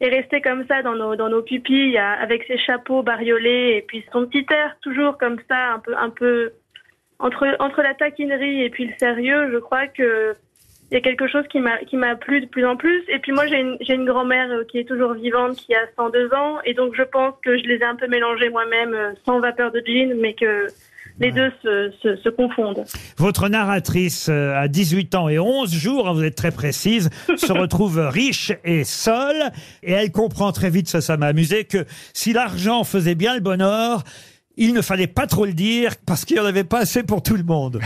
[SPEAKER 11] est restée comme ça dans nos, dans nos pupilles, à- avec ses chapeaux bariolés et puis son petit air toujours comme ça, un peu, un peu entre, entre la taquinerie et puis le sérieux, je crois que il y a quelque chose qui m'a qui m'a plu de plus en plus. Et puis moi, j'ai une, j'ai une grand-mère euh, qui est toujours vivante, qui a 102 ans. Et donc, je pense que je les ai un peu mélangés moi-même, euh, sans vapeur de gin, mais que les deux se, se, se confondent.
[SPEAKER 2] Votre narratrice, euh, à 18 ans et 11 jours, hein, vous êtes très précise, se retrouve riche et seule. Et elle comprend très vite, ça, ça m'a amusé, que si l'argent faisait bien le bonheur, il ne fallait pas trop le dire parce qu'il n'y en avait pas assez pour tout le monde.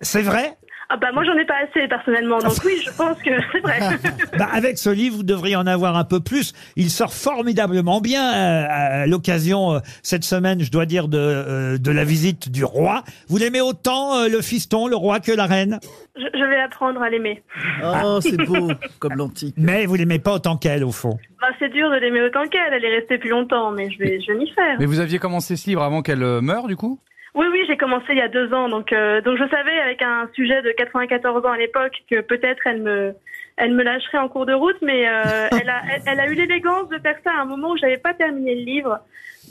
[SPEAKER 2] c'est vrai
[SPEAKER 11] Ah bah moi, j'en ai pas assez, personnellement. Donc oui, je pense que c'est vrai.
[SPEAKER 2] Bah, avec ce livre, vous devriez en avoir un peu plus. Il sort formidablement bien euh, à l'occasion, euh, cette semaine, je dois dire, de, euh, de la visite du roi. Vous l'aimez autant, euh, le fiston, le roi, que la reine
[SPEAKER 11] Je, je vais apprendre à l'aimer.
[SPEAKER 2] Ah.
[SPEAKER 5] Oh, comme l'antique.
[SPEAKER 2] Mais vous l'aimez pas autant qu'elle, au fond.
[SPEAKER 11] Bah, c'est dur de l'aimer autant qu'elle. Elle est restée plus longtemps, mais je vais, je vais m'y faire.
[SPEAKER 3] Mais vous aviez commencé ce livre avant qu'elle euh, meure, du coup
[SPEAKER 11] Oui, oui, j'ai commencé il y a deux ans, donc euh, donc je savais avec un sujet de 94 ans à l'époque que peut-être elle me elle me lâcherait en cours de route, mais euh, elle, a, elle, elle a eu l'élégance de faire ça à un moment où j'avais pas terminé le livre,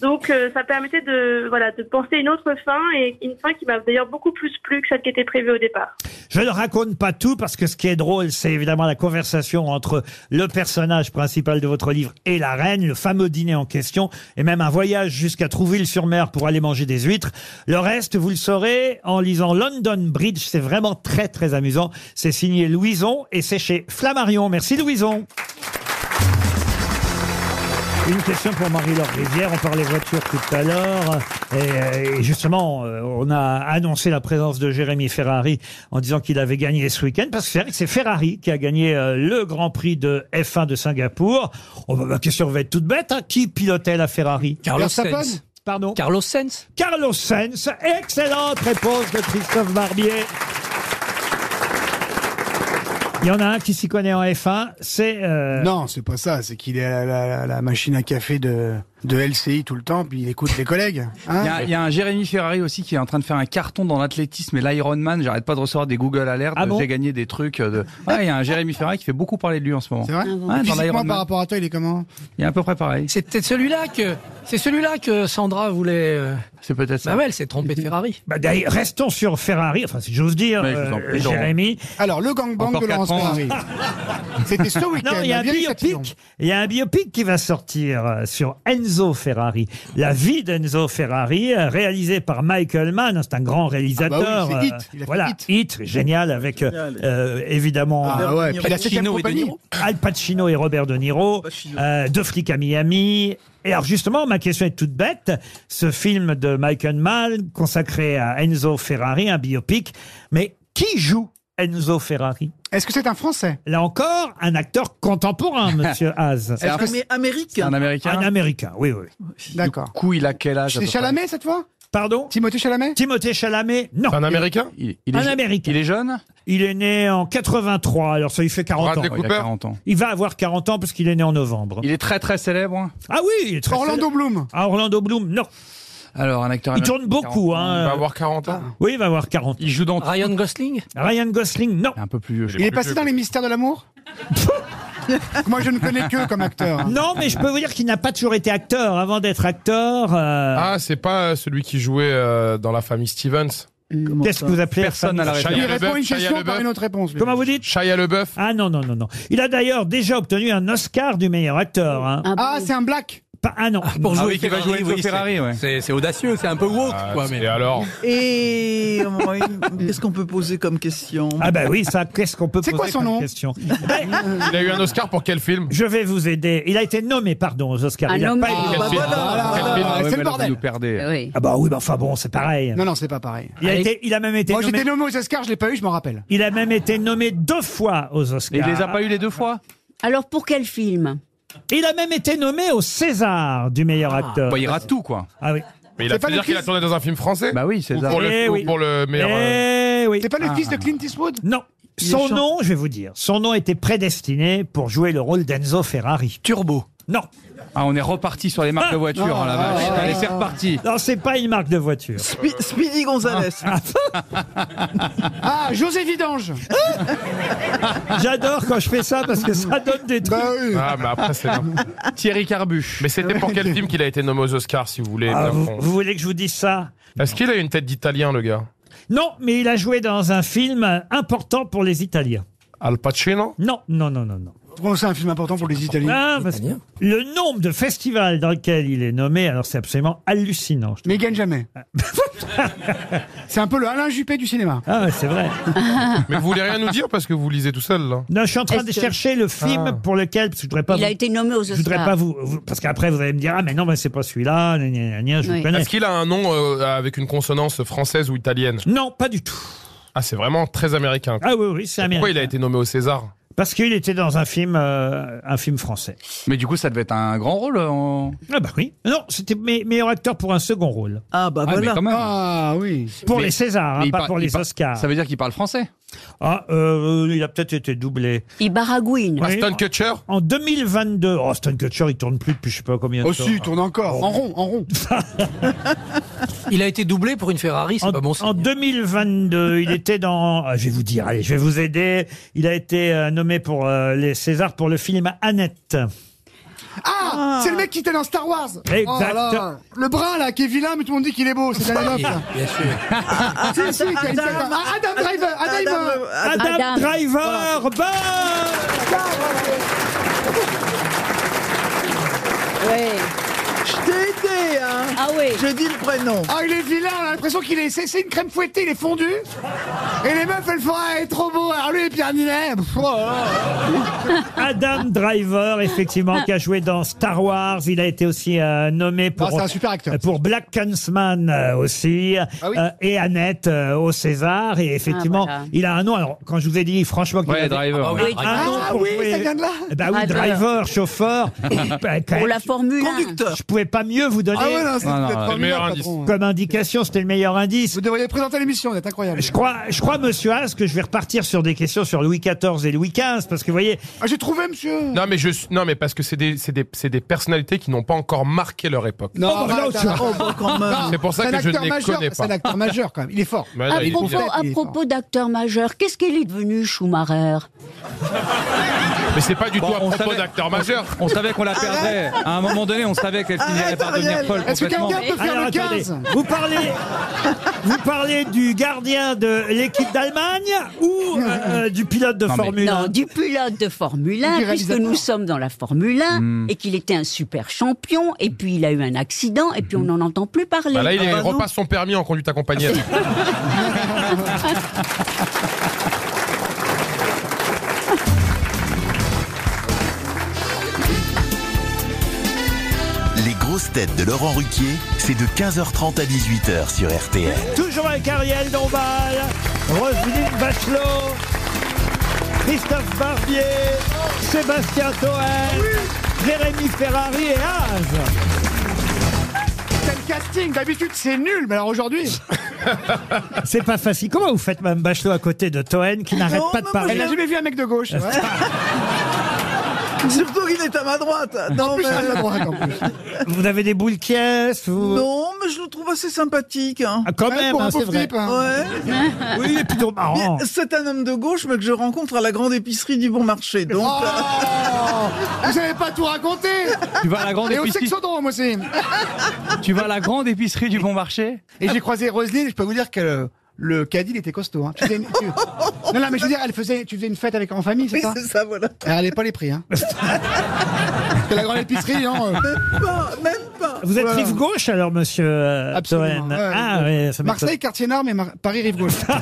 [SPEAKER 11] donc euh, ça permettait de voilà de penser une autre fin et une fin qui m'a d'ailleurs beaucoup plus plu que celle qui était prévue au départ.
[SPEAKER 2] Je ne raconte pas tout parce que ce qui est drôle, c'est évidemment la conversation entre le personnage principal de votre livre et la reine, le fameux dîner en question, et même un voyage jusqu'à Trouville-sur-Mer pour aller manger des huîtres. Le reste, vous le saurez en lisant London Bridge. C'est vraiment très très amusant. C'est signé Louison et c'est chez Flammarion. Merci Louison. Une question pour Marie-Laure Rivière. On parlait voiture tout à l'heure. Et, euh, et justement, euh, on a annoncé la présence de Jérémy Ferrari en disant qu'il avait gagné ce week-end. Parce que c'est vrai que c'est Ferrari qui a gagné euh, le Grand Prix de F1 de Singapour. Oh, bah, la question va être toute bête. hein. Qui pilotait la Ferrari
[SPEAKER 8] Carlos
[SPEAKER 2] Verstappen
[SPEAKER 8] Sainz.
[SPEAKER 2] Pardon
[SPEAKER 8] Carlos Sainz.
[SPEAKER 2] Carlos Sainz. Excellente réponse de Christophe Barbier. Il y en a un qui s'y connaît en F1, c'est... euh,
[SPEAKER 6] Non, c'est pas ça. C'est qu'il est à la, la- la machine à café de, de LCI tout le temps, puis il écoute les collègues. hein.
[SPEAKER 8] Ah.
[SPEAKER 3] Il y a- il y, a un Jérémy Ferrari aussi qui est en train de faire un carton dans l'athlétisme et l'Ironman. J'arrête pas de recevoir des Google Alerts.
[SPEAKER 6] Ah bon
[SPEAKER 3] J'ai gagné des trucs. euh, De... Ouais, il y a un Jérémy Ferrari qui fait beaucoup parler de lui en ce moment.
[SPEAKER 6] C'est vrai
[SPEAKER 2] Ah
[SPEAKER 17] Ah
[SPEAKER 3] Ouais, Ah, dans
[SPEAKER 6] Physiquement, par
[SPEAKER 3] l'Ironman.
[SPEAKER 6] rapport à toi, il est comment
[SPEAKER 3] Il est à peu près pareil.
[SPEAKER 8] C'était celui-là que c'est celui-là que Sandra voulait. euh,
[SPEAKER 3] C'est peut-être ça.
[SPEAKER 8] Bah ouais, elle s'est trompée de Ferrari.
[SPEAKER 2] Bah, d'ailleurs, restons sur Ferrari, enfin si j'ose dire,
[SPEAKER 8] Mais je vous en
[SPEAKER 2] euh,
[SPEAKER 8] prie, Laurent.
[SPEAKER 2] Jérémy.
[SPEAKER 6] Alors, le gangbang
[SPEAKER 2] Encore
[SPEAKER 6] de
[SPEAKER 2] quatre ans.
[SPEAKER 6] Laurence Ferrari. C'était ce week-end.
[SPEAKER 2] Non, il y a
[SPEAKER 6] à
[SPEAKER 2] un
[SPEAKER 6] Viry-Châtillon.
[SPEAKER 2] biopic. Il y a un biopic qui va sortir euh, sur Enzo Ferrari. La vie d'Enzo Ferrari, euh, réalisée par Michael Mann. C'est un grand réalisateur.
[SPEAKER 6] Ah bah oui,
[SPEAKER 2] euh,
[SPEAKER 6] c'est Hit. Il a fait
[SPEAKER 2] voilà,
[SPEAKER 6] Hit.
[SPEAKER 2] génial avec euh, euh, évidemment euh,
[SPEAKER 6] Ah ouais, puis la septième
[SPEAKER 2] Pacino et De
[SPEAKER 6] compagnie.
[SPEAKER 2] Niro. Al Pacino et Robert De Niro, euh, deux flics à Miami. Et alors justement, ma question est toute bête. Ce film de Michael Mann consacré à Enzo Ferrari, un biopic, mais qui joue Enzo Ferrari
[SPEAKER 6] Est-ce que c'est un Français
[SPEAKER 2] Là encore, un acteur contemporain, monsieur Haas.
[SPEAKER 5] C'est un Amé- Américain.
[SPEAKER 3] Un Américain
[SPEAKER 2] Un Américain, oui, oui.
[SPEAKER 6] D'accord.
[SPEAKER 3] Du coup, il a quel âge à
[SPEAKER 6] C'est
[SPEAKER 3] peu près
[SPEAKER 6] Chalamet cette fois
[SPEAKER 2] Pardon
[SPEAKER 6] Timothée Chalamet
[SPEAKER 2] Timothée Chalamet, non.
[SPEAKER 7] Un Américain
[SPEAKER 3] il, il
[SPEAKER 2] un
[SPEAKER 3] est,
[SPEAKER 2] Américain.
[SPEAKER 3] Il est jeune
[SPEAKER 2] Il est né en 83, alors ça lui fait 40
[SPEAKER 7] Bradley
[SPEAKER 2] ans.
[SPEAKER 7] Cooper Il a 40
[SPEAKER 3] ans.
[SPEAKER 2] Il va avoir 40 ans parce qu'il est né en novembre.
[SPEAKER 3] Il est très très célèbre. hein.
[SPEAKER 2] Ah oui, il est très
[SPEAKER 6] Orlando Bloom.
[SPEAKER 2] Ah, Orlando Bloom, non.
[SPEAKER 3] Alors, un acteur
[SPEAKER 2] Il tourne
[SPEAKER 3] américain,
[SPEAKER 2] beaucoup,
[SPEAKER 3] 40 ans.
[SPEAKER 2] hein.
[SPEAKER 7] Il va avoir 40 Ah, ans.
[SPEAKER 2] Oui, il va avoir 40 ans.
[SPEAKER 3] Il joue dans.
[SPEAKER 8] Ryan Gosling.
[SPEAKER 2] Ryan Gosling, non.
[SPEAKER 3] Un peu plus vieux. je
[SPEAKER 6] Il est
[SPEAKER 3] crois.
[SPEAKER 6] passé dans les mystères de l'amour Moi, je ne connais que comme acteur.
[SPEAKER 2] hein.
[SPEAKER 6] hein.
[SPEAKER 2] Non, mais je peux vous dire qu'il n'a pas toujours été acteur. Avant d'être acteur, euh,
[SPEAKER 7] Ah, c'est pas euh, celui qui jouait euh, dans la famille Stevens
[SPEAKER 2] Qu'est-ce que vous appelez
[SPEAKER 3] Personne à la réponse.
[SPEAKER 2] Shia
[SPEAKER 3] Il répond
[SPEAKER 2] LaBeouf,
[SPEAKER 3] une
[SPEAKER 2] Shia
[SPEAKER 3] question par
[SPEAKER 2] LaBeouf.
[SPEAKER 3] une autre réponse, lui.
[SPEAKER 2] Comment vous dites
[SPEAKER 7] Shia LeBeuf.
[SPEAKER 2] Ah non, non, non, non. Il a d'ailleurs déjà obtenu un Oscar du meilleur acteur. hein.
[SPEAKER 6] Ah, c'est un black
[SPEAKER 2] Pas- Ah non.
[SPEAKER 8] Pour
[SPEAKER 2] Ah
[SPEAKER 8] jouer
[SPEAKER 2] oui, qui va
[SPEAKER 8] Ferrari,
[SPEAKER 2] jouer Enzo
[SPEAKER 8] oui, c'est-
[SPEAKER 2] Ferrari, ouais.
[SPEAKER 8] c'est c'est audacieux, c'est un peu woke.
[SPEAKER 3] Ah,
[SPEAKER 8] quoi, mais...
[SPEAKER 7] alors
[SPEAKER 5] Et euh, qu'est-ce qu'on peut poser comme question
[SPEAKER 2] Ah bah oui, ça, qu'est-ce qu'on peut poser comme question
[SPEAKER 7] Il a eu un Oscar pour quel film
[SPEAKER 2] Je vais vous aider. Il a été nommé, pardon, aux Oscars.
[SPEAKER 7] Un
[SPEAKER 2] Il a
[SPEAKER 7] nommé.
[SPEAKER 2] pas été-
[SPEAKER 7] Ah, bah Quel film voilà, Quel voilà, film voilà, c'est le bordel.
[SPEAKER 3] Euh,
[SPEAKER 2] Ah bah oui, bah enfin bon, c'est pareil.
[SPEAKER 6] Non, non, c'est pas pareil.
[SPEAKER 2] Il a, été- il a même été
[SPEAKER 6] Moi,
[SPEAKER 2] nommé...
[SPEAKER 6] j'étais nommé aux Oscars, je l'ai pas eu, je m'en rappelle.
[SPEAKER 2] Il a même été nommé deux fois aux Oscars.
[SPEAKER 3] Il les a pas eu les deux fois
[SPEAKER 2] Alors pour quel film Il a même été nommé au César du meilleur acteur.
[SPEAKER 3] Bah, il rate tout, quoi.
[SPEAKER 2] Ah oui.
[SPEAKER 7] Mais il a
[SPEAKER 2] C'est pas
[SPEAKER 7] fait
[SPEAKER 2] le
[SPEAKER 7] dire qu'il a
[SPEAKER 2] fils-
[SPEAKER 7] tourné dans un film français
[SPEAKER 3] Bah oui, c'est
[SPEAKER 7] Ou
[SPEAKER 3] ça.
[SPEAKER 7] pour
[SPEAKER 2] Eh
[SPEAKER 7] le,
[SPEAKER 2] oui.
[SPEAKER 7] ou pour le meilleur. euh,
[SPEAKER 2] Eh oui.
[SPEAKER 6] C'est pas le
[SPEAKER 2] Ah.
[SPEAKER 6] fils de Clint Eastwood
[SPEAKER 2] Non.
[SPEAKER 6] Il est
[SPEAKER 2] Son
[SPEAKER 6] chan-
[SPEAKER 2] nom, je vais vous dire, son nom était prédestiné pour jouer le rôle d'Enzo Ferrari.
[SPEAKER 8] Turbo.
[SPEAKER 2] Non.
[SPEAKER 3] Ah, on est reparti sur les marques de voitures,
[SPEAKER 2] Ah.
[SPEAKER 3] là, vache.
[SPEAKER 2] Ah.
[SPEAKER 3] Allez, c'est reparti.
[SPEAKER 2] Non, c'est pas une marque de voiture.
[SPEAKER 5] Spe- Speedy Gonzalez.
[SPEAKER 6] Ah, José Vidange
[SPEAKER 2] J'adore quand je fais ça parce que ça donne des trucs.
[SPEAKER 7] Ah, mais après, c'est bien.
[SPEAKER 3] Thierry Carbu.
[SPEAKER 7] Mais c'était pour quel film qu'il a été nommé aux Oscars, si vous voulez
[SPEAKER 2] Ah,
[SPEAKER 7] bien
[SPEAKER 2] vous,
[SPEAKER 7] fond.
[SPEAKER 2] vous voulez que je vous dise ça
[SPEAKER 7] Est-ce qu'il a une tête d'Italien, le gars
[SPEAKER 2] Non, mais il a joué dans un film important pour les Italiens.
[SPEAKER 7] Al Pacino
[SPEAKER 2] Non, non, non, non, non.
[SPEAKER 6] Bon, c'est un film important pour les Italiens.
[SPEAKER 2] Ah, parce que le nombre de festivals dans lesquels il est nommé, alors c'est absolument hallucinant. je trouve. Ah.
[SPEAKER 6] Mais il gagne jamais. c'est un peu le Alain Juppé du cinéma.
[SPEAKER 2] Ah, ouais, c'est vrai.
[SPEAKER 7] Mais vous voulez rien nous dire parce que vous lisez tout seul, là
[SPEAKER 2] Non, je suis en train
[SPEAKER 4] Est-ce
[SPEAKER 2] de
[SPEAKER 4] que-
[SPEAKER 2] chercher le film
[SPEAKER 7] Ah.
[SPEAKER 2] pour lequel parce que je voudrais pas.
[SPEAKER 4] Il
[SPEAKER 2] vous-
[SPEAKER 4] a été nommé aux
[SPEAKER 2] Je
[SPEAKER 4] Oscars.
[SPEAKER 2] voudrais pas vous, vous- parce qu'après vous allez me dire ah mais non mais c'est pas celui-là, gna, gna, gna, gna, je
[SPEAKER 4] Oui.
[SPEAKER 2] vous connais.
[SPEAKER 7] Est-ce qu'il a un nom euh, avec une consonance française ou italienne
[SPEAKER 2] Non, pas du tout.
[SPEAKER 7] Ah, c'est vraiment très américain.
[SPEAKER 2] Ah oui oui c'est
[SPEAKER 7] Pourquoi il
[SPEAKER 2] américain.
[SPEAKER 7] a été nommé au César
[SPEAKER 2] Parce qu'il était dans un film, euh, un film français.
[SPEAKER 3] Mais du coup, ça devait être un grand rôle. euh, En...
[SPEAKER 2] Ah bah oui. Non, c'était me- meilleur acteur pour un second rôle.
[SPEAKER 5] Ah bah
[SPEAKER 3] Ah, mais
[SPEAKER 5] voilà.
[SPEAKER 3] quand même.
[SPEAKER 6] Ah oui.
[SPEAKER 2] Pour
[SPEAKER 3] Mais-
[SPEAKER 2] les Césars, hein,
[SPEAKER 3] mais il
[SPEAKER 2] pas
[SPEAKER 3] par-
[SPEAKER 2] pour
[SPEAKER 3] il
[SPEAKER 2] les
[SPEAKER 3] par-
[SPEAKER 2] Oscars.
[SPEAKER 3] Ça veut dire qu'il parle français.
[SPEAKER 2] Ah, euh, il a peut-être été doublé.
[SPEAKER 4] Ibaragouine.
[SPEAKER 2] Oui.
[SPEAKER 7] Aston Kutcher
[SPEAKER 2] En 2022, oh, Stan Kutcher, il tourne plus depuis je sais pas combien de
[SPEAKER 6] Oh
[SPEAKER 2] temps.
[SPEAKER 6] si, il tourne encore. En rond, en rond.
[SPEAKER 8] Il a été doublé pour une Ferrari, c'est
[SPEAKER 2] En,
[SPEAKER 8] pas bon signe.
[SPEAKER 2] en 2022, il était dans. ah, Je vais vous dire, allez, je vais vous aider. Il a été euh, nommé pour euh, les Césars pour le film Annette.
[SPEAKER 6] Ah, c'est le mec qui était dans Star Wars.
[SPEAKER 2] Exact.
[SPEAKER 6] Oh là là. Le brun là, qui est vilain, mais tout le monde dit qu'il est beau. C'est Danilov. là.
[SPEAKER 8] Bien sûr.
[SPEAKER 6] Si, si, t'as une tête. Ah, Adam Driver, Adam Driver.
[SPEAKER 2] Adam,
[SPEAKER 4] Adam.
[SPEAKER 2] Driver, bonne
[SPEAKER 5] Je t'ai aidé, hein
[SPEAKER 4] Ah oui.
[SPEAKER 5] Je dis le prénom.
[SPEAKER 6] Ah, il est vilain, on a l'impression qu'il est. C'est c'est une crème fouettée, il est fondu. Et les meufs, elles font, ah, il est trop beau. Alors lui et Pierre Ninet. pff, oh là là.
[SPEAKER 2] Adam Driver, effectivement, qui a joué dans Star Wars. Il a été aussi euh, nommé
[SPEAKER 6] Ah,
[SPEAKER 2] pour.
[SPEAKER 6] c'est un super acteur.
[SPEAKER 2] pour Black Huntsman euh, aussi
[SPEAKER 6] Ah oui.
[SPEAKER 2] euh, et Annette euh, au César et effectivement
[SPEAKER 4] Ah, voilà.
[SPEAKER 2] il a un nom alors quand je vous ai dit franchement qu'il
[SPEAKER 3] Ouais,
[SPEAKER 2] avait
[SPEAKER 3] Driver.
[SPEAKER 4] oui.
[SPEAKER 2] un nom
[SPEAKER 6] Ah
[SPEAKER 2] pour
[SPEAKER 6] oui,
[SPEAKER 2] jouer-
[SPEAKER 6] ça vient de là.
[SPEAKER 2] Eh ben oui,
[SPEAKER 4] Driver.
[SPEAKER 2] driver, chauffeur Bah, quand
[SPEAKER 4] Pour
[SPEAKER 2] même,
[SPEAKER 4] la Formule 1.
[SPEAKER 5] Conducteur.
[SPEAKER 2] je pouvais pas mieux vous donner
[SPEAKER 6] Ah ouais, non, c'est
[SPEAKER 3] Non, non,
[SPEAKER 6] peut-être
[SPEAKER 3] c'est le
[SPEAKER 6] formidable,
[SPEAKER 7] meilleur
[SPEAKER 6] patron. hein.
[SPEAKER 2] comme indication c'était le meilleur indice
[SPEAKER 6] Vous devriez présenter l'émission, vous êtes incroyable.
[SPEAKER 2] je crois, je crois, monsieur Haas, que je vais repartir sur des questions sur Louis XIV et Louis XV, parce que vous voyez,
[SPEAKER 6] Ah, j'ai trouvé, monsieur.
[SPEAKER 7] Non, mais je, non, mais parce que c'est des, c'est des, c'est des personnalités qui n'ont pas encore marqué leur époque.
[SPEAKER 2] Oh, bah, là,
[SPEAKER 6] arrête,
[SPEAKER 2] tu-
[SPEAKER 6] arrête.
[SPEAKER 5] Oh, bah, quand même.
[SPEAKER 7] C'est pour ça
[SPEAKER 6] C'est un
[SPEAKER 7] que je ne
[SPEAKER 6] acteur
[SPEAKER 7] les
[SPEAKER 6] majeur,
[SPEAKER 7] connais
[SPEAKER 6] c'est
[SPEAKER 7] pas.
[SPEAKER 6] un acteur majeur quand même. Il est fort.
[SPEAKER 7] Mais non,
[SPEAKER 4] À
[SPEAKER 7] il est
[SPEAKER 4] propos,
[SPEAKER 7] bizarre.
[SPEAKER 4] à propos d'acteur majeur, qu'est-ce qu'il est devenu Schumacher
[SPEAKER 7] Mais c'est pas du
[SPEAKER 13] Bon,
[SPEAKER 7] tout à
[SPEAKER 13] on
[SPEAKER 7] propos
[SPEAKER 13] savait-
[SPEAKER 7] d'acteur majeur.
[SPEAKER 13] On savait qu'on la perdait. À un moment donné, on savait qu'elle finirait par devenir folle
[SPEAKER 6] Est-ce que
[SPEAKER 13] complètement.
[SPEAKER 6] quelqu'un peut faire
[SPEAKER 2] Alors,
[SPEAKER 6] le
[SPEAKER 2] attendez,
[SPEAKER 6] 15
[SPEAKER 2] vous parlez, vous parlez du gardien de l'équipe d'Allemagne ou euh, euh, du pilote de
[SPEAKER 13] Non, mais-
[SPEAKER 2] Formule 1
[SPEAKER 4] Non, du pilote de Formule
[SPEAKER 6] Du
[SPEAKER 4] 1, puisque
[SPEAKER 6] réalisateur.
[SPEAKER 4] nous sommes dans la Formule 1,
[SPEAKER 2] Hmm.
[SPEAKER 4] et qu'il était un super champion, et puis il a eu un accident, et puis on n'en entend plus parler. Ah,
[SPEAKER 7] Bah là, il est-
[SPEAKER 5] bah non.
[SPEAKER 7] repasse son permis en conduite accompagnée.
[SPEAKER 5] Ah,
[SPEAKER 1] Les grosses têtes de Laurent Ruquier, c'est de 15h30 à 18h sur RTL.
[SPEAKER 2] Toujours avec Ariel Dombal, Roselyne Bachelot, Christophe Barbier, Sébastien Toel, Jérémy Ferrari et Az.
[SPEAKER 6] C'est le casting. D'habitude, c'est nul, mais alors aujourd'hui,
[SPEAKER 2] C'est pas facile. Comment vous faites Mme Bachelot à côté de Toen qui n'arrête
[SPEAKER 5] Non,
[SPEAKER 2] pas de
[SPEAKER 5] mais moi,
[SPEAKER 6] elle
[SPEAKER 2] parler
[SPEAKER 6] n'a jamais vu un mec de gauche. Ouais.
[SPEAKER 5] Surtout qu'il est à ma droite. Non,
[SPEAKER 6] Plus
[SPEAKER 5] mais...
[SPEAKER 6] à euh, la droite en plus.
[SPEAKER 2] Vous avez des boules qui est, vous...
[SPEAKER 5] Non, mais je le trouve assez sympathique. hein.
[SPEAKER 2] Ah, quand
[SPEAKER 6] Ouais,
[SPEAKER 2] même,
[SPEAKER 6] pour un
[SPEAKER 2] hein,
[SPEAKER 6] pauvre
[SPEAKER 2] c'est vrai.
[SPEAKER 6] type, hein.
[SPEAKER 5] Ouais.
[SPEAKER 2] Oui, il est plutôt marrant.
[SPEAKER 5] Mais C'est un homme de gauche, mais que je rencontre à la grande épicerie du bon marché. Donc, euh,
[SPEAKER 6] Oh Vous n'avez pas tout raconté
[SPEAKER 13] Tu vas à la grande
[SPEAKER 6] Et au
[SPEAKER 13] épicerie.
[SPEAKER 6] sexodrome aussi
[SPEAKER 13] Tu vas à la grande épicerie du bon marché.
[SPEAKER 6] Et j'ai croisé Roselyne, je peux vous dire que le, le caddie, il était costaud. hein. Tu faisais une- tu- Non, non, mais je veux dire, elle faisait, tu faisais une fête avec en famille, c'est
[SPEAKER 5] Oui,
[SPEAKER 6] ça
[SPEAKER 5] c'est ça, voilà.
[SPEAKER 6] Elle n'allait pas les prix. Hein. C'est la grande épicerie, hein. non
[SPEAKER 5] Même pas, même pas.
[SPEAKER 2] Vous êtes
[SPEAKER 6] Voilà.
[SPEAKER 2] rive gauche alors, monsieur euh, Toen
[SPEAKER 6] Euh. Ouais,
[SPEAKER 2] Ah,
[SPEAKER 6] ouais.
[SPEAKER 2] ouais, ça m'étonne.
[SPEAKER 6] Marseille, quartier nord, mais Mar- Paris, rive gauche. non,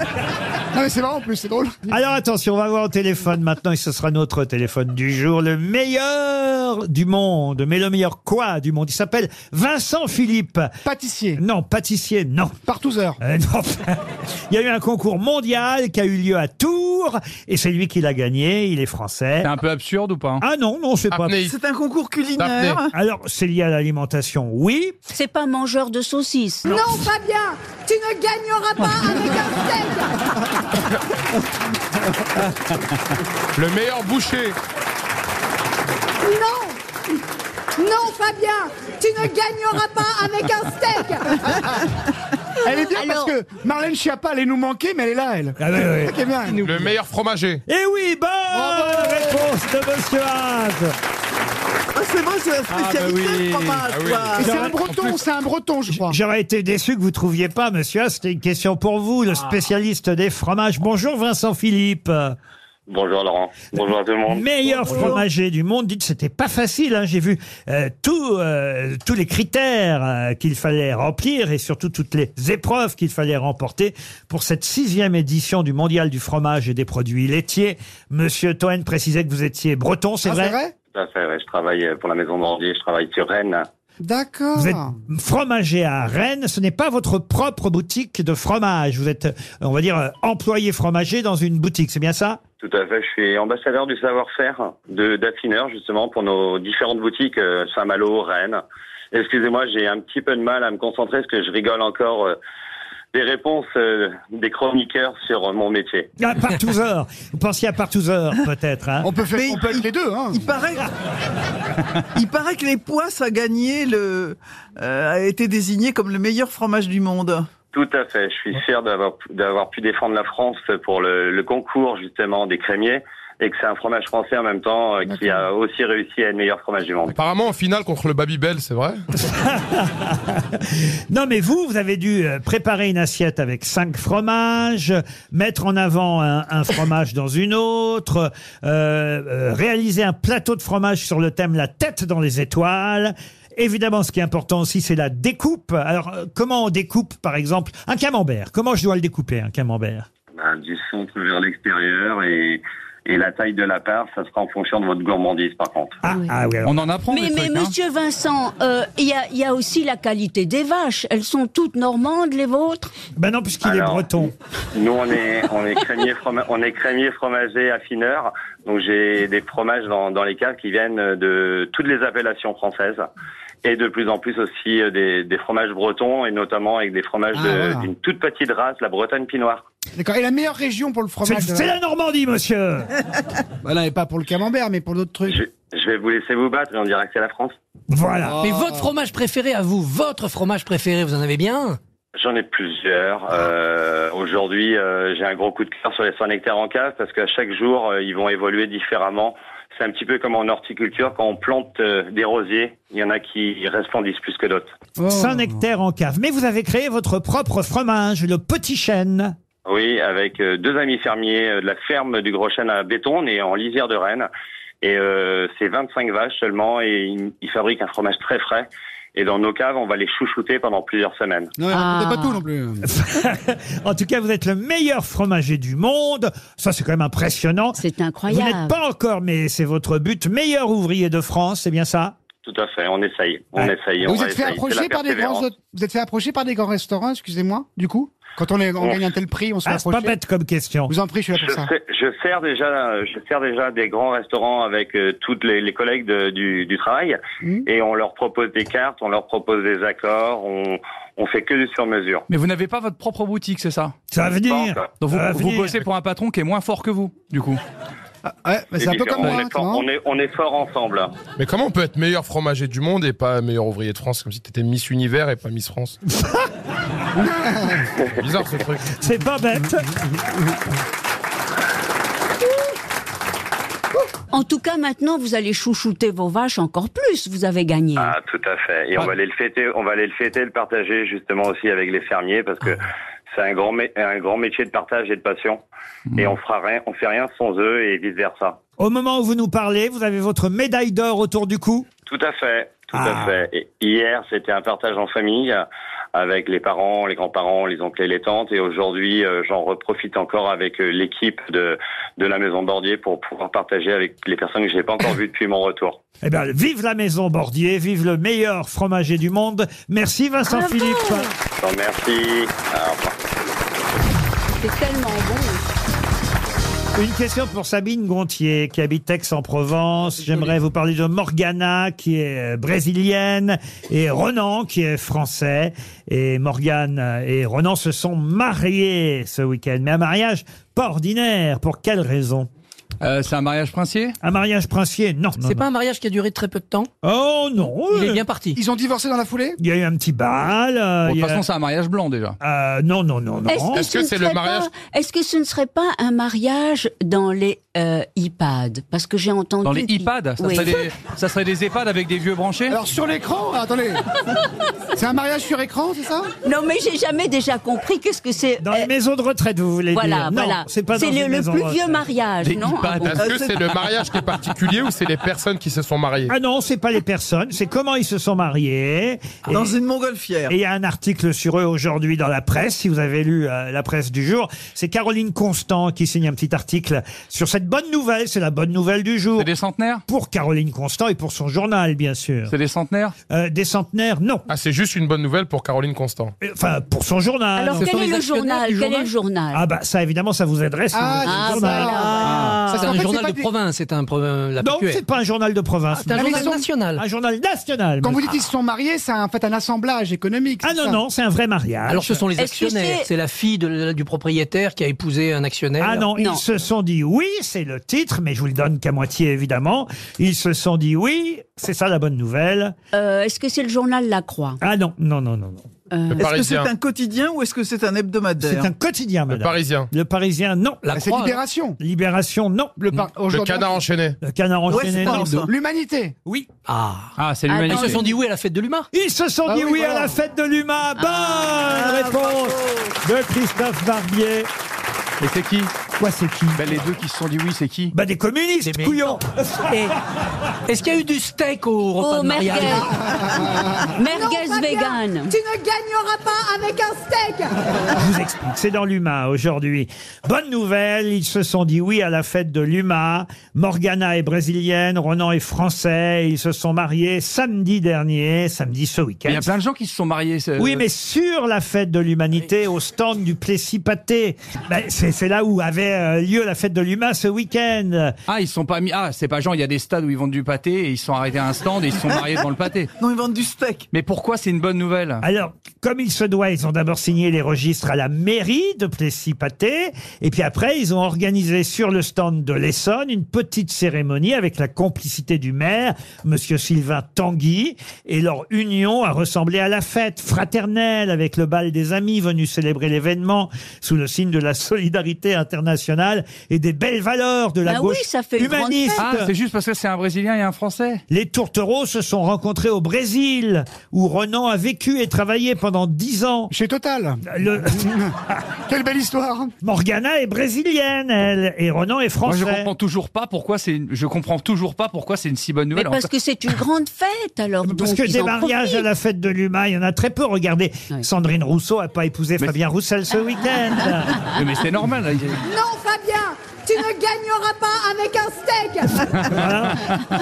[SPEAKER 6] mais c'est marrant en plus, c'est drôle.
[SPEAKER 2] Alors attention, on va voir au téléphone maintenant et ce sera notre téléphone du jour, le meilleur du monde, mais le meilleur quoi du monde Il s'appelle Vincent Philippe.
[SPEAKER 6] Pâtissier.
[SPEAKER 2] Non, pâtissier, non.
[SPEAKER 6] Partouzeur.
[SPEAKER 2] Euh, non. il y a eu un concours mondial qui a eu lieu à Tours et c'est lui qui l'a gagné, il est français.
[SPEAKER 3] C'est un peu absurde ou pas hein
[SPEAKER 2] Ah non, non, c'est pas...
[SPEAKER 3] Apnée.
[SPEAKER 5] C'est un concours culinaire.
[SPEAKER 2] Apnée. Alors, c'est lié à l'alimentation, oui.
[SPEAKER 4] C'est pas mangeur de saucisses.
[SPEAKER 16] Non, Fabien, tu ne gagneras pas avec un steak.
[SPEAKER 7] Le meilleur boucher.
[SPEAKER 16] Non, non, Fabien, tu ne gagneras pas avec un steak.
[SPEAKER 6] Elle est bien
[SPEAKER 16] Alors-
[SPEAKER 6] parce que Marlène Schiappa allait nous manquer, mais elle est là, elle.
[SPEAKER 2] Ah, ouais, ouais.
[SPEAKER 6] C'est ça qui est bien.
[SPEAKER 7] Le meilleur fromager.
[SPEAKER 2] Et oui, bonne réponse de monsieur Haas.
[SPEAKER 5] Ah, c'est vrai, c'est la spécialité
[SPEAKER 3] Ah, bah oui.
[SPEAKER 5] le fromage.
[SPEAKER 3] Ah, oui.
[SPEAKER 5] quoi.
[SPEAKER 6] Et c'est
[SPEAKER 2] J'aurais-
[SPEAKER 6] un breton, c'est un breton, je crois.
[SPEAKER 2] J'aurais été déçu que vous trouviez pas, monsieur. Haas. C'était une question pour vous,
[SPEAKER 6] Ah.
[SPEAKER 2] le spécialiste des fromages. Bonjour Vincent Philippe,
[SPEAKER 10] Bonjour Laurent. Bonjour à tout le monde.
[SPEAKER 2] meilleur fromager du monde. Dites, c'était pas facile. hein. J'ai vu euh, tout, euh, tous les critères euh, qu'il fallait remplir et surtout toutes les épreuves qu'il fallait remporter pour cette sixième édition du Mondial du fromage et des produits laitiers. Monsieur Toen précisait que vous étiez breton, c'est
[SPEAKER 6] Ah,
[SPEAKER 2] vrai
[SPEAKER 10] Tout à fait, ouais. Je travaille euh, pour la Maison d'Ordier, je travaille sur Rennes.
[SPEAKER 6] D'accord.
[SPEAKER 2] Vous êtes fromager à Rennes, ce n'est pas votre propre boutique de fromage. Vous êtes, on va dire, euh, employé fromager dans une boutique, c'est bien ça
[SPEAKER 10] Tout à fait, je suis ambassadeur du savoir-faire de d'affineur justement pour nos différentes boutiques euh, Saint-Malo, Rennes. Excusez-moi, j'ai un petit peu de mal à me concentrer parce que je rigole encore euh, des réponses euh, des chroniqueurs sur euh, mon métier.
[SPEAKER 2] À Partouzeur Vous pensiez à Partouzeur, peut-être. hein
[SPEAKER 6] On peut, faire,
[SPEAKER 5] Mais
[SPEAKER 6] on peut être les deux, hein.
[SPEAKER 5] Il paraît, il paraît que les poisses a gagné le, euh, a été désigné comme le meilleur fromage du monde.
[SPEAKER 10] Tout à fait, je suis fier d'avoir pu- d'avoir pu défendre la France pour le, le concours justement des crémiers et que c'est un fromage français en même temps euh, qui a aussi réussi à être meilleur fromage du monde.
[SPEAKER 7] Apparemment, en finale contre le Babybel, c'est vrai
[SPEAKER 2] Non, mais vous, vous avez dû euh, préparer une assiette avec cinq fromages, mettre en avant un, un fromage dans une autre, euh, euh, réaliser un plateau de fromage sur le thème La tête dans les étoiles. Évidemment, ce qui est important aussi, c'est la découpe. Alors, euh, comment on découpe, par exemple, un camembert Comment je dois le découper, un camembert
[SPEAKER 10] Ben, du centre vers l'extérieur et, et la taille de la part, ça sera en fonction de votre gourmandise par contre.
[SPEAKER 2] ah, ah oui, alors.
[SPEAKER 3] On en apprend
[SPEAKER 4] Mais,
[SPEAKER 3] des
[SPEAKER 4] mais
[SPEAKER 3] trucs, hein.
[SPEAKER 4] monsieur Vincent, euh, il y, a, il y a aussi la qualité des vaches. Elles sont toutes normandes, les vôtres
[SPEAKER 2] Ben non, puisqu'il est
[SPEAKER 10] Alors.
[SPEAKER 2] breton.
[SPEAKER 10] Nous on est on est crémier froma- on est crémier fromager affineur, donc j'ai des fromages dans, dans les caves qui viennent de toutes les appellations françaises et de plus en plus aussi euh, des, des fromages bretons et notamment avec des fromages
[SPEAKER 6] Ah,
[SPEAKER 10] de-
[SPEAKER 6] voilà.
[SPEAKER 10] d'une toute petite race, la Bretagne pinoire.
[SPEAKER 6] D'accord. Et la meilleure région pour le
[SPEAKER 2] C'est
[SPEAKER 6] fromage. euh,
[SPEAKER 2] c'est la Normandie, monsieur
[SPEAKER 6] Voilà, et pas pour le camembert, mais pour d'autres trucs.
[SPEAKER 10] Je, je vais vous laisser vous battre et on dira que c'est la France.
[SPEAKER 2] Voilà.
[SPEAKER 8] Mais
[SPEAKER 6] Ah.
[SPEAKER 8] votre fromage préféré à vous, votre fromage préféré, vous en avez bien un
[SPEAKER 10] J'en ai
[SPEAKER 6] Ah.
[SPEAKER 10] plusieurs. Euh, Aujourd'hui, euh, j'ai un gros coup de cœur sur les soins nectaires en cave parce qu'à chaque jour, euh, ils vont évoluer différemment. C'est un petit peu comme en horticulture, quand on plante euh, des rosiers, il y en a qui resplendissent plus que d'autres.
[SPEAKER 6] Oh.
[SPEAKER 2] Saint-Nectaire en cave. Mais vous avez créé votre propre fromage, le petit chêne.
[SPEAKER 10] Oui, avec euh, deux amis fermiers euh, de la ferme du Gros Chêne à Béton, on est en lisière de Rennes. Et euh, c'est 25 vaches seulement et ils, ils fabriquent un fromage très frais. Et dans nos caves, on va les chouchouter pendant plusieurs semaines.
[SPEAKER 6] Non,
[SPEAKER 4] Ah.
[SPEAKER 6] racontez pas tout non plus.
[SPEAKER 2] En tout cas, vous êtes le meilleur fromager du monde. Ça, c'est quand même impressionnant.
[SPEAKER 4] C'est
[SPEAKER 2] Vous
[SPEAKER 4] incroyable.
[SPEAKER 2] n'êtes pas encore, mais c'est votre but, meilleur ouvrier de France, c'est bien ça
[SPEAKER 10] Tout à fait, on essaye, on
[SPEAKER 2] Ouais.
[SPEAKER 10] essaye, on
[SPEAKER 6] Vous
[SPEAKER 10] va
[SPEAKER 6] êtes fait
[SPEAKER 10] essayer. C'est la
[SPEAKER 6] approcher par des grands,
[SPEAKER 10] persévérance.
[SPEAKER 6] hôtes- vous êtes fait approcher par des grands restaurants, excusez-moi, du coup Quand on, est, on
[SPEAKER 10] Bon.
[SPEAKER 6] gagne un tel prix, on se fait
[SPEAKER 2] Ah, c'est pas
[SPEAKER 6] approcher.
[SPEAKER 2] bête comme question.
[SPEAKER 6] vous en prie, je suis là
[SPEAKER 10] Je,
[SPEAKER 6] pour ça.
[SPEAKER 10] sers- je sers déjà, euh, je sers déjà des grands restaurants avec euh, toutes les, les collègues de- du, du travail
[SPEAKER 6] Mhm.
[SPEAKER 10] et on leur propose des cartes, on leur propose des accords, on, on fait que du sur mesure.
[SPEAKER 3] hein. Mais vous n'avez pas votre propre boutique, c'est ça
[SPEAKER 2] Ça va venir.
[SPEAKER 10] Pas encore.
[SPEAKER 3] Donc vous,
[SPEAKER 2] Ça va
[SPEAKER 3] vous
[SPEAKER 2] venir.
[SPEAKER 3] bossez pour un patron qui est moins fort que vous, du coup.
[SPEAKER 6] Ah, Ouais, mais c'est
[SPEAKER 10] C'est
[SPEAKER 6] un peu
[SPEAKER 10] différent.
[SPEAKER 6] comme moi, hein,
[SPEAKER 10] on, est fort,
[SPEAKER 6] tu vois.
[SPEAKER 10] on, est, on est fort ensemble.
[SPEAKER 7] Mais comment on peut être meilleur fromager du monde et pas meilleur ouvrier de France Comme si t'étais Miss Univers et pas Miss France. Bizarre ce truc.
[SPEAKER 2] C'est pas bête.
[SPEAKER 4] En tout cas, maintenant, vous allez chouchouter vos vaches encore plus. Vous avez gagné.
[SPEAKER 10] Ah, tout à fait. Et on va aller le fêter, on va aller le fêter, le partager justement aussi avec les fermiers parce
[SPEAKER 6] Ah.
[SPEAKER 10] que c'est un grand, mé- un grand métier de partage et de passion.
[SPEAKER 6] Hmm.
[SPEAKER 10] Et on fera rien, on fait rien sans eux et vice versa.
[SPEAKER 2] Au moment où vous nous parlez, vous avez votre médaille d'or autour du cou.
[SPEAKER 10] Tout à fait, tout à fait. Et hier, c'était un partage en famille euh, avec les parents, les grands-parents, les oncles et les tantes. Et aujourd'hui, euh, j'en reprofite encore avec euh, l'équipe de, de la Maison Bordier pour pouvoir partager avec les personnes que je n'ai pas encore vues depuis mon retour.
[SPEAKER 2] Eh bien, vive la maison Bordier, vive le meilleur fromager du monde. Merci Vincent Philippe.
[SPEAKER 10] Je vous remercie. Au revoir.
[SPEAKER 4] C'est tellement bon.
[SPEAKER 2] Une question pour Sabine Gontier qui habite Aix-en-Provence. J'aimerais vous parler de Morgana qui est euh, brésilienne et Ronan qui est français. Et Morgane et Ronan se sont mariés ce week-end. Mais un mariage pas ordinaire. Pour quelle raison
[SPEAKER 3] Euh, C'est un mariage princier
[SPEAKER 2] Un mariage princier, non. non,
[SPEAKER 8] C'est
[SPEAKER 2] non.
[SPEAKER 8] pas un mariage qui a duré très peu de temps
[SPEAKER 2] Oh non
[SPEAKER 8] Il est bien parti.
[SPEAKER 6] Ils ont divorcé dans la foulée
[SPEAKER 2] Il y a eu un petit bal. euh,
[SPEAKER 3] Bon, de
[SPEAKER 2] il y
[SPEAKER 3] toute
[SPEAKER 2] a-
[SPEAKER 3] façon, c'est un mariage blanc déjà.
[SPEAKER 2] Euh, non, non, non, non.
[SPEAKER 4] ce ne serait pas- Est-ce que ce ne serait pas un mariage dans les euh, iPads Parce que j'ai entendu.
[SPEAKER 3] Dans les
[SPEAKER 4] qu'il-
[SPEAKER 3] iPads ça,
[SPEAKER 4] Oui.
[SPEAKER 3] serait des, ça serait des EHPAD avec des vieux branchés
[SPEAKER 6] Alors sur l'écran, attendez. C'est un mariage sur écran, c'est ça
[SPEAKER 4] Non, mais j'ai jamais déjà compris qu'est-ce que c'est. Euh,
[SPEAKER 2] Dans les maisons de retraite, vous voulez
[SPEAKER 4] Voilà,
[SPEAKER 2] dire Non,
[SPEAKER 4] voilà.
[SPEAKER 2] c'est pas dans
[SPEAKER 4] le,
[SPEAKER 2] une
[SPEAKER 4] le
[SPEAKER 2] maison
[SPEAKER 4] plus
[SPEAKER 2] de
[SPEAKER 4] vieux
[SPEAKER 2] retraite.
[SPEAKER 4] mariage, non Ah bon.
[SPEAKER 7] Est-ce que c'est le mariage qui est particulier ou c'est les personnes qui se sont mariées
[SPEAKER 2] Ah non, c'est pas les personnes, c'est comment ils se sont mariés.
[SPEAKER 5] Dans
[SPEAKER 2] Et-
[SPEAKER 5] une montgolfière.
[SPEAKER 2] Et il y a un article sur eux aujourd'hui dans la presse, si vous avez lu euh, la presse du jour. C'est Caroline Constant qui signe un petit article sur cette bonne nouvelle. C'est la bonne nouvelle du jour.
[SPEAKER 3] C'est des centenaires
[SPEAKER 2] Pour Caroline Constant et pour son journal, bien sûr.
[SPEAKER 3] C'est des centenaires
[SPEAKER 2] Euh, des centenaires, non. Euh,
[SPEAKER 7] Ah, c'est juste une bonne nouvelle pour Caroline Constant.
[SPEAKER 2] Enfin, pour son journal.
[SPEAKER 4] Ah. Alors,
[SPEAKER 2] Ce
[SPEAKER 4] quel
[SPEAKER 2] sont
[SPEAKER 4] est
[SPEAKER 2] les
[SPEAKER 4] le
[SPEAKER 2] actionnaires
[SPEAKER 4] journal,
[SPEAKER 2] du
[SPEAKER 4] Quel est le journal
[SPEAKER 2] Ah bah ça, évidemment, ça vous aiderait. si vous êtes
[SPEAKER 4] Ah,
[SPEAKER 2] au
[SPEAKER 4] voilà.
[SPEAKER 2] journal. Ah.
[SPEAKER 8] C'est
[SPEAKER 6] en
[SPEAKER 8] un
[SPEAKER 6] fait,
[SPEAKER 8] journal
[SPEAKER 6] c'est
[SPEAKER 8] de
[SPEAKER 6] pas des-
[SPEAKER 8] province, c'est un pro- euh, la
[SPEAKER 2] Non,
[SPEAKER 8] PQR.
[SPEAKER 2] c'est pas un journal de province.
[SPEAKER 8] Ah, C'est un
[SPEAKER 2] non.
[SPEAKER 8] journal
[SPEAKER 6] ils sont-
[SPEAKER 8] national.
[SPEAKER 2] Un journal national.
[SPEAKER 6] Quand vous
[SPEAKER 2] monsieur.
[SPEAKER 6] dites ils se sont mariés, c'est en fait un assemblage économique.
[SPEAKER 2] Ah
[SPEAKER 6] c'est
[SPEAKER 2] non,
[SPEAKER 6] ça
[SPEAKER 2] non, c'est un vrai mariage.
[SPEAKER 8] Alors ce sont les
[SPEAKER 4] Est-ce que
[SPEAKER 8] actionnaires.
[SPEAKER 4] c'est-
[SPEAKER 8] C'est la fille de- du propriétaire qui a épousé un actionnaire.
[SPEAKER 2] Ah non,
[SPEAKER 4] Non.
[SPEAKER 2] ils se sont dit oui, c'est le titre, mais je vous le donne qu'à moitié évidemment. Ils se sont dit oui, c'est ça la bonne nouvelle.
[SPEAKER 4] Euh, Est-ce que c'est le journal La Croix
[SPEAKER 2] Ah non, non, non, non, non.
[SPEAKER 4] Euh,
[SPEAKER 7] Le
[SPEAKER 5] Est-ce que c'est
[SPEAKER 7] Parisien.
[SPEAKER 5] un quotidien ou est-ce que c'est un
[SPEAKER 2] C'est
[SPEAKER 5] hebdomadaire
[SPEAKER 2] un quotidien,
[SPEAKER 7] Le
[SPEAKER 2] madame.
[SPEAKER 7] Parisien.
[SPEAKER 2] Le Parisien, non.
[SPEAKER 8] La
[SPEAKER 6] C'est
[SPEAKER 8] Croix,
[SPEAKER 6] Libération.
[SPEAKER 2] Libération, non. Le,
[SPEAKER 6] Par-
[SPEAKER 7] Le
[SPEAKER 6] aujourd'hui-
[SPEAKER 7] canard enchaîné.
[SPEAKER 2] le canard
[SPEAKER 5] Ouais, c'est
[SPEAKER 2] enchaîné,
[SPEAKER 5] pas
[SPEAKER 2] non.
[SPEAKER 5] ça.
[SPEAKER 6] L'humanité.
[SPEAKER 2] Oui.
[SPEAKER 8] Ah.
[SPEAKER 3] Ah, c'est
[SPEAKER 4] Attends,
[SPEAKER 8] Ils
[SPEAKER 3] l'humanité.
[SPEAKER 8] se sont dit oui à la fête de l'humain.
[SPEAKER 2] Ils se sont
[SPEAKER 6] Ah
[SPEAKER 2] dit
[SPEAKER 6] oui,
[SPEAKER 2] oui à
[SPEAKER 6] voilà.
[SPEAKER 2] la fête de l'humain. Bonne
[SPEAKER 8] Ah,
[SPEAKER 2] réponse de Christophe Barbier.
[SPEAKER 3] Et c'est qui
[SPEAKER 2] Quoi, c'est qui
[SPEAKER 3] Ben, Les deux qui se sont dit oui, c'est qui
[SPEAKER 2] Bah des
[SPEAKER 8] Des
[SPEAKER 2] communistes,
[SPEAKER 8] militants.
[SPEAKER 2] couillons.
[SPEAKER 4] Et-
[SPEAKER 8] Est-ce qu'il y a eu du steak au repas
[SPEAKER 4] Oh,
[SPEAKER 8] de
[SPEAKER 4] merguez
[SPEAKER 8] mariage
[SPEAKER 16] Non,
[SPEAKER 4] Merguez
[SPEAKER 16] Fabien,
[SPEAKER 4] vegan
[SPEAKER 16] Tu ne gagneras pas avec un steak
[SPEAKER 2] Je vous explique, c'est dans l'UMA aujourd'hui. Bonne nouvelle, ils se sont dit oui à la fête de l'UMA. Morgana est brésilienne, Ronan est français. Ils se sont mariés samedi dernier, samedi ce
[SPEAKER 3] Mais Il
[SPEAKER 2] week-end.
[SPEAKER 3] y a plein de gens qui se sont mariés. c'est-
[SPEAKER 2] Oui, mais sur la fête de l'humanité, au stand du Plessis-Pâté. Ben, c'est c'est là où avait euh, lieu la fête de l'UMA ce week-end.
[SPEAKER 3] Ah, ils se sont pas mis. Ah, c'est pas genre, il y a des stades où ils vendent du pâté et ils se sont arrêtés à un stand et ils se sont mariés dans le pâté.
[SPEAKER 5] Non, ils vendent du steak.
[SPEAKER 3] Mais pourquoi c'est une bonne nouvelle
[SPEAKER 2] Alors, comme il se doit, ils ont d'abord signé les registres à la mairie de Plessis-Pâté, et puis après, ils ont organisé sur le stand de l'Essonne une petite cérémonie avec la complicité du maire, Monsieur Sylvain Tanguy, et leur union a ressemblé à la fête fraternelle avec le bal des amis venus célébrer l'événement sous le signe de la solidarité internationale et des belles valeurs de la
[SPEAKER 4] Bah oui,
[SPEAKER 2] gauche
[SPEAKER 4] ça fait une grande
[SPEAKER 2] humaniste.
[SPEAKER 3] Ah, c'est juste parce que c'est un Brésilien et un Français.
[SPEAKER 2] Les tourtereaux se sont rencontrés au Brésil, où Renan a vécu et travaillé pendant dix ans.
[SPEAKER 6] Chez Total.
[SPEAKER 2] Le-
[SPEAKER 6] Quelle belle histoire.
[SPEAKER 2] Morgana est brésilienne, elle, et Ronan est
[SPEAKER 3] Moi,
[SPEAKER 2] français.
[SPEAKER 3] je comprends toujours pas pourquoi c'est. une- Je comprends toujours pas pourquoi c'est une si bonne nouvelle.
[SPEAKER 4] Mais parce
[SPEAKER 3] En fait,
[SPEAKER 4] que c'est une grande fête, alors
[SPEAKER 2] Parce
[SPEAKER 4] donc
[SPEAKER 2] que
[SPEAKER 4] ils
[SPEAKER 2] des
[SPEAKER 4] en
[SPEAKER 2] mariages à
[SPEAKER 4] profitent.
[SPEAKER 2] la fête de l'UMA, il y en a très peu. Regardez,
[SPEAKER 4] Oui.
[SPEAKER 2] Sandrine Rousseau n'a pas épousé
[SPEAKER 3] Mais-
[SPEAKER 2] Fabien Roussel ce week-end.
[SPEAKER 3] Mais- Mais c'est normal. hein. là, il y a-
[SPEAKER 16] Non, Fabien Tu ne gagneras pas avec un steak
[SPEAKER 2] Voilà. Ah,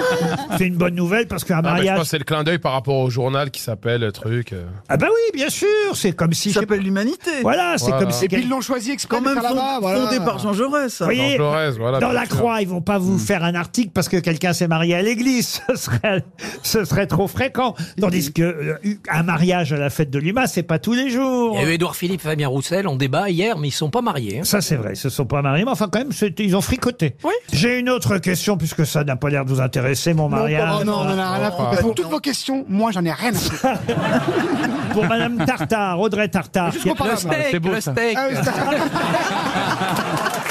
[SPEAKER 2] C'est une bonne nouvelle parce qu'un
[SPEAKER 7] Ah, mais je
[SPEAKER 2] mariage.
[SPEAKER 7] pense que c'est le clin d'œil par rapport au journal qui s'appelle euh, truc. euh.
[SPEAKER 2] Ah, bah oui, bien sûr, c'est comme si.
[SPEAKER 5] Il s'appelle l'humanité.
[SPEAKER 2] Voilà, c'est
[SPEAKER 7] Voilà.
[SPEAKER 2] comme si.
[SPEAKER 6] Et puis ils l'ont choisi exprès
[SPEAKER 5] Quand même
[SPEAKER 6] de faire
[SPEAKER 5] fond-
[SPEAKER 6] là-bas, voilà. Oh,
[SPEAKER 5] fondé par Jean Jaurès. ça.
[SPEAKER 2] Vous voyez,
[SPEAKER 7] Jean Jaurès, voilà,
[SPEAKER 2] dans
[SPEAKER 7] bien
[SPEAKER 2] la
[SPEAKER 7] sûr. Mm.
[SPEAKER 2] croix, ils vont pas vous faire un article parce que quelqu'un s'est marié à l'église. Ce serait, ce serait trop fréquent. Tandis que euh, un mariage à la fête de l'UMA, c'est pas tous les
[SPEAKER 8] Il
[SPEAKER 2] jours.
[SPEAKER 8] y a eu Édouard Philippe, Fabien Roussel, on débat hier, mais ils sont pas mariés. hein.
[SPEAKER 2] Ça, c'est vrai, ils se sont pas mariés, mais enfin, quand même, c'était- ils ont fricoté.
[SPEAKER 8] Oui.
[SPEAKER 2] J'ai une autre question, puisque ça n'a pas l'air de vous intéresser, mon mariage. Ah,
[SPEAKER 6] Oh non, on en a rien à foutre.
[SPEAKER 7] Oh.
[SPEAKER 6] Toutes vos questions, moi j'en ai rien à foutre.
[SPEAKER 2] Pour Madame Tartare, Audrey Tartare. qui-
[SPEAKER 6] Jusqu'au
[SPEAKER 8] Le
[SPEAKER 6] Parlement.
[SPEAKER 16] Ah
[SPEAKER 8] steak,
[SPEAKER 3] c'est beau,
[SPEAKER 8] le
[SPEAKER 3] ça.
[SPEAKER 8] steak.
[SPEAKER 6] Ah oui, c'est-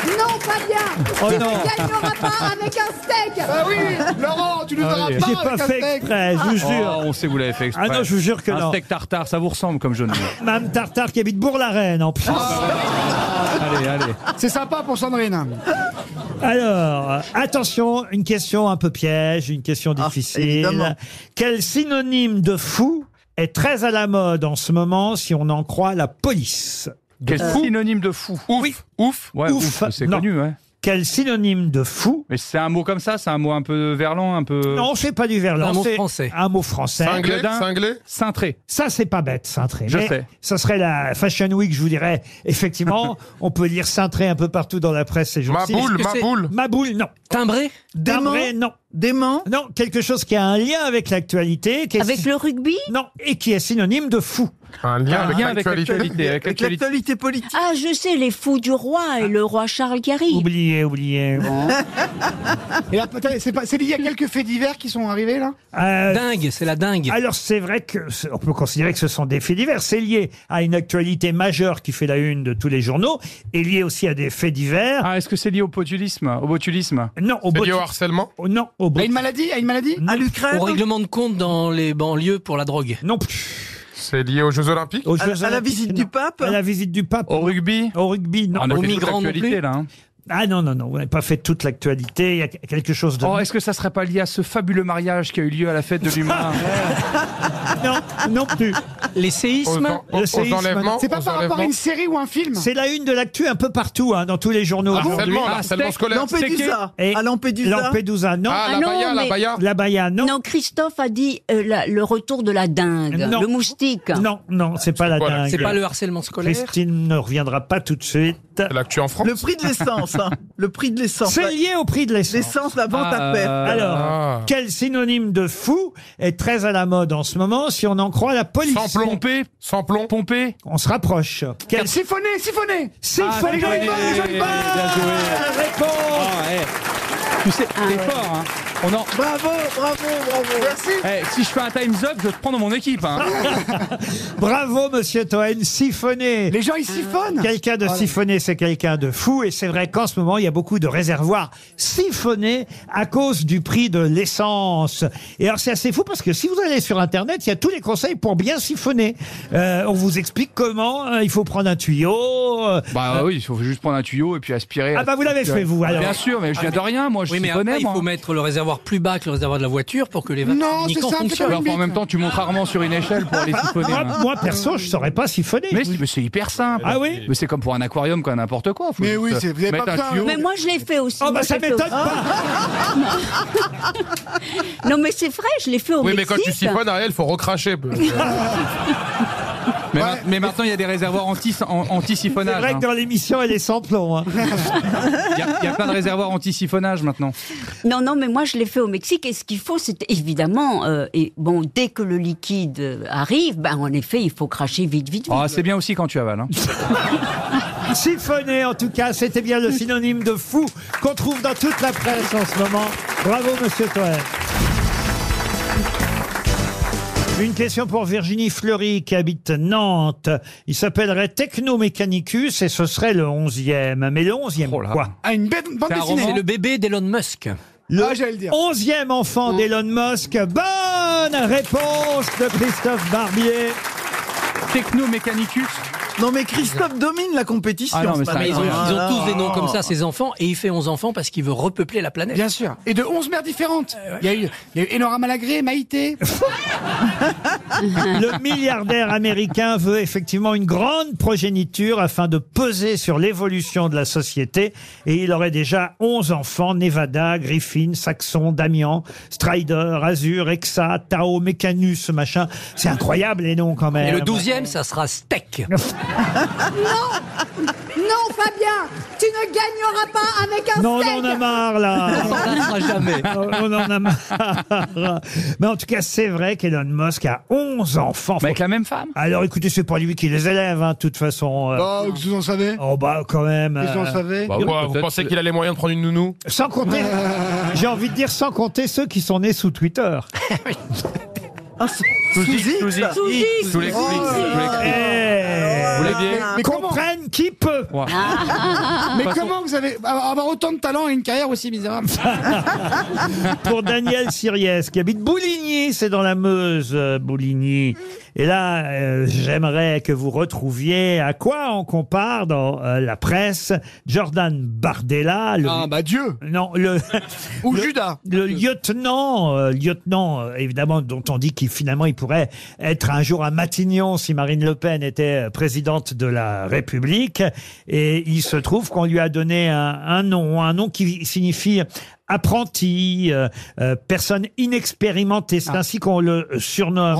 [SPEAKER 16] Non, Fabien
[SPEAKER 2] Oh
[SPEAKER 16] Tu
[SPEAKER 2] non.
[SPEAKER 16] ne gagneras pas avec un steak
[SPEAKER 6] Ah oui, Laurent, tu nous verras
[SPEAKER 2] Ah J'ai pas fait exprès, je vous
[SPEAKER 3] Ah.
[SPEAKER 8] Ah.
[SPEAKER 2] jure.
[SPEAKER 13] Oh, on sait que vous l'avez fait exprès.
[SPEAKER 2] Ah non, je vous jure que
[SPEAKER 13] Un
[SPEAKER 2] non.
[SPEAKER 13] steak tartare, ça vous ressemble comme jeune.
[SPEAKER 2] Mme Tartare qui habite Bourg-la-Reine en plus.
[SPEAKER 13] allez, allez.
[SPEAKER 6] C'est sympa pour Sandrine.
[SPEAKER 2] Alors, euh, attention, une question un peu piège, une question
[SPEAKER 13] Ah,
[SPEAKER 2] difficile.
[SPEAKER 6] évidemment.
[SPEAKER 2] Quel synonyme de fou est très à la mode en ce moment si on en croit la police Euh,
[SPEAKER 13] Quel synonyme de fou Ouf,
[SPEAKER 7] ouf,
[SPEAKER 13] ouais, ouf, c'est connu, ouais.
[SPEAKER 2] Quel synonyme de fou
[SPEAKER 13] Mais c'est un mot comme ça, c'est un mot un peu verlan, un peu.
[SPEAKER 2] Non, c'est pas du verlan.
[SPEAKER 13] Un mot
[SPEAKER 2] c'est
[SPEAKER 13] français.
[SPEAKER 2] Un mot français.
[SPEAKER 13] Cinglé, Gueudin, cinglé
[SPEAKER 2] Cintré. Ça, c'est pas bête, cintré.
[SPEAKER 13] Je
[SPEAKER 2] Mais
[SPEAKER 13] sais.
[SPEAKER 2] Ça serait la Fashion Week, je vous dirais. Effectivement, on peut lire cintré un peu partout dans la presse ces jours-ci.
[SPEAKER 7] Maboule,
[SPEAKER 2] Est-ce que c'est-
[SPEAKER 7] maboule.
[SPEAKER 2] Maboule, non. Timbré Timbré, non. Dément Non, quelque chose qui a un lien avec l'actualité. Avec le rugby Non, et qui est synonyme de fou.
[SPEAKER 7] Un
[SPEAKER 13] lien Un avec lien avec l'actualité. l'actualité, avec Avec l'actualité.
[SPEAKER 2] politique.
[SPEAKER 4] Ah, je sais, les fous du roi et le roi Charles qui arrive.
[SPEAKER 2] Oubliez, oubliez.
[SPEAKER 6] Et là, peut-être, c'est pas- c'est lié à quelques faits divers qui sont arrivés là
[SPEAKER 2] dingue, c'est la dingue. Euh, Alors c'est vrai que c'est- on peut considérer que ce sont des faits divers. C'est lié à une actualité majeure qui fait la une de tous les journaux et lié aussi à des faits divers.
[SPEAKER 13] Ah, est-ce que c'est lié au botulisme Au botulisme
[SPEAKER 2] Non, au
[SPEAKER 7] C'est lié
[SPEAKER 2] botu-
[SPEAKER 7] au harcèlement
[SPEAKER 2] Oh, Non, au
[SPEAKER 6] À une maladie À une maladie
[SPEAKER 2] À
[SPEAKER 8] On règlement de compte dans les banlieues pour la drogue.
[SPEAKER 2] Non
[SPEAKER 7] C'est lié aux Jeux Olympiques
[SPEAKER 2] Aux Jeux Olympiques, non. À la visite du pape. Au
[SPEAKER 13] rugby
[SPEAKER 2] Au rugby, non.
[SPEAKER 13] Ah, on a Aux fait toute migrants non l'actualité, plus là, hein.
[SPEAKER 2] Ah non, non, non, vous n'avez pas fait toute l'actualité. Il y a quelque chose de...
[SPEAKER 13] Oh, est-ce que ça serait pas lié à ce fabuleux mariage qui a eu lieu à la fête de l'humain
[SPEAKER 2] non, non plus.
[SPEAKER 8] Les séismes
[SPEAKER 2] Le séisme, non.
[SPEAKER 6] C'est pas par rapport à une série ou un film
[SPEAKER 2] C'est la une de l'actu un peu partout, hein, dans tous les
[SPEAKER 13] Ah,
[SPEAKER 2] journaux.
[SPEAKER 7] Harcèlement,
[SPEAKER 2] aujourd'hui. Ah,
[SPEAKER 7] harcèlement scolaire.
[SPEAKER 5] Lampedusa.
[SPEAKER 2] Et
[SPEAKER 5] À Lampedusa.
[SPEAKER 2] Lampedusa, non.
[SPEAKER 7] Ah, la Ah non, Baïa, la mais- Baïa.
[SPEAKER 2] La Baïa, non.
[SPEAKER 4] Non, Christophe a dit euh, la- le retour de la dingue,
[SPEAKER 2] Non.
[SPEAKER 4] le moustique.
[SPEAKER 2] Non, non, c'est pas la
[SPEAKER 7] quoi,
[SPEAKER 2] dingue.
[SPEAKER 7] l'actu C'est pas le
[SPEAKER 8] harcèlement scolaire
[SPEAKER 2] Christine ne reviendra pas tout de suite.
[SPEAKER 7] L'actu en France
[SPEAKER 5] Le prix de l'essence, hein. le prix de l'essence.
[SPEAKER 2] C'est lié au prix de l'essence.
[SPEAKER 5] L'essence, la vente
[SPEAKER 2] Ah,
[SPEAKER 5] à perte.
[SPEAKER 2] Alors,
[SPEAKER 7] Ah.
[SPEAKER 2] quel synonyme de fou est très à la mode en ce moment si on en croit la police
[SPEAKER 7] Sans plomb.
[SPEAKER 13] Pompé
[SPEAKER 7] Sans plomb.
[SPEAKER 13] Pompé
[SPEAKER 2] On se rapproche. Quel
[SPEAKER 6] Siphonné, siphonné
[SPEAKER 2] Siphonné,
[SPEAKER 6] Ah,
[SPEAKER 2] bonne
[SPEAKER 6] bien joué,
[SPEAKER 2] réponse.
[SPEAKER 6] bien joué.
[SPEAKER 2] réponse
[SPEAKER 13] Ah, eh. Tu sais, t'es fort, hein. On en...
[SPEAKER 5] Bravo, bravo, bravo. Merci.
[SPEAKER 13] Eh, si je fais un time's up, je vais te prendre dans mon équipe. Hein.
[SPEAKER 2] Bravo, monsieur Toen, siphonné.
[SPEAKER 6] Les gens, ils siphonnent Ah
[SPEAKER 2] Quelqu'un de
[SPEAKER 6] Voilà.
[SPEAKER 2] siphonné, c'est quelqu'un de fou. Et c'est vrai qu'en ce moment, il y a beaucoup de réservoirs siphonnés à cause du prix de l'essence. Et alors, c'est assez fou parce que si vous allez sur Internet, il y a tous les conseils pour bien siphonner. Euh, on vous explique comment euh, il faut prendre un tuyau. euh,
[SPEAKER 13] Bah oui, il faut juste prendre un tuyau et puis aspirer.
[SPEAKER 2] Ah bah, vous l'avez fait, vous, alors.
[SPEAKER 13] Bien sûr, mais je viens de rien, moi, je
[SPEAKER 8] oui,
[SPEAKER 13] suis
[SPEAKER 8] mais
[SPEAKER 13] bonnet,
[SPEAKER 8] après, il
[SPEAKER 13] moi.
[SPEAKER 8] faut mettre le réservoir plus bas que le réservoir de la voiture pour que les vacances
[SPEAKER 6] Non, c'est simple, c'est
[SPEAKER 8] fonctionnent.
[SPEAKER 6] comme une
[SPEAKER 13] En même temps, tu montes rarement sur une échelle pour aller siphonner.
[SPEAKER 2] Moi,
[SPEAKER 13] hein.
[SPEAKER 2] moi, perso, je saurais pas siphonner.
[SPEAKER 13] Mais, c'est- mais c'est hyper simple.
[SPEAKER 2] Ah oui
[SPEAKER 13] Mais c'est comme pour un aquarium, quoi, n'importe quoi. Faut
[SPEAKER 6] Mais
[SPEAKER 13] juste
[SPEAKER 6] oui, c'est- vous avez
[SPEAKER 13] mettre
[SPEAKER 6] pas
[SPEAKER 13] un
[SPEAKER 6] besoin- hein.
[SPEAKER 13] tuyau.
[SPEAKER 4] Mais moi, je l'ai fait aussi.
[SPEAKER 2] Oh, bah,
[SPEAKER 4] Moi,
[SPEAKER 2] ça
[SPEAKER 4] je l'ai
[SPEAKER 2] m'étonne
[SPEAKER 4] fait aussi. non, mais c'est vrai, je l'ai fait au
[SPEAKER 7] Oui, mais
[SPEAKER 4] Mexique.
[SPEAKER 7] quand tu siphonnes, Ariel, faut recracher.
[SPEAKER 13] Mais, ma- mais maintenant, il y a des réservoirs anti- an-
[SPEAKER 2] C'est
[SPEAKER 13] anti-siphonnage.
[SPEAKER 2] vrai
[SPEAKER 13] hein.
[SPEAKER 2] que dans l'émission, elle est sans plomb. hein.
[SPEAKER 13] Il y a- il y, a plein de réservoirs anti-siphonnage maintenant.
[SPEAKER 3] Ah,
[SPEAKER 4] Non, non, mais moi je l'ai fait au Mexique et ce qu'il faut, c'est évidemment, euh, et bon, dès que le liquide euh, arrive, ben en effet, il faut cracher vite, vite, vite.
[SPEAKER 13] Ah, c'est bien aussi quand tu avales. hein.
[SPEAKER 2] Siphonné, en tout cas, c'était bien le synonyme de fou qu'on trouve dans toute la presse en ce moment. Bravo, monsieur Toer. Une question pour Virginie Fleury qui habite Nantes. Il s'appellerait Technomechanicus et ce serait le 11e. Mais le 11e quoi
[SPEAKER 6] Ah, une bête- bande dessinée
[SPEAKER 8] C'est le bébé d'Elon Musk.
[SPEAKER 2] Le
[SPEAKER 6] Ah, j'allais le dire. Mm.
[SPEAKER 2] 11e enfant d'Elon Musk. Bonne réponse de Christophe Barbier.
[SPEAKER 13] Technomechanicus.
[SPEAKER 5] Non mais Christophe domine la compétition.
[SPEAKER 13] Ah non, mais
[SPEAKER 5] ce
[SPEAKER 13] ça-
[SPEAKER 5] matin.
[SPEAKER 8] Mais ils ont,
[SPEAKER 5] Ah,
[SPEAKER 8] ils ont
[SPEAKER 5] non.
[SPEAKER 8] tous des noms comme ça, ces enfants, et il fait 11 enfants parce qu'il veut repeupler la planète.
[SPEAKER 6] Bien sûr. Et de 11 mères différentes. Il y a eu, il y a eu Enora Malagré, Maïté.
[SPEAKER 2] Le milliardaire américain veut effectivement une grande progéniture afin de peser sur l'évolution de la société. Et il aurait déjà 11 enfants, Nevada, Griffin, Saxon, Damian, Strider, Azur, Exa, Tao, Mécanus, machin. C'est incroyable les noms quand
[SPEAKER 8] Et
[SPEAKER 2] même.
[SPEAKER 8] le 12e, ça sera Steak.
[SPEAKER 16] Non, Fabien Tu ne gagneras pas avec un
[SPEAKER 2] Non,
[SPEAKER 16] steak
[SPEAKER 2] on en a marre là.
[SPEAKER 8] On s'en lassera jamais.
[SPEAKER 2] On en a marre. Mais en tout cas, c'est vrai qu'Elon Musk a 11 enfants.
[SPEAKER 13] Mais avec la même femme.
[SPEAKER 2] Alors écoutez, c'est pas lui qui les élève, hein, de toute façon. euh.
[SPEAKER 6] Oh, que vous en savez
[SPEAKER 2] Oh bah quand même.
[SPEAKER 6] Qu'est-ce qu'on
[SPEAKER 2] euh,
[SPEAKER 6] savait
[SPEAKER 7] Bah, quoi, vous pensez qu'il a les moyens de prendre une nounou
[SPEAKER 2] Sans compter,
[SPEAKER 6] Ah,
[SPEAKER 2] j'ai envie de dire sans compter ceux qui sont nés sous Twitter.
[SPEAKER 5] Ah, c'est-
[SPEAKER 2] Sous X.
[SPEAKER 16] Sous X. Sous X. Je
[SPEAKER 2] Oh,
[SPEAKER 16] vous l'explique, je vous l'explique.
[SPEAKER 2] Eh,
[SPEAKER 16] Vous l'avez bien
[SPEAKER 2] mais comprennent qui peut.
[SPEAKER 6] Mais comment vous avez avoir autant de talent et une carrière aussi misérable
[SPEAKER 4] Ah,
[SPEAKER 2] Pour Daniel Siriès, qui habite Bouligny, c'est dans la Meuse, euh, Bouligny. Et là, euh, j'aimerais que vous retrouviez à quoi on compare dans euh, la presse Jordan Bardella. Le, ah,
[SPEAKER 6] bah Dieu
[SPEAKER 2] Non, le.
[SPEAKER 6] Ou
[SPEAKER 2] le-
[SPEAKER 6] Judas.
[SPEAKER 2] Le lieutenant, euh, lieutenant, euh, évidemment, dont on dit qu'il finalement il pourrait être un jour à Matignon si Marine Le Pen était euh, présidente de la République. Et il se trouve qu'on lui a donné un, un nom, un nom qui signifie apprenti, euh, euh, personne inexpérimentée.
[SPEAKER 5] Ah.
[SPEAKER 2] C'est ainsi qu'on le surnomme.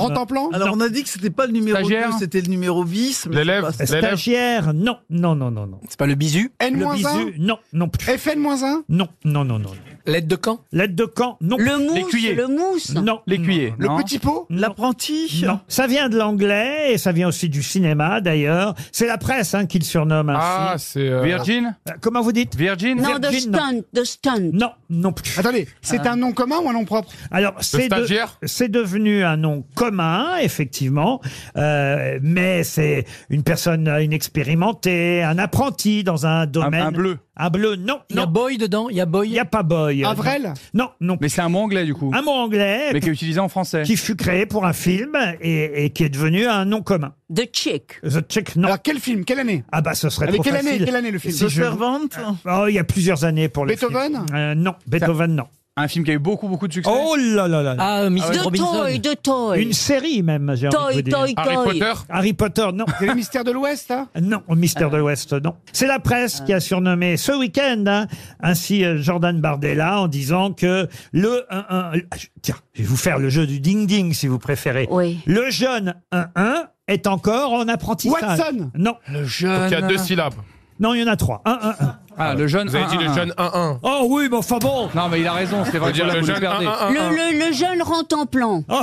[SPEAKER 5] Alors on a dit que c'était pas le numéro
[SPEAKER 2] Stagiaire.
[SPEAKER 5] 2, c'était le numéro 10. mais
[SPEAKER 2] L'élève,
[SPEAKER 5] c'est pas-
[SPEAKER 2] stagiaire, non, non, non, non, non.
[SPEAKER 8] C'est pas le bisu
[SPEAKER 2] Le
[SPEAKER 6] N-1
[SPEAKER 2] bisu, non, non plus.
[SPEAKER 6] FN-1
[SPEAKER 2] Non, non, non, non.
[SPEAKER 8] L'aide de camp
[SPEAKER 2] L'aide de camp, non. Le
[SPEAKER 4] mousse, L'écuyer. le mousse.
[SPEAKER 2] Non.
[SPEAKER 3] L'écuyer,
[SPEAKER 2] Le
[SPEAKER 3] non.
[SPEAKER 2] petit
[SPEAKER 6] pot
[SPEAKER 2] L'apprenti Non. Ça vient de l'anglais et ça vient aussi du cinéma d'ailleurs. C'est la presse hein, qui le surnomme ainsi.
[SPEAKER 7] Ah, c'est, euh, Virgin
[SPEAKER 2] Euh, Comment vous dites
[SPEAKER 7] Virgin
[SPEAKER 4] Non, de stunt, de Ah. stunt.
[SPEAKER 2] Non, non plus. Euh,
[SPEAKER 6] Attendez, c'est un nom commun ou un nom propre
[SPEAKER 2] Alors, c'est de-
[SPEAKER 6] stagiaire
[SPEAKER 2] c'est devenu un nom commun, effectivement, euh, mais c'est une personne inexpérimentée, un apprenti dans un domaine. Un, bleu. Un bleu, non. Il y a
[SPEAKER 8] boy dedans Il y a boy
[SPEAKER 2] Il n'y a pas boy. euh,
[SPEAKER 6] Avrel
[SPEAKER 2] Non, non.
[SPEAKER 3] Mais c'est un mot anglais, du coup.
[SPEAKER 2] Un mot anglais.
[SPEAKER 3] Mais qui est utilisé en français.
[SPEAKER 2] Qui fut créé pour un film et, et qui est devenu un nom commun.
[SPEAKER 4] The Chick.
[SPEAKER 2] The Chick, non.
[SPEAKER 6] Alors quel film Quelle année
[SPEAKER 2] Ah bah ce serait
[SPEAKER 6] Avec
[SPEAKER 2] trop
[SPEAKER 6] quelle année-
[SPEAKER 2] facile.
[SPEAKER 6] quelle année le film
[SPEAKER 2] Si
[SPEAKER 6] The
[SPEAKER 2] je-
[SPEAKER 6] Servant
[SPEAKER 2] Oh, il y a plusieurs années pour le
[SPEAKER 6] Beethoven
[SPEAKER 2] film. Euh, Non, Beethoven, non.
[SPEAKER 3] Un film qui a eu beaucoup, beaucoup de succès.
[SPEAKER 2] Oh là là là là.
[SPEAKER 8] Ah, Miss
[SPEAKER 4] de toy, de toy.
[SPEAKER 2] Une série même, j'ai
[SPEAKER 4] Toy,
[SPEAKER 2] envie de vous
[SPEAKER 4] toy,
[SPEAKER 2] dire.
[SPEAKER 4] Harry toy. Potter
[SPEAKER 2] Harry Potter, non.
[SPEAKER 6] C'est le mystère de l'Ouest, hein
[SPEAKER 2] Non, au Mystère de l'Ouest, non. C'est la presse qui a surnommé ce week-end hein, ainsi euh, Jordan Bardella en disant que le 1-1... Tiens, ah, je vais vous faire le jeu du ding-ding si vous préférez. Le jeune 1-1 est encore en apprentissage.
[SPEAKER 6] Watson
[SPEAKER 2] Non.
[SPEAKER 8] Le
[SPEAKER 7] Donc,
[SPEAKER 8] jeune.
[SPEAKER 7] il y a deux syllabes.
[SPEAKER 2] Non, il y en a trois. 1-1-1.
[SPEAKER 3] Ah, le jeune.
[SPEAKER 7] Vous avez dit le jeune 1-1.
[SPEAKER 2] Oh oui, mais enfin bon
[SPEAKER 3] Non, mais il a raison, c'est vrai.
[SPEAKER 7] Faut dire
[SPEAKER 3] que là,
[SPEAKER 7] le
[SPEAKER 3] vous le
[SPEAKER 7] jeune
[SPEAKER 3] perdez.
[SPEAKER 7] 1-1-1.
[SPEAKER 4] Le, le, le jeune rentre en plan.
[SPEAKER 2] Oh.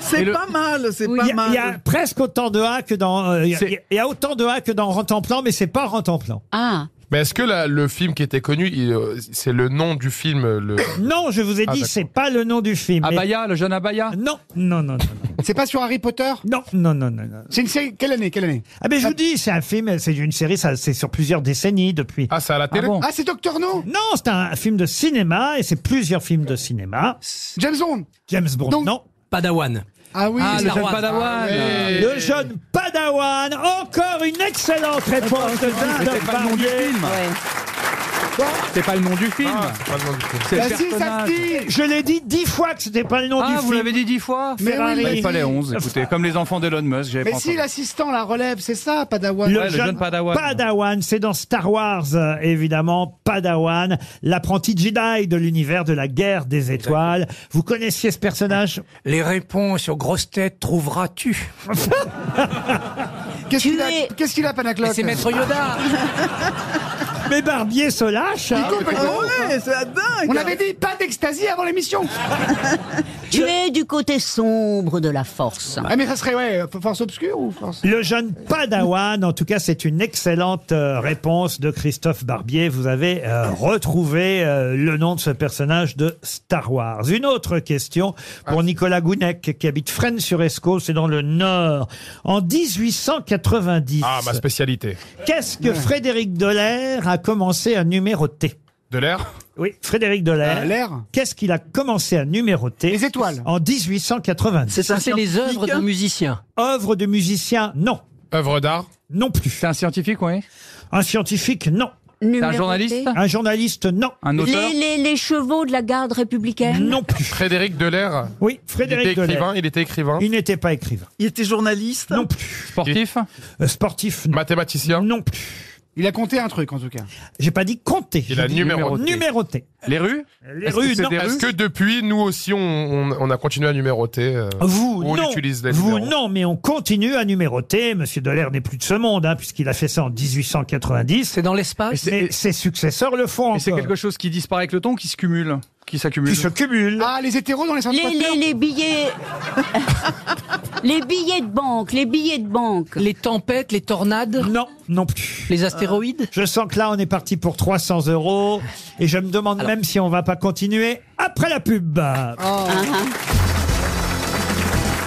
[SPEAKER 5] C'est pas mal, c'est
[SPEAKER 2] Il
[SPEAKER 5] pas
[SPEAKER 2] y, a,
[SPEAKER 5] mal.
[SPEAKER 2] il y a presque autant de A que dans. euh, il y a-
[SPEAKER 7] C'est-
[SPEAKER 2] il y, a- il y a autant de A que dans Rentemplan, mais c'est pas Rentemplan.
[SPEAKER 4] Ah.
[SPEAKER 7] Mais est-ce que la- le film qui était connu, il, euh, c'est le nom du film euh, le...
[SPEAKER 2] Non, je vous ai
[SPEAKER 7] Ah,
[SPEAKER 2] dit,
[SPEAKER 7] d'accord. Ah, bah,
[SPEAKER 2] c'est pas le nom du film. mais-
[SPEAKER 3] Abaya, le jeune Abaya
[SPEAKER 2] Ah, Non, non, non, non.
[SPEAKER 6] C'est pas sur Harry Potter
[SPEAKER 2] Non, non, non, non. non.
[SPEAKER 6] C'est une série quelle année Quelle année
[SPEAKER 2] Ah, mais je vous dis, c'est un film, c'est une série, ça, c'est sur plusieurs décennies depuis.
[SPEAKER 7] Ah, c'est à la télé
[SPEAKER 6] Ah, c'est Docteur No
[SPEAKER 2] Non, c'est un film de cinéma et c'est plusieurs films de cinéma.
[SPEAKER 6] James Bond
[SPEAKER 2] James Bond,
[SPEAKER 6] Donc-
[SPEAKER 2] non.
[SPEAKER 8] Padawan.
[SPEAKER 6] Ah oui,
[SPEAKER 8] Ah,
[SPEAKER 6] c'est
[SPEAKER 8] le
[SPEAKER 6] Star
[SPEAKER 8] jeune
[SPEAKER 6] Wars. Ah,
[SPEAKER 8] Padawan.
[SPEAKER 6] Ouais.
[SPEAKER 2] Le jeune Padawan, encore une excellente réponse de
[SPEAKER 3] Mais
[SPEAKER 2] Christophe
[SPEAKER 3] c'est pas le nom du
[SPEAKER 2] Barbier.
[SPEAKER 3] film. C'est pas le nom du film.
[SPEAKER 7] Ah, c'est pas le nom du film.
[SPEAKER 3] C'est le
[SPEAKER 6] Bah si, ça
[SPEAKER 3] personnage.
[SPEAKER 6] se dit
[SPEAKER 2] Je l'ai dit dix fois que c'était pas Ben le nom du
[SPEAKER 3] Ah,
[SPEAKER 2] film.
[SPEAKER 3] vous l'avez dit dix fois
[SPEAKER 6] Mais
[SPEAKER 2] Ferrari.
[SPEAKER 6] oui,
[SPEAKER 3] Bah,
[SPEAKER 6] mais-
[SPEAKER 3] Il fallait onze, écoutez. Comme les enfants d'Elon Musk, j'avais
[SPEAKER 6] Mais
[SPEAKER 3] pas
[SPEAKER 6] si
[SPEAKER 3] entendu.
[SPEAKER 6] l'assistant la relève, c'est ça, Padawan.
[SPEAKER 3] Ouais, le jeune Padawan.
[SPEAKER 2] c'est dans Star Wars, euh, évidemment. Padawan, l'apprenti Jedi de l'univers de la guerre des étoiles. Vous connaissiez ce personnage
[SPEAKER 8] Les réponses aux grosses têtes trouveras-tu
[SPEAKER 6] Qu'est-ce qu'il
[SPEAKER 4] Tu
[SPEAKER 6] a,
[SPEAKER 4] es-
[SPEAKER 6] qu'est-ce qu'il a Panacloc
[SPEAKER 8] Et c'est Maître Yoda
[SPEAKER 2] Mais Barbier se lâche. hein.
[SPEAKER 5] Ah ouais, c'est dingue.
[SPEAKER 6] On avait dit pas d'extasie avant l'émission.
[SPEAKER 4] Tu es du côté sombre de la force.
[SPEAKER 6] Ah, mais ça serait, ouais,
[SPEAKER 2] euh,
[SPEAKER 6] force obscure ou force.
[SPEAKER 2] Le jeune Padawan, en tout cas, c'est une excellente euh, réponse de Christophe Barbier. Vous avez euh, retrouvé euh, le nom de ce personnage de Star Wars. Une autre question
[SPEAKER 8] Ah.
[SPEAKER 2] pour Nicolas Gounec, qui habite Fresnes-sur-Escaut, c'est dans le Nord. En 1890,
[SPEAKER 7] Ah, ma spécialité.
[SPEAKER 2] qu'est-ce que Frédéric Delair a commencé à numéroter
[SPEAKER 7] De l'air
[SPEAKER 2] Oui, Frédéric Delair.
[SPEAKER 6] Euh, l'air
[SPEAKER 2] Qu'est-ce qu'il a commencé à numéroter
[SPEAKER 6] Les étoiles.
[SPEAKER 2] En 1890.
[SPEAKER 5] C'est un
[SPEAKER 8] C'est les œuvres de
[SPEAKER 5] scientifique.
[SPEAKER 8] musiciens.
[SPEAKER 2] Œuvre de musicien Non.
[SPEAKER 7] Œuvre d'art
[SPEAKER 2] Non plus.
[SPEAKER 3] C'est un scientifique, oui.
[SPEAKER 2] Un scientifique Non.
[SPEAKER 3] C'est un
[SPEAKER 4] Numéroté.
[SPEAKER 3] journaliste
[SPEAKER 2] Un journaliste, non.
[SPEAKER 3] Un auteur
[SPEAKER 4] Les, les, les chevaux de la garde républicaine.
[SPEAKER 2] Non plus.
[SPEAKER 7] Frédéric Delair
[SPEAKER 2] Oui,
[SPEAKER 7] Il était
[SPEAKER 2] Frédéric
[SPEAKER 7] écrivain,
[SPEAKER 2] Delair.
[SPEAKER 7] il était écrivain.
[SPEAKER 2] Il n'était pas écrivain.
[SPEAKER 5] Il était journaliste.
[SPEAKER 2] Non plus.
[SPEAKER 3] Sportif
[SPEAKER 2] Euh, Sportif, non.
[SPEAKER 7] Mathématicien
[SPEAKER 2] Non plus.
[SPEAKER 6] Il a compté un truc en tout cas.
[SPEAKER 2] J'ai pas dit compter.
[SPEAKER 7] Il
[SPEAKER 2] j'ai
[SPEAKER 7] a
[SPEAKER 2] dit
[SPEAKER 7] numéroté.
[SPEAKER 2] numéroté.
[SPEAKER 7] Les rues
[SPEAKER 2] Les
[SPEAKER 7] Est-ce que
[SPEAKER 2] rues,
[SPEAKER 7] c'est
[SPEAKER 2] non.
[SPEAKER 7] des Est-ce que depuis, nous aussi, on, on- on a continué à numéroter euh,
[SPEAKER 2] Vous,
[SPEAKER 7] ou on
[SPEAKER 2] non.
[SPEAKER 7] utilise les
[SPEAKER 2] Vous,
[SPEAKER 7] numéros
[SPEAKER 2] non, mais on continue à numéroter. Monsieur Delair n'est plus de ce monde, hein, puisqu'il a fait ça en 1890.
[SPEAKER 8] C'est dans l'espace
[SPEAKER 2] Mais ses successeurs le font
[SPEAKER 3] Et c'est
[SPEAKER 2] encore.
[SPEAKER 3] quelque chose qui disparaît avec le temps ou qui se cumule Qui s'accumule
[SPEAKER 2] Qui se cumulent.
[SPEAKER 6] Ah, les hétéros dans les centres
[SPEAKER 4] Les, les, les billets. les billets de banque, les billets de banque.
[SPEAKER 8] Les tempêtes, les tornades,
[SPEAKER 2] Non, non plus.
[SPEAKER 8] les astéroïdes
[SPEAKER 2] Euh, Je sens que là, on est parti pour 300 euros. Et je me demande même
[SPEAKER 4] Ah,
[SPEAKER 2] si on va pas continuer après la pub.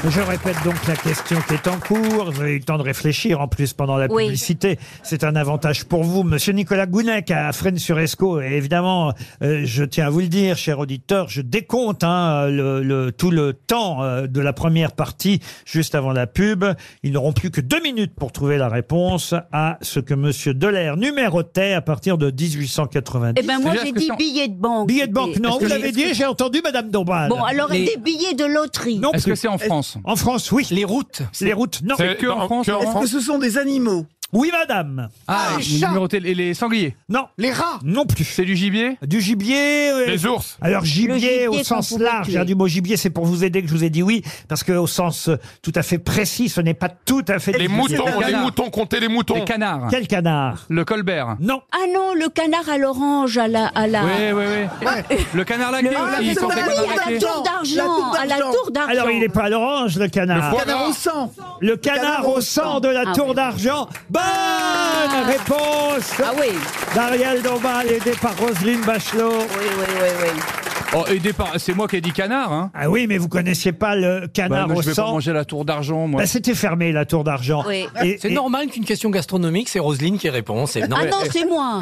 [SPEAKER 2] Je répète donc la question qui est en cours. Vous avez eu le temps de réfléchir en plus pendant la
[SPEAKER 18] Oui.
[SPEAKER 2] publicité. C'est un avantage pour vous. Monsieur Nicolas Gounec à Fresnes-sur-Escaut. Et évidemment, euh, je tiens à vous le dire, cher auditeur, je décompte hein, le, le- tout le temps euh, de la première partie juste avant la pub. Ils n'auront plus que deux minutes pour trouver la réponse à ce que Monsieur Delair numérotait à partir de 1890.
[SPEAKER 4] Eh ben moi j'ai dit billets de banque.
[SPEAKER 2] Billet de banque, non,
[SPEAKER 4] Parce que
[SPEAKER 2] vous l'avez
[SPEAKER 4] j'ai-
[SPEAKER 2] dit, j'ai entendu Madame Dombal.
[SPEAKER 4] Bon, alors des billets de loterie.
[SPEAKER 2] Non
[SPEAKER 3] Est-ce
[SPEAKER 2] plus.
[SPEAKER 3] que c'est en France
[SPEAKER 2] En France, oui.
[SPEAKER 3] Les routes.
[SPEAKER 2] Les routes, non.
[SPEAKER 3] C'est que en France.
[SPEAKER 5] Est-ce que
[SPEAKER 3] France
[SPEAKER 5] ce sont des animaux
[SPEAKER 2] hein. Oui, madame.
[SPEAKER 3] Ah,
[SPEAKER 5] Ah, les
[SPEAKER 3] les,
[SPEAKER 5] chats.
[SPEAKER 3] numérotés- et les sangliers.
[SPEAKER 2] Non.
[SPEAKER 6] Les rats.
[SPEAKER 2] Non plus.
[SPEAKER 3] C'est du gibier
[SPEAKER 2] Du gibier. euh,
[SPEAKER 3] Les ours.
[SPEAKER 2] Alors gibier,
[SPEAKER 3] Le gibier
[SPEAKER 2] au
[SPEAKER 3] qu'on
[SPEAKER 2] sens
[SPEAKER 3] pouvait
[SPEAKER 2] large
[SPEAKER 3] tuer.
[SPEAKER 2] hein, du mot gibier, c'est pour vous aider que je vous ai dit oui, parce que au sens euh, tout à fait précis, ce n'est pas tout à fait.
[SPEAKER 7] Les
[SPEAKER 2] du gibier.
[SPEAKER 7] moutons, les moutons, comptez les moutons.
[SPEAKER 2] Les canards. Quel canard
[SPEAKER 3] Le Colbert.
[SPEAKER 2] Non.
[SPEAKER 4] Ah non, le canard à l'orange, à la... À la...
[SPEAKER 3] Oui, oui, oui. Le canard laqué
[SPEAKER 4] Le-
[SPEAKER 3] aussi,
[SPEAKER 4] Ah,
[SPEAKER 3] quand
[SPEAKER 4] c'est
[SPEAKER 3] les
[SPEAKER 4] Marie,
[SPEAKER 3] canards
[SPEAKER 4] à la
[SPEAKER 3] laqués.
[SPEAKER 4] tour d'argent, à la tour d'argent.
[SPEAKER 2] Alors il n'est pas à l'orange le canard. hein.
[SPEAKER 3] Le foie gras.
[SPEAKER 5] sang.
[SPEAKER 2] Le canard au sang de la
[SPEAKER 4] Ah
[SPEAKER 2] tour
[SPEAKER 4] oui.
[SPEAKER 2] d'argent. Bonne réponse.
[SPEAKER 4] Ah oui.
[SPEAKER 2] D'Ariel Dombal aidé par Roselyne Bachelot.
[SPEAKER 4] Oui, oui, oui, oui.
[SPEAKER 3] Oh, aidé par- c'est moi qui ai dit canard. Hein.
[SPEAKER 2] Ah oui, mais vous connaissiez pas le
[SPEAKER 3] Bah,
[SPEAKER 2] canard
[SPEAKER 3] moi,
[SPEAKER 2] au
[SPEAKER 3] je vais pas
[SPEAKER 2] sang.
[SPEAKER 3] manger la tour d'argent, moi.
[SPEAKER 2] Bah, C'était fermé la tour d'argent.
[SPEAKER 4] Oui.
[SPEAKER 2] Et-
[SPEAKER 8] C'est
[SPEAKER 2] et-
[SPEAKER 8] normal qu'une question gastronomique, c'est Roselyne qui répond. C'est
[SPEAKER 4] Ah
[SPEAKER 8] normal.
[SPEAKER 4] non, c'est moi.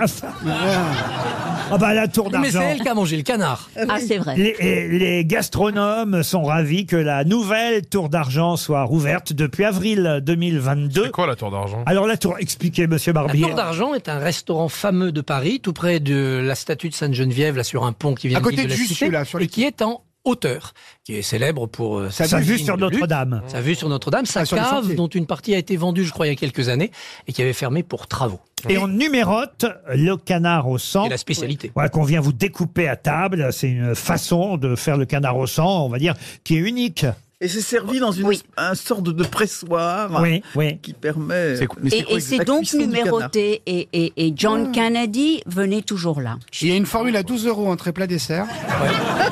[SPEAKER 2] Ah bah la tour
[SPEAKER 8] Mais c'est
[SPEAKER 2] d'argent.
[SPEAKER 8] elle qui a mangé le canard.
[SPEAKER 4] Ah, c'est vrai.
[SPEAKER 2] Les, et les gastronomes sont ravis que la nouvelle tour d'argent soit rouverte depuis avril 2022.
[SPEAKER 7] C'est quoi la tour d'argent
[SPEAKER 2] Alors la tour, expliquez Monsieur
[SPEAKER 8] La
[SPEAKER 2] Barbier.
[SPEAKER 8] Tour d'Argent est un restaurant fameux de Paris, tout près de la statue de Sainte-Geneviève, là sur un pont qui vient
[SPEAKER 6] À côté
[SPEAKER 8] de l'île de
[SPEAKER 6] de
[SPEAKER 8] la
[SPEAKER 6] Jussieu,
[SPEAKER 8] Cité,
[SPEAKER 6] là, sur
[SPEAKER 8] et qui est en hauteur, qui est célèbre pour euh,
[SPEAKER 2] Sa vue
[SPEAKER 8] vigne
[SPEAKER 2] sur
[SPEAKER 8] de Luc,
[SPEAKER 2] Notre-Dame.
[SPEAKER 8] Sa vue sur Notre-Dame, sa
[SPEAKER 6] Ah, sur le
[SPEAKER 8] cave
[SPEAKER 6] sentier.
[SPEAKER 8] dont une partie a été vendue, je crois, il y a quelques années, et qui avait fermé pour travaux.
[SPEAKER 2] Et on numérote le canard au sang.
[SPEAKER 8] C'est la spécialité.
[SPEAKER 2] Voilà, qu'on vient vous découper à table. C'est une façon de faire le canard au sang, on va dire, qui est unique.
[SPEAKER 5] Et c'est servi dans une, un sorte de pressoir
[SPEAKER 2] Oui, oui.
[SPEAKER 5] qui permet.
[SPEAKER 3] C'est- mais
[SPEAKER 4] Et, et c'est donc numéroté. Et, et, et John
[SPEAKER 5] Hmm.
[SPEAKER 4] Kennedy venait toujours là.
[SPEAKER 6] Il y a une formule à 12 euros entrée plat dessert.
[SPEAKER 2] Ah,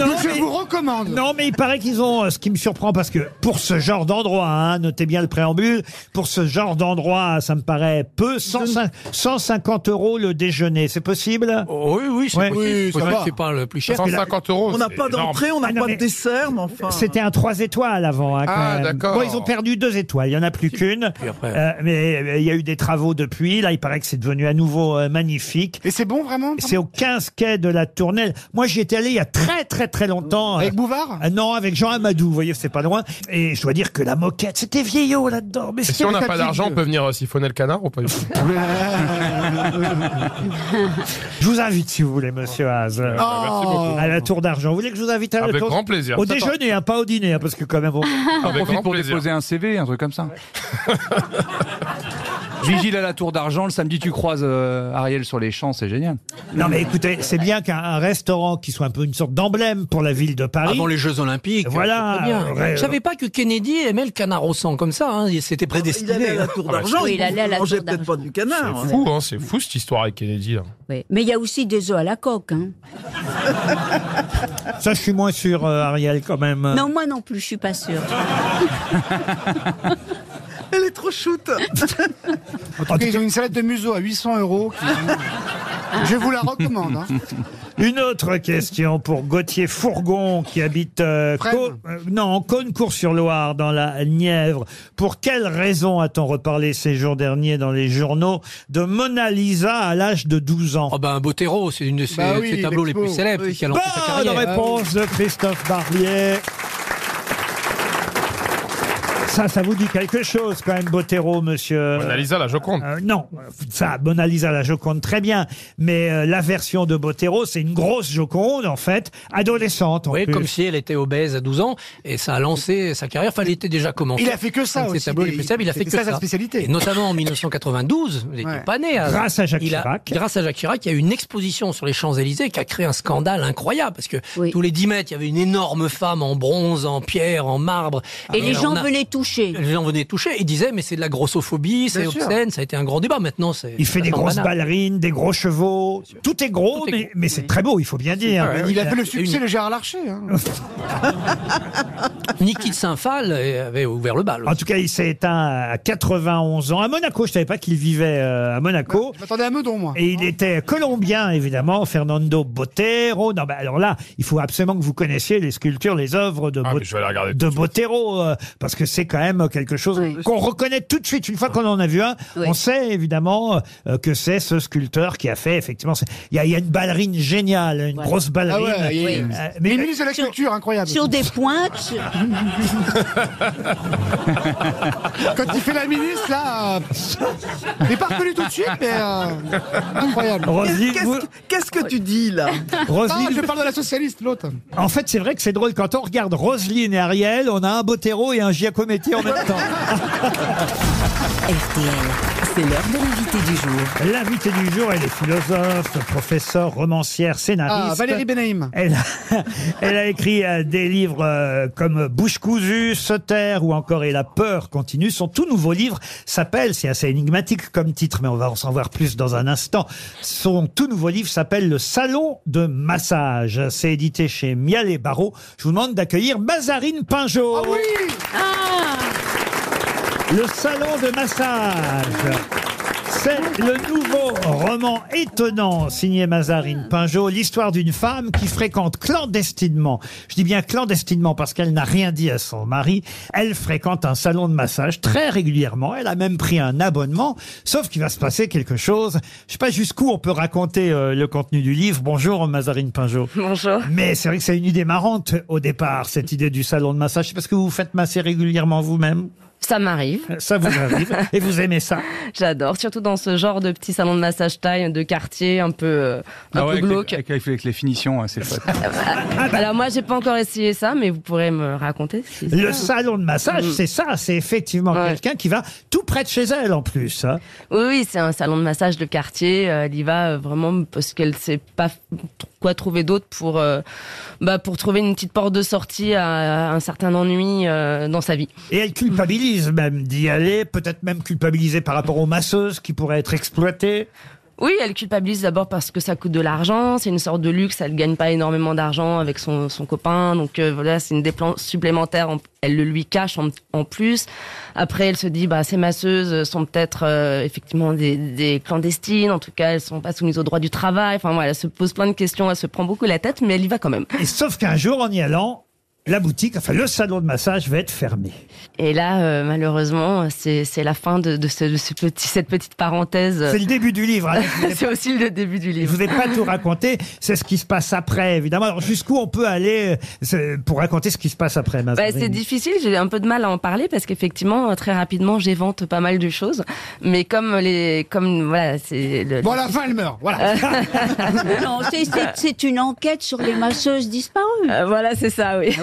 [SPEAKER 2] Non,
[SPEAKER 6] Donc,
[SPEAKER 2] mais-
[SPEAKER 6] je vous recommande.
[SPEAKER 2] Non, mais il paraît qu'ils ont, euh, ce qui me surprend, parce que pour ce genre d'endroit, hein, notez bien le préambule, pour ce genre d'endroit, ça me paraît peu, 105 150 euros le déjeuner, c'est possible
[SPEAKER 8] Oh, oui, oui, c'est
[SPEAKER 2] Ouais.
[SPEAKER 8] possible.
[SPEAKER 2] Oui,
[SPEAKER 8] C'est
[SPEAKER 2] ça
[SPEAKER 8] vrai
[SPEAKER 2] va.
[SPEAKER 8] que c'est pas le plus cher.
[SPEAKER 7] 150 euros.
[SPEAKER 5] On n'a
[SPEAKER 7] c'est
[SPEAKER 5] pas
[SPEAKER 7] énorme.
[SPEAKER 5] d'entrée, on n'a
[SPEAKER 2] Ah, non,
[SPEAKER 5] pas
[SPEAKER 2] mais-
[SPEAKER 5] de dessert, mais enfin.
[SPEAKER 2] C'était un 3 étoiles avant. hein, quand
[SPEAKER 7] Ah,
[SPEAKER 2] même.
[SPEAKER 7] d'accord.
[SPEAKER 2] Bon, ils ont perdu deux étoiles, il n'y en a plus qu'une.
[SPEAKER 8] Puis après,
[SPEAKER 2] Euh, mais euh, il y a eu des travaux depuis, là il paraît que c'est devenu à nouveau euh, magnifique.
[SPEAKER 6] Et c'est bon vraiment
[SPEAKER 2] C'est au 15 quai de la Tournelle. Moi, j'y étais allé il y a très très très longtemps.
[SPEAKER 6] Avec
[SPEAKER 2] Euh,
[SPEAKER 6] Bouvard
[SPEAKER 2] ah non, avec Jean Amadou, vous voyez, c'est pas loin. Et je dois dire que la moquette, c'était vieillot là-dedans. Mais
[SPEAKER 7] Et si
[SPEAKER 2] c'était
[SPEAKER 7] on n'a
[SPEAKER 2] la
[SPEAKER 7] pas
[SPEAKER 2] fatigue.
[SPEAKER 7] d'argent, on peut venir euh, siphonner le canard ou pas
[SPEAKER 2] Je vous invite, si vous voulez, monsieur Haas, euh,
[SPEAKER 7] bah, Merci beaucoup.
[SPEAKER 2] à la tour d'argent. Vous voulez que je vous invite à la
[SPEAKER 7] Avec
[SPEAKER 2] tour
[SPEAKER 7] grand plaisir.
[SPEAKER 2] Au
[SPEAKER 7] Ça,
[SPEAKER 2] déjeuner, hein, pas au dîner, hein, parce que quand même. on-
[SPEAKER 7] Avec
[SPEAKER 3] On
[SPEAKER 7] grand
[SPEAKER 3] Ah, profite pour
[SPEAKER 7] plaisir.
[SPEAKER 3] déposer un CV, un truc comme ça. Vigile à la tour d'argent, le samedi tu croises euh, Ariel sur les champs, c'est génial.
[SPEAKER 2] Non, mais écoutez, c'est bien qu'un un restaurant qui soit un peu une sorte d'emblème pour la ville de Paris.
[SPEAKER 8] Avant Ah les Jeux Olympiques.
[SPEAKER 2] Voilà,
[SPEAKER 8] c'est bien.
[SPEAKER 2] euh, ouais,
[SPEAKER 8] Je savais pas que Kennedy aimait le canard au sang comme ça. Hein. Il- C'était
[SPEAKER 5] Il allait à
[SPEAKER 8] prédestiné. Ah bah,
[SPEAKER 5] la tour d'argent,
[SPEAKER 4] Oui, Oh, il
[SPEAKER 5] il
[SPEAKER 4] allait à la
[SPEAKER 5] mangeait
[SPEAKER 4] tour
[SPEAKER 5] peut-être pas
[SPEAKER 4] d'argent.
[SPEAKER 5] du canard.
[SPEAKER 7] C'est fou, hein, c'est fou cette histoire avec Kennedy. là.
[SPEAKER 4] Oui. Mais il y a aussi des œufs à la coque. hein.
[SPEAKER 2] Ça, je suis moins sûr, euh, Ariel, quand même.
[SPEAKER 4] Non, moi non plus, je suis pas sûre.
[SPEAKER 5] Elle est trop shoot.
[SPEAKER 6] En tout cas, ils ont une salade de museau à 800 euros. qui- Je vous la recommande. hein.
[SPEAKER 2] Une autre question pour Gauthier Fourgon qui habite euh,
[SPEAKER 6] Fresnes.
[SPEAKER 2] Co- euh, non, Cône-Cours-sur-Loire dans la Nièvre. Pour quelle raison a-t-on reparlé ces jours derniers dans les journaux de Mona Lisa à l'âge de 12 ans
[SPEAKER 8] Oh ben, Botero, c'est une de ses,
[SPEAKER 6] Bah oui,
[SPEAKER 8] ses tableaux les
[SPEAKER 6] l'expo.
[SPEAKER 8] plus célèbres
[SPEAKER 5] Oui.
[SPEAKER 8] qui a lancé sa
[SPEAKER 2] Bonne
[SPEAKER 8] carrière. hein.
[SPEAKER 2] réponse de Christophe Barbier. Ça, ça vous dit quelque chose quand même, Bottero, monsieur
[SPEAKER 7] Mona Lisa, la Joconde.
[SPEAKER 2] Euh, non, ça, Mona Lisa, la Joconde, très bien. Mais euh, la version de Bottero, c'est une grosse Joconde, en fait, adolescente. En
[SPEAKER 8] Oui,
[SPEAKER 2] plus.
[SPEAKER 8] comme si elle était obèse à 12 ans et ça a lancé sa carrière. Enfin, elle était déjà commencée.
[SPEAKER 6] Il a fait que ça
[SPEAKER 8] Un de ses
[SPEAKER 6] aussi,
[SPEAKER 8] tableaux
[SPEAKER 6] des-
[SPEAKER 8] les plus célèbres, il a fait
[SPEAKER 6] c'était
[SPEAKER 8] que
[SPEAKER 6] ça
[SPEAKER 8] ça.
[SPEAKER 6] sa spécialité.
[SPEAKER 8] Et notamment en 1992, il n'était
[SPEAKER 6] Ouais.
[SPEAKER 8] pas né. hein.
[SPEAKER 2] Grâce à Jacques
[SPEAKER 8] il a-
[SPEAKER 2] Chirac.
[SPEAKER 8] Grâce à Jacques Chirac, il y a eu une exposition sur les Champs-Élysées qui a créé un scandale incroyable parce que
[SPEAKER 4] Oui.
[SPEAKER 8] tous les 10 mètres, il y avait une énorme femme en bronze, en pierre, en marbre.
[SPEAKER 4] Et les
[SPEAKER 8] on
[SPEAKER 4] gens
[SPEAKER 8] a-
[SPEAKER 4] venaient toucher.
[SPEAKER 8] Les gens venaient toucher et disaient, mais c'est de la grossophobie, c'est
[SPEAKER 6] Bien sûr.
[SPEAKER 8] obscène, ça a été un grand débat. Maintenant, c'est.
[SPEAKER 2] Il fait des
[SPEAKER 8] complètement
[SPEAKER 2] grosses
[SPEAKER 8] banal.
[SPEAKER 2] ballerines, des gros chevaux. Tout est gros,
[SPEAKER 8] Tout est
[SPEAKER 2] mais,
[SPEAKER 8] gros.
[SPEAKER 2] mais c'est très beau, il faut bien dire.
[SPEAKER 6] Il a fait le
[SPEAKER 8] Une-
[SPEAKER 6] succès de Gérard Larcher. hein.
[SPEAKER 8] Niki de Saint-Phal avait ouvert le bal.
[SPEAKER 2] En tout cas, il s'est éteint à 91 ans à Monaco. Je savais pas qu'il vivait euh, à Monaco.
[SPEAKER 6] Je m'attendais à Meudon, moi.
[SPEAKER 2] Et il était colombien, évidemment, Fernando Botero. Non, bah, alors là, il faut absolument que vous connaissiez les sculptures, les œuvres
[SPEAKER 16] Ah,
[SPEAKER 2] de, Bot- de Botero, euh, parce que c'est quand même quelque chose qu'on reconnaît tout de suite. Une fois qu'on en a vu un, on sait évidemment euh, que c'est ce sculpteur qui a fait, effectivement, c'est- il y, a- il y a une ballerine géniale, une grosse ballerine.
[SPEAKER 6] Ah ouais, il y a-
[SPEAKER 2] Euh,
[SPEAKER 6] mais le ministre de la Culture, incroyable.
[SPEAKER 4] Sur des pointes. sur-
[SPEAKER 6] Quand il fait la ministre, là. euh, Il est pas reconnu tout de suite, mais. euh, Incroyable.
[SPEAKER 2] Roselyne, vous-
[SPEAKER 6] Qu'est-ce que tu dis, là
[SPEAKER 2] Roselyne-
[SPEAKER 6] Je parle de la socialiste, l'autre.
[SPEAKER 2] En fait, c'est vrai que c'est drôle quand on regarde Roselyne et Ariel, on a un Botero et un Giacometti en même temps.
[SPEAKER 9] RTL, c'est l'heure de l'invité du jour.
[SPEAKER 2] L'invité du jour, elle est philosophe, professeure, romancière, scénariste.
[SPEAKER 6] Ah, Valérie Benaïm.
[SPEAKER 2] Elle a, elle a écrit euh, des livres euh, comme Bouche cousue, Se taire ou encore Et la peur continue. Son tout nouveau livre s'appelle, c'est assez énigmatique comme titre, mais on va en savoir plus dans un instant. Son tout nouveau livre s'appelle Le Salon de massage. C'est édité chez Mial et Barreau. Je vous demande d'accueillir Mazarine Pinjot. Le salon de massage. C'est le nouveau roman étonnant signé Mazarine Pinjot, l'histoire d'une femme qui fréquente clandestinement, je dis bien clandestinement parce qu'elle n'a rien dit à son mari, elle fréquente un salon de massage très régulièrement, elle a même pris un abonnement, sauf qu'il va se passer quelque chose, je sais pas jusqu'où on peut raconter euh, le contenu du livre. Bonjour Mazarine Pinjot.
[SPEAKER 17] Bonjour.
[SPEAKER 2] Mais c'est vrai que c'est une idée marrante au départ, cette idée du salon de massage, C'est parce que vous vous faites masser régulièrement vous-même
[SPEAKER 17] Ça m'arrive.
[SPEAKER 2] Euh, Ça vous arrive et vous aimez ça
[SPEAKER 17] J'adore, surtout dans ce genre de petit salon de massage taille de quartier un peu, euh, un
[SPEAKER 3] Ah ouais, avec, Ah, les,
[SPEAKER 17] peu glauque.
[SPEAKER 3] avec, avec- avec les finitions, hein, c'est fun.
[SPEAKER 17] Alors moi, j'ai pas encore essayé ça, mais vous pourrez me raconter. si c'est
[SPEAKER 2] Le
[SPEAKER 17] ça.
[SPEAKER 2] salon de massage,
[SPEAKER 17] Mm.
[SPEAKER 2] c'est ça, c'est effectivement quelqu'un qui va tout près de chez elle en plus. hein.
[SPEAKER 17] Oui, oui, c'est un salon de massage de quartier. euh, Elle y va euh, vraiment parce qu'elle sait pas f- quoi trouver d'autre pour, euh, bah, pour trouver une petite porte de sortie à, à un certain ennui euh, dans sa vie.
[SPEAKER 2] Et elle culpabilise même d'y aller, peut-être même culpabilisée par rapport aux masseuses qui pourraient être exploitées.
[SPEAKER 17] Oui, elle culpabilise d'abord parce que ça coûte de l'argent, c'est une sorte de luxe, elle gagne pas énormément d'argent avec son, son copain, donc euh, voilà, c'est une dépense supplémentaire, en- elle le lui cache en, en plus. Après, elle se dit, bah, ces masseuses sont peut-être euh, effectivement des, des clandestines, en tout cas, elles sont pas soumises au droit du travail, enfin voilà, elle se pose plein de questions, elle se prend beaucoup la tête, mais elle y va quand même.
[SPEAKER 2] Et sauf qu'un jour, en y allant, la boutique, enfin le salon de massage va être fermé.
[SPEAKER 17] Et là, euh, malheureusement, c'est c'est la fin de, de ce, de ce petit, cette petite parenthèse.
[SPEAKER 2] C'est le début du livre. hein.
[SPEAKER 17] c'est aussi le début du
[SPEAKER 2] Je
[SPEAKER 17] livre.
[SPEAKER 2] vous ai pas tout raconté, c'est ce qui se passe après, évidemment. Alors jusqu'où on peut aller euh, c'est- pour raconter ce qui se passe après,
[SPEAKER 17] Bah,
[SPEAKER 2] Mazarine
[SPEAKER 17] c'est difficile, j'ai un peu de mal à en parler parce qu'effectivement, euh, très rapidement, j'évente pas mal de choses. Mais comme les. Comme, voilà, c'est le-
[SPEAKER 6] Bon, à la fin, elle meurt. Voilà.
[SPEAKER 4] Non, c'est- c'est c'est une enquête sur les masseuses disparues. Ah
[SPEAKER 17] Euh, voilà, c'est ça, oui.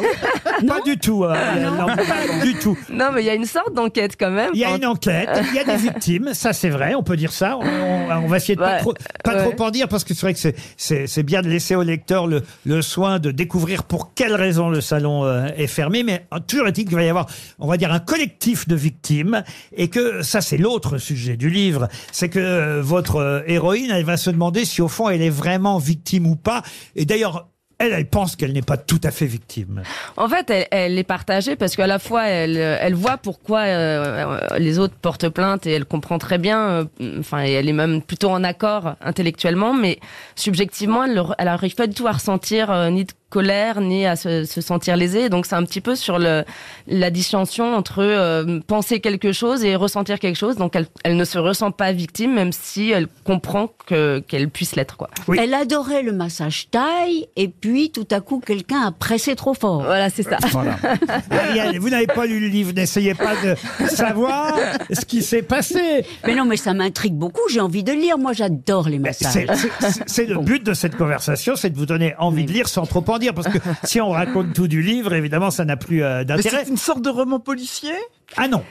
[SPEAKER 2] Pas du tout. hein.
[SPEAKER 17] Ah,
[SPEAKER 2] Non, pas du tout.
[SPEAKER 17] non, mais il y a une sorte d'enquête quand même.
[SPEAKER 2] Il y a
[SPEAKER 17] Enfin,
[SPEAKER 2] une enquête, il y a des victimes, ça c'est vrai, on peut dire ça. On, on- on va essayer de pas,
[SPEAKER 17] Ouais,
[SPEAKER 2] trop, pas
[SPEAKER 17] ouais.
[SPEAKER 2] trop en dire parce que c'est vrai que c'est- c'est c'est bien de laisser au lecteur le, le soin de découvrir pour quelles raisons le salon euh, est fermé. Mais euh, toujours est-il qu'il va y avoir, on va dire, un collectif de victimes et que ça c'est l'autre sujet du livre, c'est que euh, votre euh, héroïne, elle va se demander si au fond elle est vraiment victime ou pas. Et d'ailleurs, elle, elle pense qu'elle n'est pas tout à fait victime.
[SPEAKER 17] En fait, elle, elle est partagée parce qu'à la fois, elle, euh, elle voit pourquoi euh, euh, les autres portent plainte et elle comprend très bien. euh, Enfin, et elle est même plutôt en accord intellectuellement, mais subjectivement, elle le- elle n'arrive pas du tout à ressentir euh, ni de colère ni à se, se sentir lésée. Donc, c'est un petit peu sur le, la distinction entre euh, penser quelque chose et ressentir quelque chose. Donc, elle, elle ne se ressent pas victime, même si elle comprend que qu'elle puisse l'être, quoi.
[SPEAKER 4] Elle adorait le massage taille et puis tout à coup quelqu'un a pressé trop fort.
[SPEAKER 17] Voilà, c'est ça.
[SPEAKER 2] Ariel, vous n'avez pas lu le livre, n'essayez pas de savoir ce qui s'est passé.
[SPEAKER 4] Mais non, mais ça m'intrigue beaucoup, j'ai envie de lire. Moi, j'adore les massages.
[SPEAKER 2] C'est- c'est- c'est- C'est le but de cette conversation, c'est de vous donner envie de lire sans trop en dire, parce que si on raconte tout du livre, évidemment, ça n'a plus euh,
[SPEAKER 5] Mais
[SPEAKER 2] d'intérêt.
[SPEAKER 5] c'est une sorte de roman policier
[SPEAKER 2] Ah non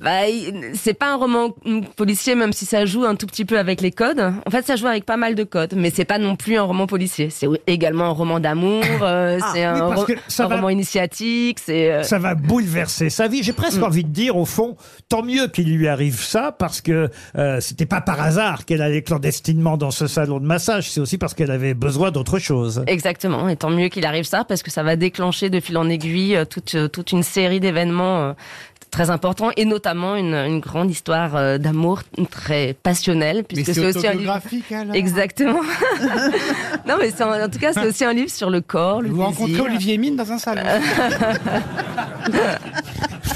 [SPEAKER 17] Bah, il- c'est pas un roman mm, policier, même si ça joue un tout petit peu avec les codes. En fait, ça joue avec pas mal de codes, mais c'est pas non plus un roman policier. C'est également un roman d'amour, euh,
[SPEAKER 2] Ah,
[SPEAKER 17] c'est un,
[SPEAKER 2] oui, parce
[SPEAKER 17] ro-
[SPEAKER 2] que ça
[SPEAKER 17] un
[SPEAKER 2] va-
[SPEAKER 17] roman initiatique, c'est. euh,
[SPEAKER 2] Ça va bouleverser sa vie. J'ai presque
[SPEAKER 17] Mm.
[SPEAKER 2] envie de dire, au fond, tant mieux qu'il lui arrive ça, parce que euh, c'était pas par hasard qu'elle allait clandestinement dans ce salon de massage. C'est aussi parce qu'elle avait besoin d'autre chose.
[SPEAKER 17] Exactement, et tant mieux qu'il arrive ça, parce que ça va déclencher de fil en aiguille euh, toute, euh, toute une série d'événements euh, très importants, et notamment une, une grande histoire euh, d'amour très passionnelle, puisque
[SPEAKER 6] c'est
[SPEAKER 17] c'est aussi un livre...
[SPEAKER 6] autobiographique, alors.
[SPEAKER 17] Exactement. non, mais c'est un- en tout cas, c'est aussi un livre sur le corps, le
[SPEAKER 6] Vous rencontrez Olivier Mine dans un salon.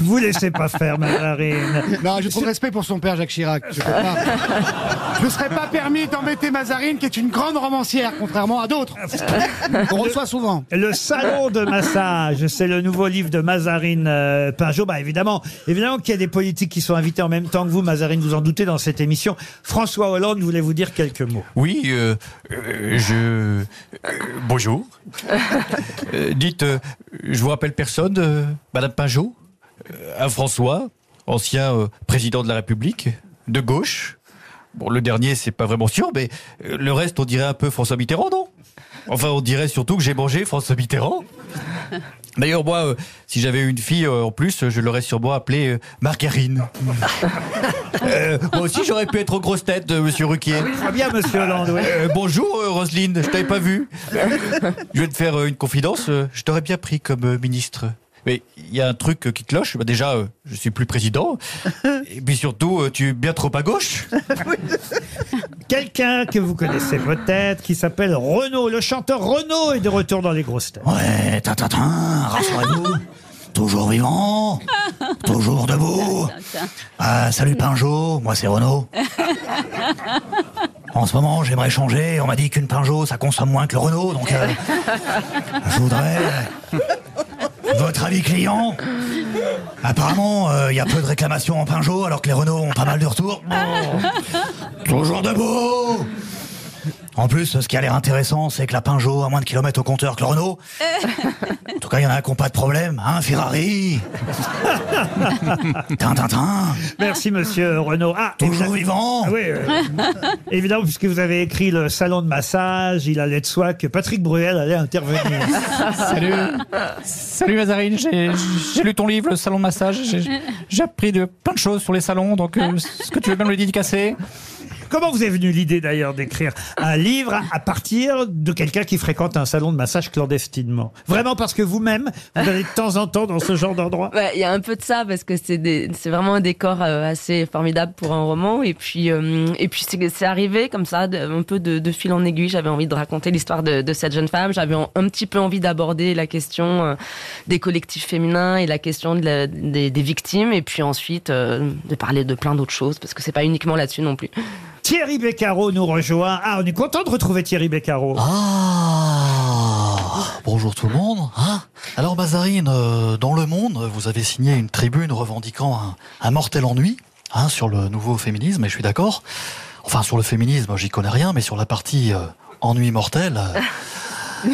[SPEAKER 2] Vous laissez pas faire, Mazarine.
[SPEAKER 6] Non, j'ai trop de respect pour son père, Jacques Chirac. Je peux pas. Je serais pas permis d'embêter Mazarine, qui est une grande romancière, contrairement à d'autres. Euh, On reçoit souvent.
[SPEAKER 2] Le salon de massage, c'est le nouveau livre de Mazarine euh, Pinjot. Bah évidemment, évidemment qu'il y a des politiques qui sont invités en même temps que vous, Mazarine, vous en doutez dans cette émission. François Hollande voulait vous dire quelques mots.
[SPEAKER 18] Oui, euh, euh, je. euh, bonjour. Euh, dites, euh, je vous rappelle personne, euh, Madame Pinjot, euh, à François, ancien euh, président de la République, de gauche. Bon, le dernier, c'est pas vraiment sûr, mais euh, le reste, on dirait un peu François Mitterrand, non Enfin, on dirait surtout que j'ai mangé François Mitterrand. D'ailleurs, moi, euh, si j'avais une fille euh, en plus, euh, je l'aurais sûrement appelée euh, Margarine. Euh, moi aussi, j'aurais pu être aux grosses têtes de Monsieur Ruquier.
[SPEAKER 2] Ah bien, Monsieur Hollande, oui.
[SPEAKER 18] Euh, bonjour, euh, Roselyne, je t'avais pas vu. Je vais te faire euh, une confidence, euh, je t'aurais bien pris comme euh, ministre. Mais il y a un truc euh, qui cloche. Bah, déjà, euh, je suis plus président. Et puis surtout, euh, tu es bien trop à gauche.
[SPEAKER 2] Quelqu'un que vous connaissez peut-être, qui s'appelle Renaud. Le chanteur Renaud est de retour dans les grosses têtes.
[SPEAKER 19] Ouais, tatatin, Ah, rassurez-vous. toujours vivant, toujours debout. Ah, salut Pinjot, moi c'est Renaud. En ce moment, j'aimerais changer. On m'a dit qu'une Pinjot, ça consomme moins que le Renault. Donc, euh, je voudrais euh, votre avis client. Apparemment, euh, il y a peu de réclamations en Pinjot, alors que les Renault ont pas mal de retours. Oh, toujours debout En plus, ce qui a l'air intéressant, c'est que la Pinjot a moins de kilomètres au compteur que le Renault. En tout cas, il y en a qui n'ont pas de problème, hein, Ferrari Tintintin
[SPEAKER 2] Merci, monsieur Renaud. Ah,
[SPEAKER 19] Toujours vivant.
[SPEAKER 2] évidemment- Ah Oui, oui. évidemment, puisque vous avez écrit le salon de massage, il allait de soi que Patrick Bruel allait intervenir.
[SPEAKER 13] Salut. Salut Mazarine, j'ai j'ai lu ton livre, le salon de massage. J'ai- J'ai appris de plein de choses sur les salons, donc euh, est-ce que tu veux bien me le dédicacer
[SPEAKER 2] Comment vous est venue l'idée d'ailleurs d'écrire un livre à- à partir de quelqu'un qui fréquente un salon de massage clandestinement Vraiment parce que vous-même, vous allez de temps en temps dans ce genre d'endroit
[SPEAKER 17] Ouais, Il y a un peu de ça parce que c'est des- c'est vraiment un décor euh, assez formidable pour un roman et puis euh, et puis c'est c'est arrivé comme ça de- un peu de, de fil en aiguille j'avais envie de raconter l'histoire de, de cette jeune femme j'avais en- un petit peu envie d'aborder la question euh, des collectifs féminins et la question de la- des, des victimes et puis ensuite euh, de parler de plein d'autres choses parce que c'est pas uniquement là-dessus non plus
[SPEAKER 2] Thierry Beccaro nous rejoint. Ah, on est content de retrouver Thierry Beccaro.
[SPEAKER 19] Ah Bonjour tout le monde. hein. Alors Mazarine, euh, dans Le Monde, vous avez signé une tribune revendiquant un, un mortel ennui hein, sur le nouveau féminisme, et je suis d'accord. Enfin, sur le féminisme, j'y connais rien, mais sur la partie euh, ennui mortel, euh,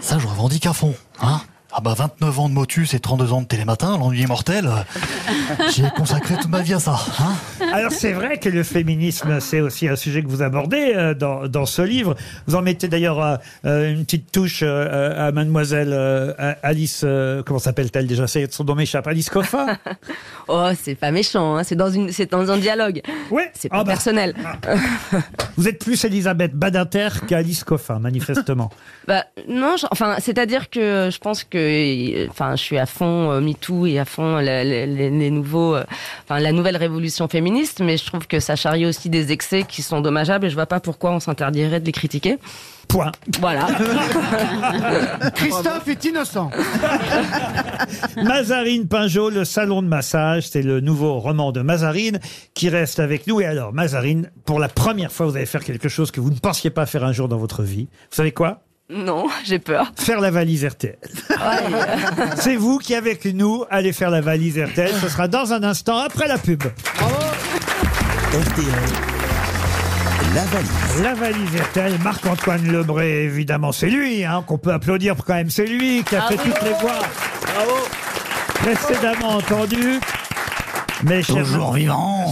[SPEAKER 19] ça je revendique à fond. hein. Ah bah 29 ans de motus et 32 ans de télématin, l'ennui mortel, euh, j'y ai consacré toute ma vie à ça. hein.
[SPEAKER 2] Alors c'est vrai que le féminisme, c'est aussi un sujet que vous abordez euh, dans, dans ce livre. Vous en mettez d'ailleurs euh, euh, une petite touche euh, à mademoiselle euh, à- Alice, euh, comment s'appelle-t-elle déjà C'est Son nom m'échappe, Alice Coffa
[SPEAKER 17] oh c'est pas méchant hein, c'est dans une c'est dans un dialogue
[SPEAKER 2] ouais Ah bah.
[SPEAKER 17] c'est pas personnel
[SPEAKER 2] Vous êtes plus Elisabeth Badinter qu'Alice Coffin, manifestement.
[SPEAKER 17] Bah non, je- enfin c'est-à-dire que euh, je pense que, euh, enfin je suis à fond euh, MeToo et à fond la- la- les, les nouveaux, euh, enfin la nouvelle révolution féministe, mais je trouve que ça charrie aussi des excès qui sont dommageables et je vois pas pourquoi on s'interdirait de les critiquer.
[SPEAKER 2] Point.
[SPEAKER 17] Voilà.
[SPEAKER 6] Christophe est innocent.
[SPEAKER 2] Mazarine Pinjot, le salon de massage, c'est le nouveau roman de Mazarine qui reste avec nous. Et alors, Mazarine, pour la première fois, vous allez faire quelque chose que vous ne pensiez pas faire un jour dans votre vie. Vous savez quoi
[SPEAKER 17] non, j'ai peur.
[SPEAKER 2] Faire la valise RTL. c'est vous qui, avec nous, allez faire la valise RTL. Ce sera dans un instant après la pub. La valise. La valise RTL, Marc-Antoine Lebré, évidemment, c'est lui hein, qu'on peut applaudir quand même. C'est lui qui a fait toutes les voix précédemment entendues. Mes chers-
[SPEAKER 19] Toujours vivant.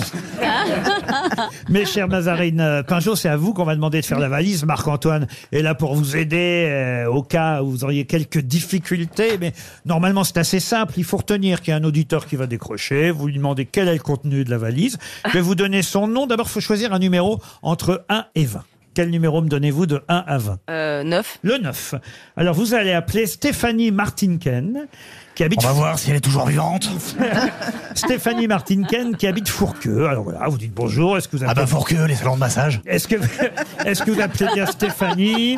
[SPEAKER 2] Mes chers Mazarine euh, Pinjot, c'est à vous qu'on va demander de faire la valise. Marc-Antoine est là pour vous aider euh, au cas où vous auriez quelques difficultés. Mais normalement, c'est assez simple. Il faut retenir qu'il y a un auditeur qui va décrocher. Vous lui demandez quel est le contenu de la valise. Je vais vous donner son nom. D'abord, il faut choisir un numéro entre 1 et 20. Quel numéro me donnez-vous de 1 à 20
[SPEAKER 17] 9.
[SPEAKER 2] Le 9. Alors, vous allez appeler Stéphanie Martinken, qui habite...
[SPEAKER 19] On va voir si elle est toujours vivante.
[SPEAKER 2] Stéphanie Martinken qui habite Fourqueux. Alors voilà, vous dites bonjour. Est-ce que vous appelez...
[SPEAKER 19] bah, Fourqueux, les salons de massage.
[SPEAKER 2] Est-ce que, est-ce que vous appelez bien Stéphanie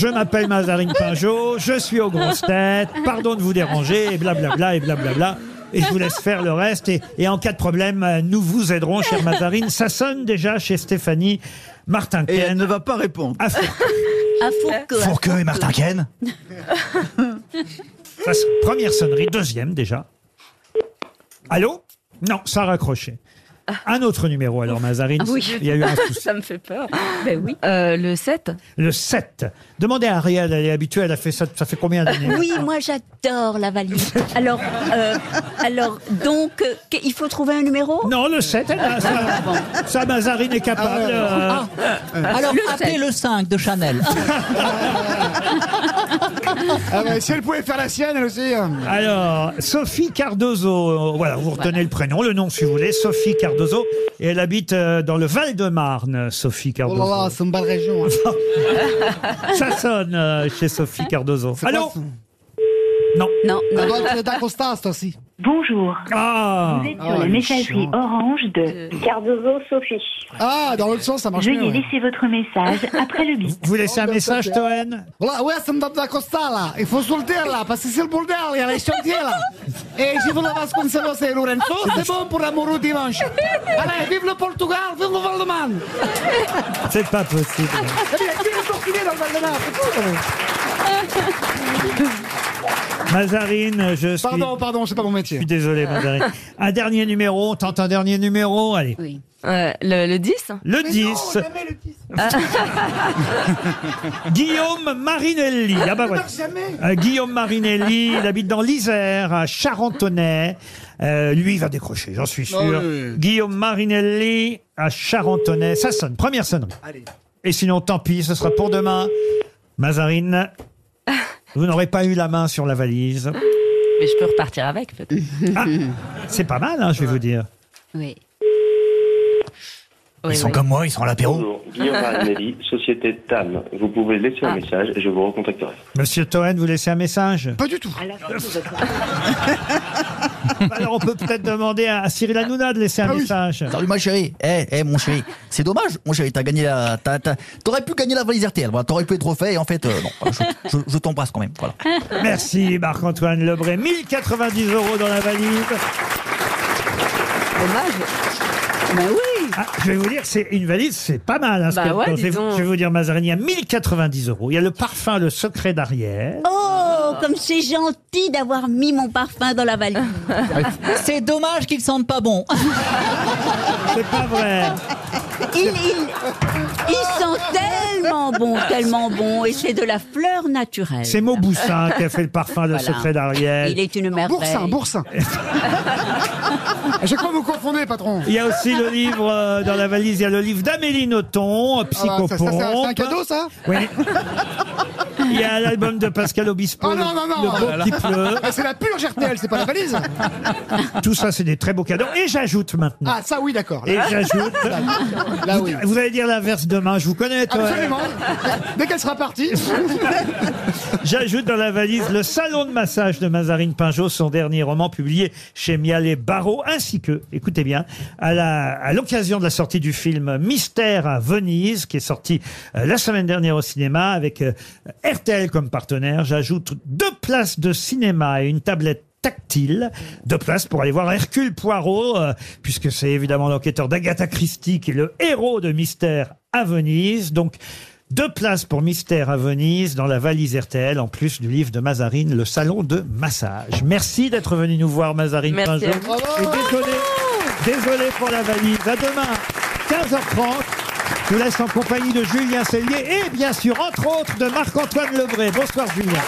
[SPEAKER 2] Je m'appelle Mazarine Pinjot, je suis aux grosses têtes, pardon de vous déranger, et blablabla, et blablabla. Et je vous laisse faire le reste. Et, et en cas de problème, euh, nous vous aiderons, chère Mazarine. Ça sonne déjà chez Stéphanie Martin. Et elle ne va pas répondre.
[SPEAKER 4] À Fourqueux. à
[SPEAKER 19] Fourqueux et Martin Ken.
[SPEAKER 2] Ça, c'est première sonnerie, deuxième déjà. Allô Non, ça a raccroché. Un autre numéro alors, Mazarine. Ah Il y a eu un souci.
[SPEAKER 17] Ça me fait peur.
[SPEAKER 4] oui.
[SPEAKER 17] le 7
[SPEAKER 2] Le 7. Demandez à Ariel, elle est habituée, elle a fait ça, ça fait combien d'années
[SPEAKER 4] Oui, moi j'adore la valise. Alors, euh, alors donc, euh, qu- il faut trouver un numéro Ah,
[SPEAKER 2] Non, le 7, elle a- ça- Ça, Mazarine est capable. euh,
[SPEAKER 17] Ah,
[SPEAKER 20] Alors, appelez le 5 de Chanel.
[SPEAKER 6] Ah ouais, si elle pouvait faire la sienne, elle aussi. hein.
[SPEAKER 2] Alors, Sophie Cardozo, euh, voilà, vous retenez le prénom, le nom si vous voulez, Sophie Cardozo, et elle habite euh, dans le Val-de-Marne, Sophie
[SPEAKER 6] Oh
[SPEAKER 2] Cardozo.
[SPEAKER 6] là là, c'est une belle région. hein.
[SPEAKER 2] Ça sonne euh, chez Sophie Cardozo. Allô Non.
[SPEAKER 4] Non,
[SPEAKER 6] Elle doit être d'Acostaste aussi.
[SPEAKER 21] Bonjour.
[SPEAKER 2] Ah
[SPEAKER 21] Vous êtes
[SPEAKER 6] Ah,
[SPEAKER 21] sur la
[SPEAKER 6] il est
[SPEAKER 21] messagerie
[SPEAKER 6] chiant.
[SPEAKER 21] orange de Cardozo Sophie.
[SPEAKER 6] Ah, dans l'autre sens, ça marche
[SPEAKER 21] Veuillez
[SPEAKER 6] mieux.
[SPEAKER 21] laisser votre message après le bip.
[SPEAKER 2] Vous laissez un message, Toen
[SPEAKER 6] Voilà, ouais, ça me donne de la costa là. Il faut sortir là, parce que c'est le bordel, il y a les chantiers là. Et si vous la Vasconcelos et Lorenzo, c'est bon pour l'amoureux dimanche. Allez, vive le Portugal, vive le Val-de-Marne.
[SPEAKER 2] C'est pas possible.
[SPEAKER 6] Eh bien, vive le Portugais dans le Val-de-Marne,
[SPEAKER 21] Ah.
[SPEAKER 6] c'est tout.
[SPEAKER 2] Mazarine, je suis.
[SPEAKER 6] Pardon, pardon, c'est pas mon métier.
[SPEAKER 2] Je suis désolé, Mazarine. Un dernier numéro, on tente un dernier numéro, allez.
[SPEAKER 17] Euh, le, 10
[SPEAKER 2] Le 10. Guillaume Marinelli. Ah bah voilà. Euh, Guillaume Marinelli, il habite dans l'Isère, à Charentonnet. Euh, lui, il va décrocher, j'en suis sûr.
[SPEAKER 6] Ah oui.
[SPEAKER 2] Guillaume Marinelli, à Charentonnet. Ça sonne, première sonnerie.
[SPEAKER 6] Allez.
[SPEAKER 2] Et sinon, tant pis, ce sera pour demain. Mazarine, vous n'aurez pas eu la main sur la valise.
[SPEAKER 17] Mais je peux repartir avec peut-être.
[SPEAKER 2] Ah, c'est pas mal, hein, je vais vous dire.
[SPEAKER 4] Oui.
[SPEAKER 19] Ils sont comme moi, ils sont à l'apéro.
[SPEAKER 22] Bonjour, Guillaume Marinelli, société TAM. Vous pouvez laisser
[SPEAKER 10] Ah.
[SPEAKER 22] un message et je vous recontacterai.
[SPEAKER 2] Monsieur Toen, vous laissez un message
[SPEAKER 6] Pas du tout.
[SPEAKER 2] Alors, on peut peut-être demander à Cyril Hanouna de laisser un message.
[SPEAKER 20] Salut Ah ma chérie. Eh, eh, mon chéri. C'est dommage, mon chéri. T'as gagné la. t'as- t'as- T'aurais pu gagner la valise RTL. Voilà, t'aurais pu être refait. Et en fait, euh, non. Voilà, je je- je t'embrasse quand même. Voilà.
[SPEAKER 2] Merci bah, Marc-Antoine Lebré. 1090 euros dans la valise.
[SPEAKER 4] Dommage. Ben oui.
[SPEAKER 2] Ah, je vais vous dire, c'est une valise, c'est pas mal. hein, ce
[SPEAKER 4] Bah
[SPEAKER 2] qu'elle
[SPEAKER 4] ouais,
[SPEAKER 2] compte.
[SPEAKER 4] dis
[SPEAKER 2] je, vais,
[SPEAKER 4] donc.
[SPEAKER 2] je vais vous dire, Mazarin, il y a 1090 euros. Il y a le parfum Le Secret d'Ariel.
[SPEAKER 4] Oh, comme c'est gentil d'avoir mis mon parfum dans la valise.
[SPEAKER 20] C'est dommage qu'ils sentent pas bon.
[SPEAKER 2] C'est pas vrai.
[SPEAKER 4] Il, il, il sent tellement bon, tellement bon, et c'est de la fleur naturelle.
[SPEAKER 2] C'est Mauboussin qui a fait le parfum Le
[SPEAKER 4] Voilà.
[SPEAKER 2] Secret d'Ariel.
[SPEAKER 4] Il est une merveille.
[SPEAKER 6] Boursin, boursin. Je crois que vous confondez, patron.
[SPEAKER 2] Il y a aussi le livre euh, dans la valise, il y a le livre d'Amélie Nothomb,
[SPEAKER 6] Ah, ça, ça,
[SPEAKER 2] Psychopompe.
[SPEAKER 6] c'est un- c'est un cadeau, ça
[SPEAKER 2] Oui. Il y a l'album de Pascal Obispo,
[SPEAKER 6] Oh
[SPEAKER 2] le,
[SPEAKER 6] non, non, non.
[SPEAKER 2] Le Beau qui pleut.
[SPEAKER 6] Ah, C'est la purge RTL, c'est pas la valise.
[SPEAKER 2] Tout ça, c'est des très beaux cadeaux. Et j'ajoute maintenant.
[SPEAKER 6] Ah, ça, oui, d'accord.
[SPEAKER 2] Et j'ajoute.
[SPEAKER 6] Là, là, oui.
[SPEAKER 2] Vous allez dire l'inverse demain, je vous connais, toi.
[SPEAKER 6] Absolument. Dès qu'elle sera partie.
[SPEAKER 2] J'ajoute dans la valise le salon de massage de Mazarine Pinjot, son dernier roman publié chez Mialet Barreau, ainsi que, écoutez bien, à la- à l'occasion de la sortie du film Mystère à Venise, qui est sorti euh, la semaine dernière au cinéma avec euh, RTL comme partenaire, j'ajoute deux places de cinéma et une tablette tactile de place pour aller voir Hercule Poirot, euh, puisque c'est évidemment l'enquêteur d'Agatha Christie qui est le héros de Mystère à Venise. Donc, deux places pour Mystère à Venise dans la valise RTL, en plus du livre de Mazarine, Le Salon de Massage. Merci d'être venu nous voir, Mazarine Pinjot.
[SPEAKER 17] Merci à vous.
[SPEAKER 2] Et désolé, désolé pour la valise. À demain, 15h30. Je vous laisse en compagnie de Julien Cellier et bien sûr, entre autres, de Marc-Antoine Lebré. Bonsoir, Julien.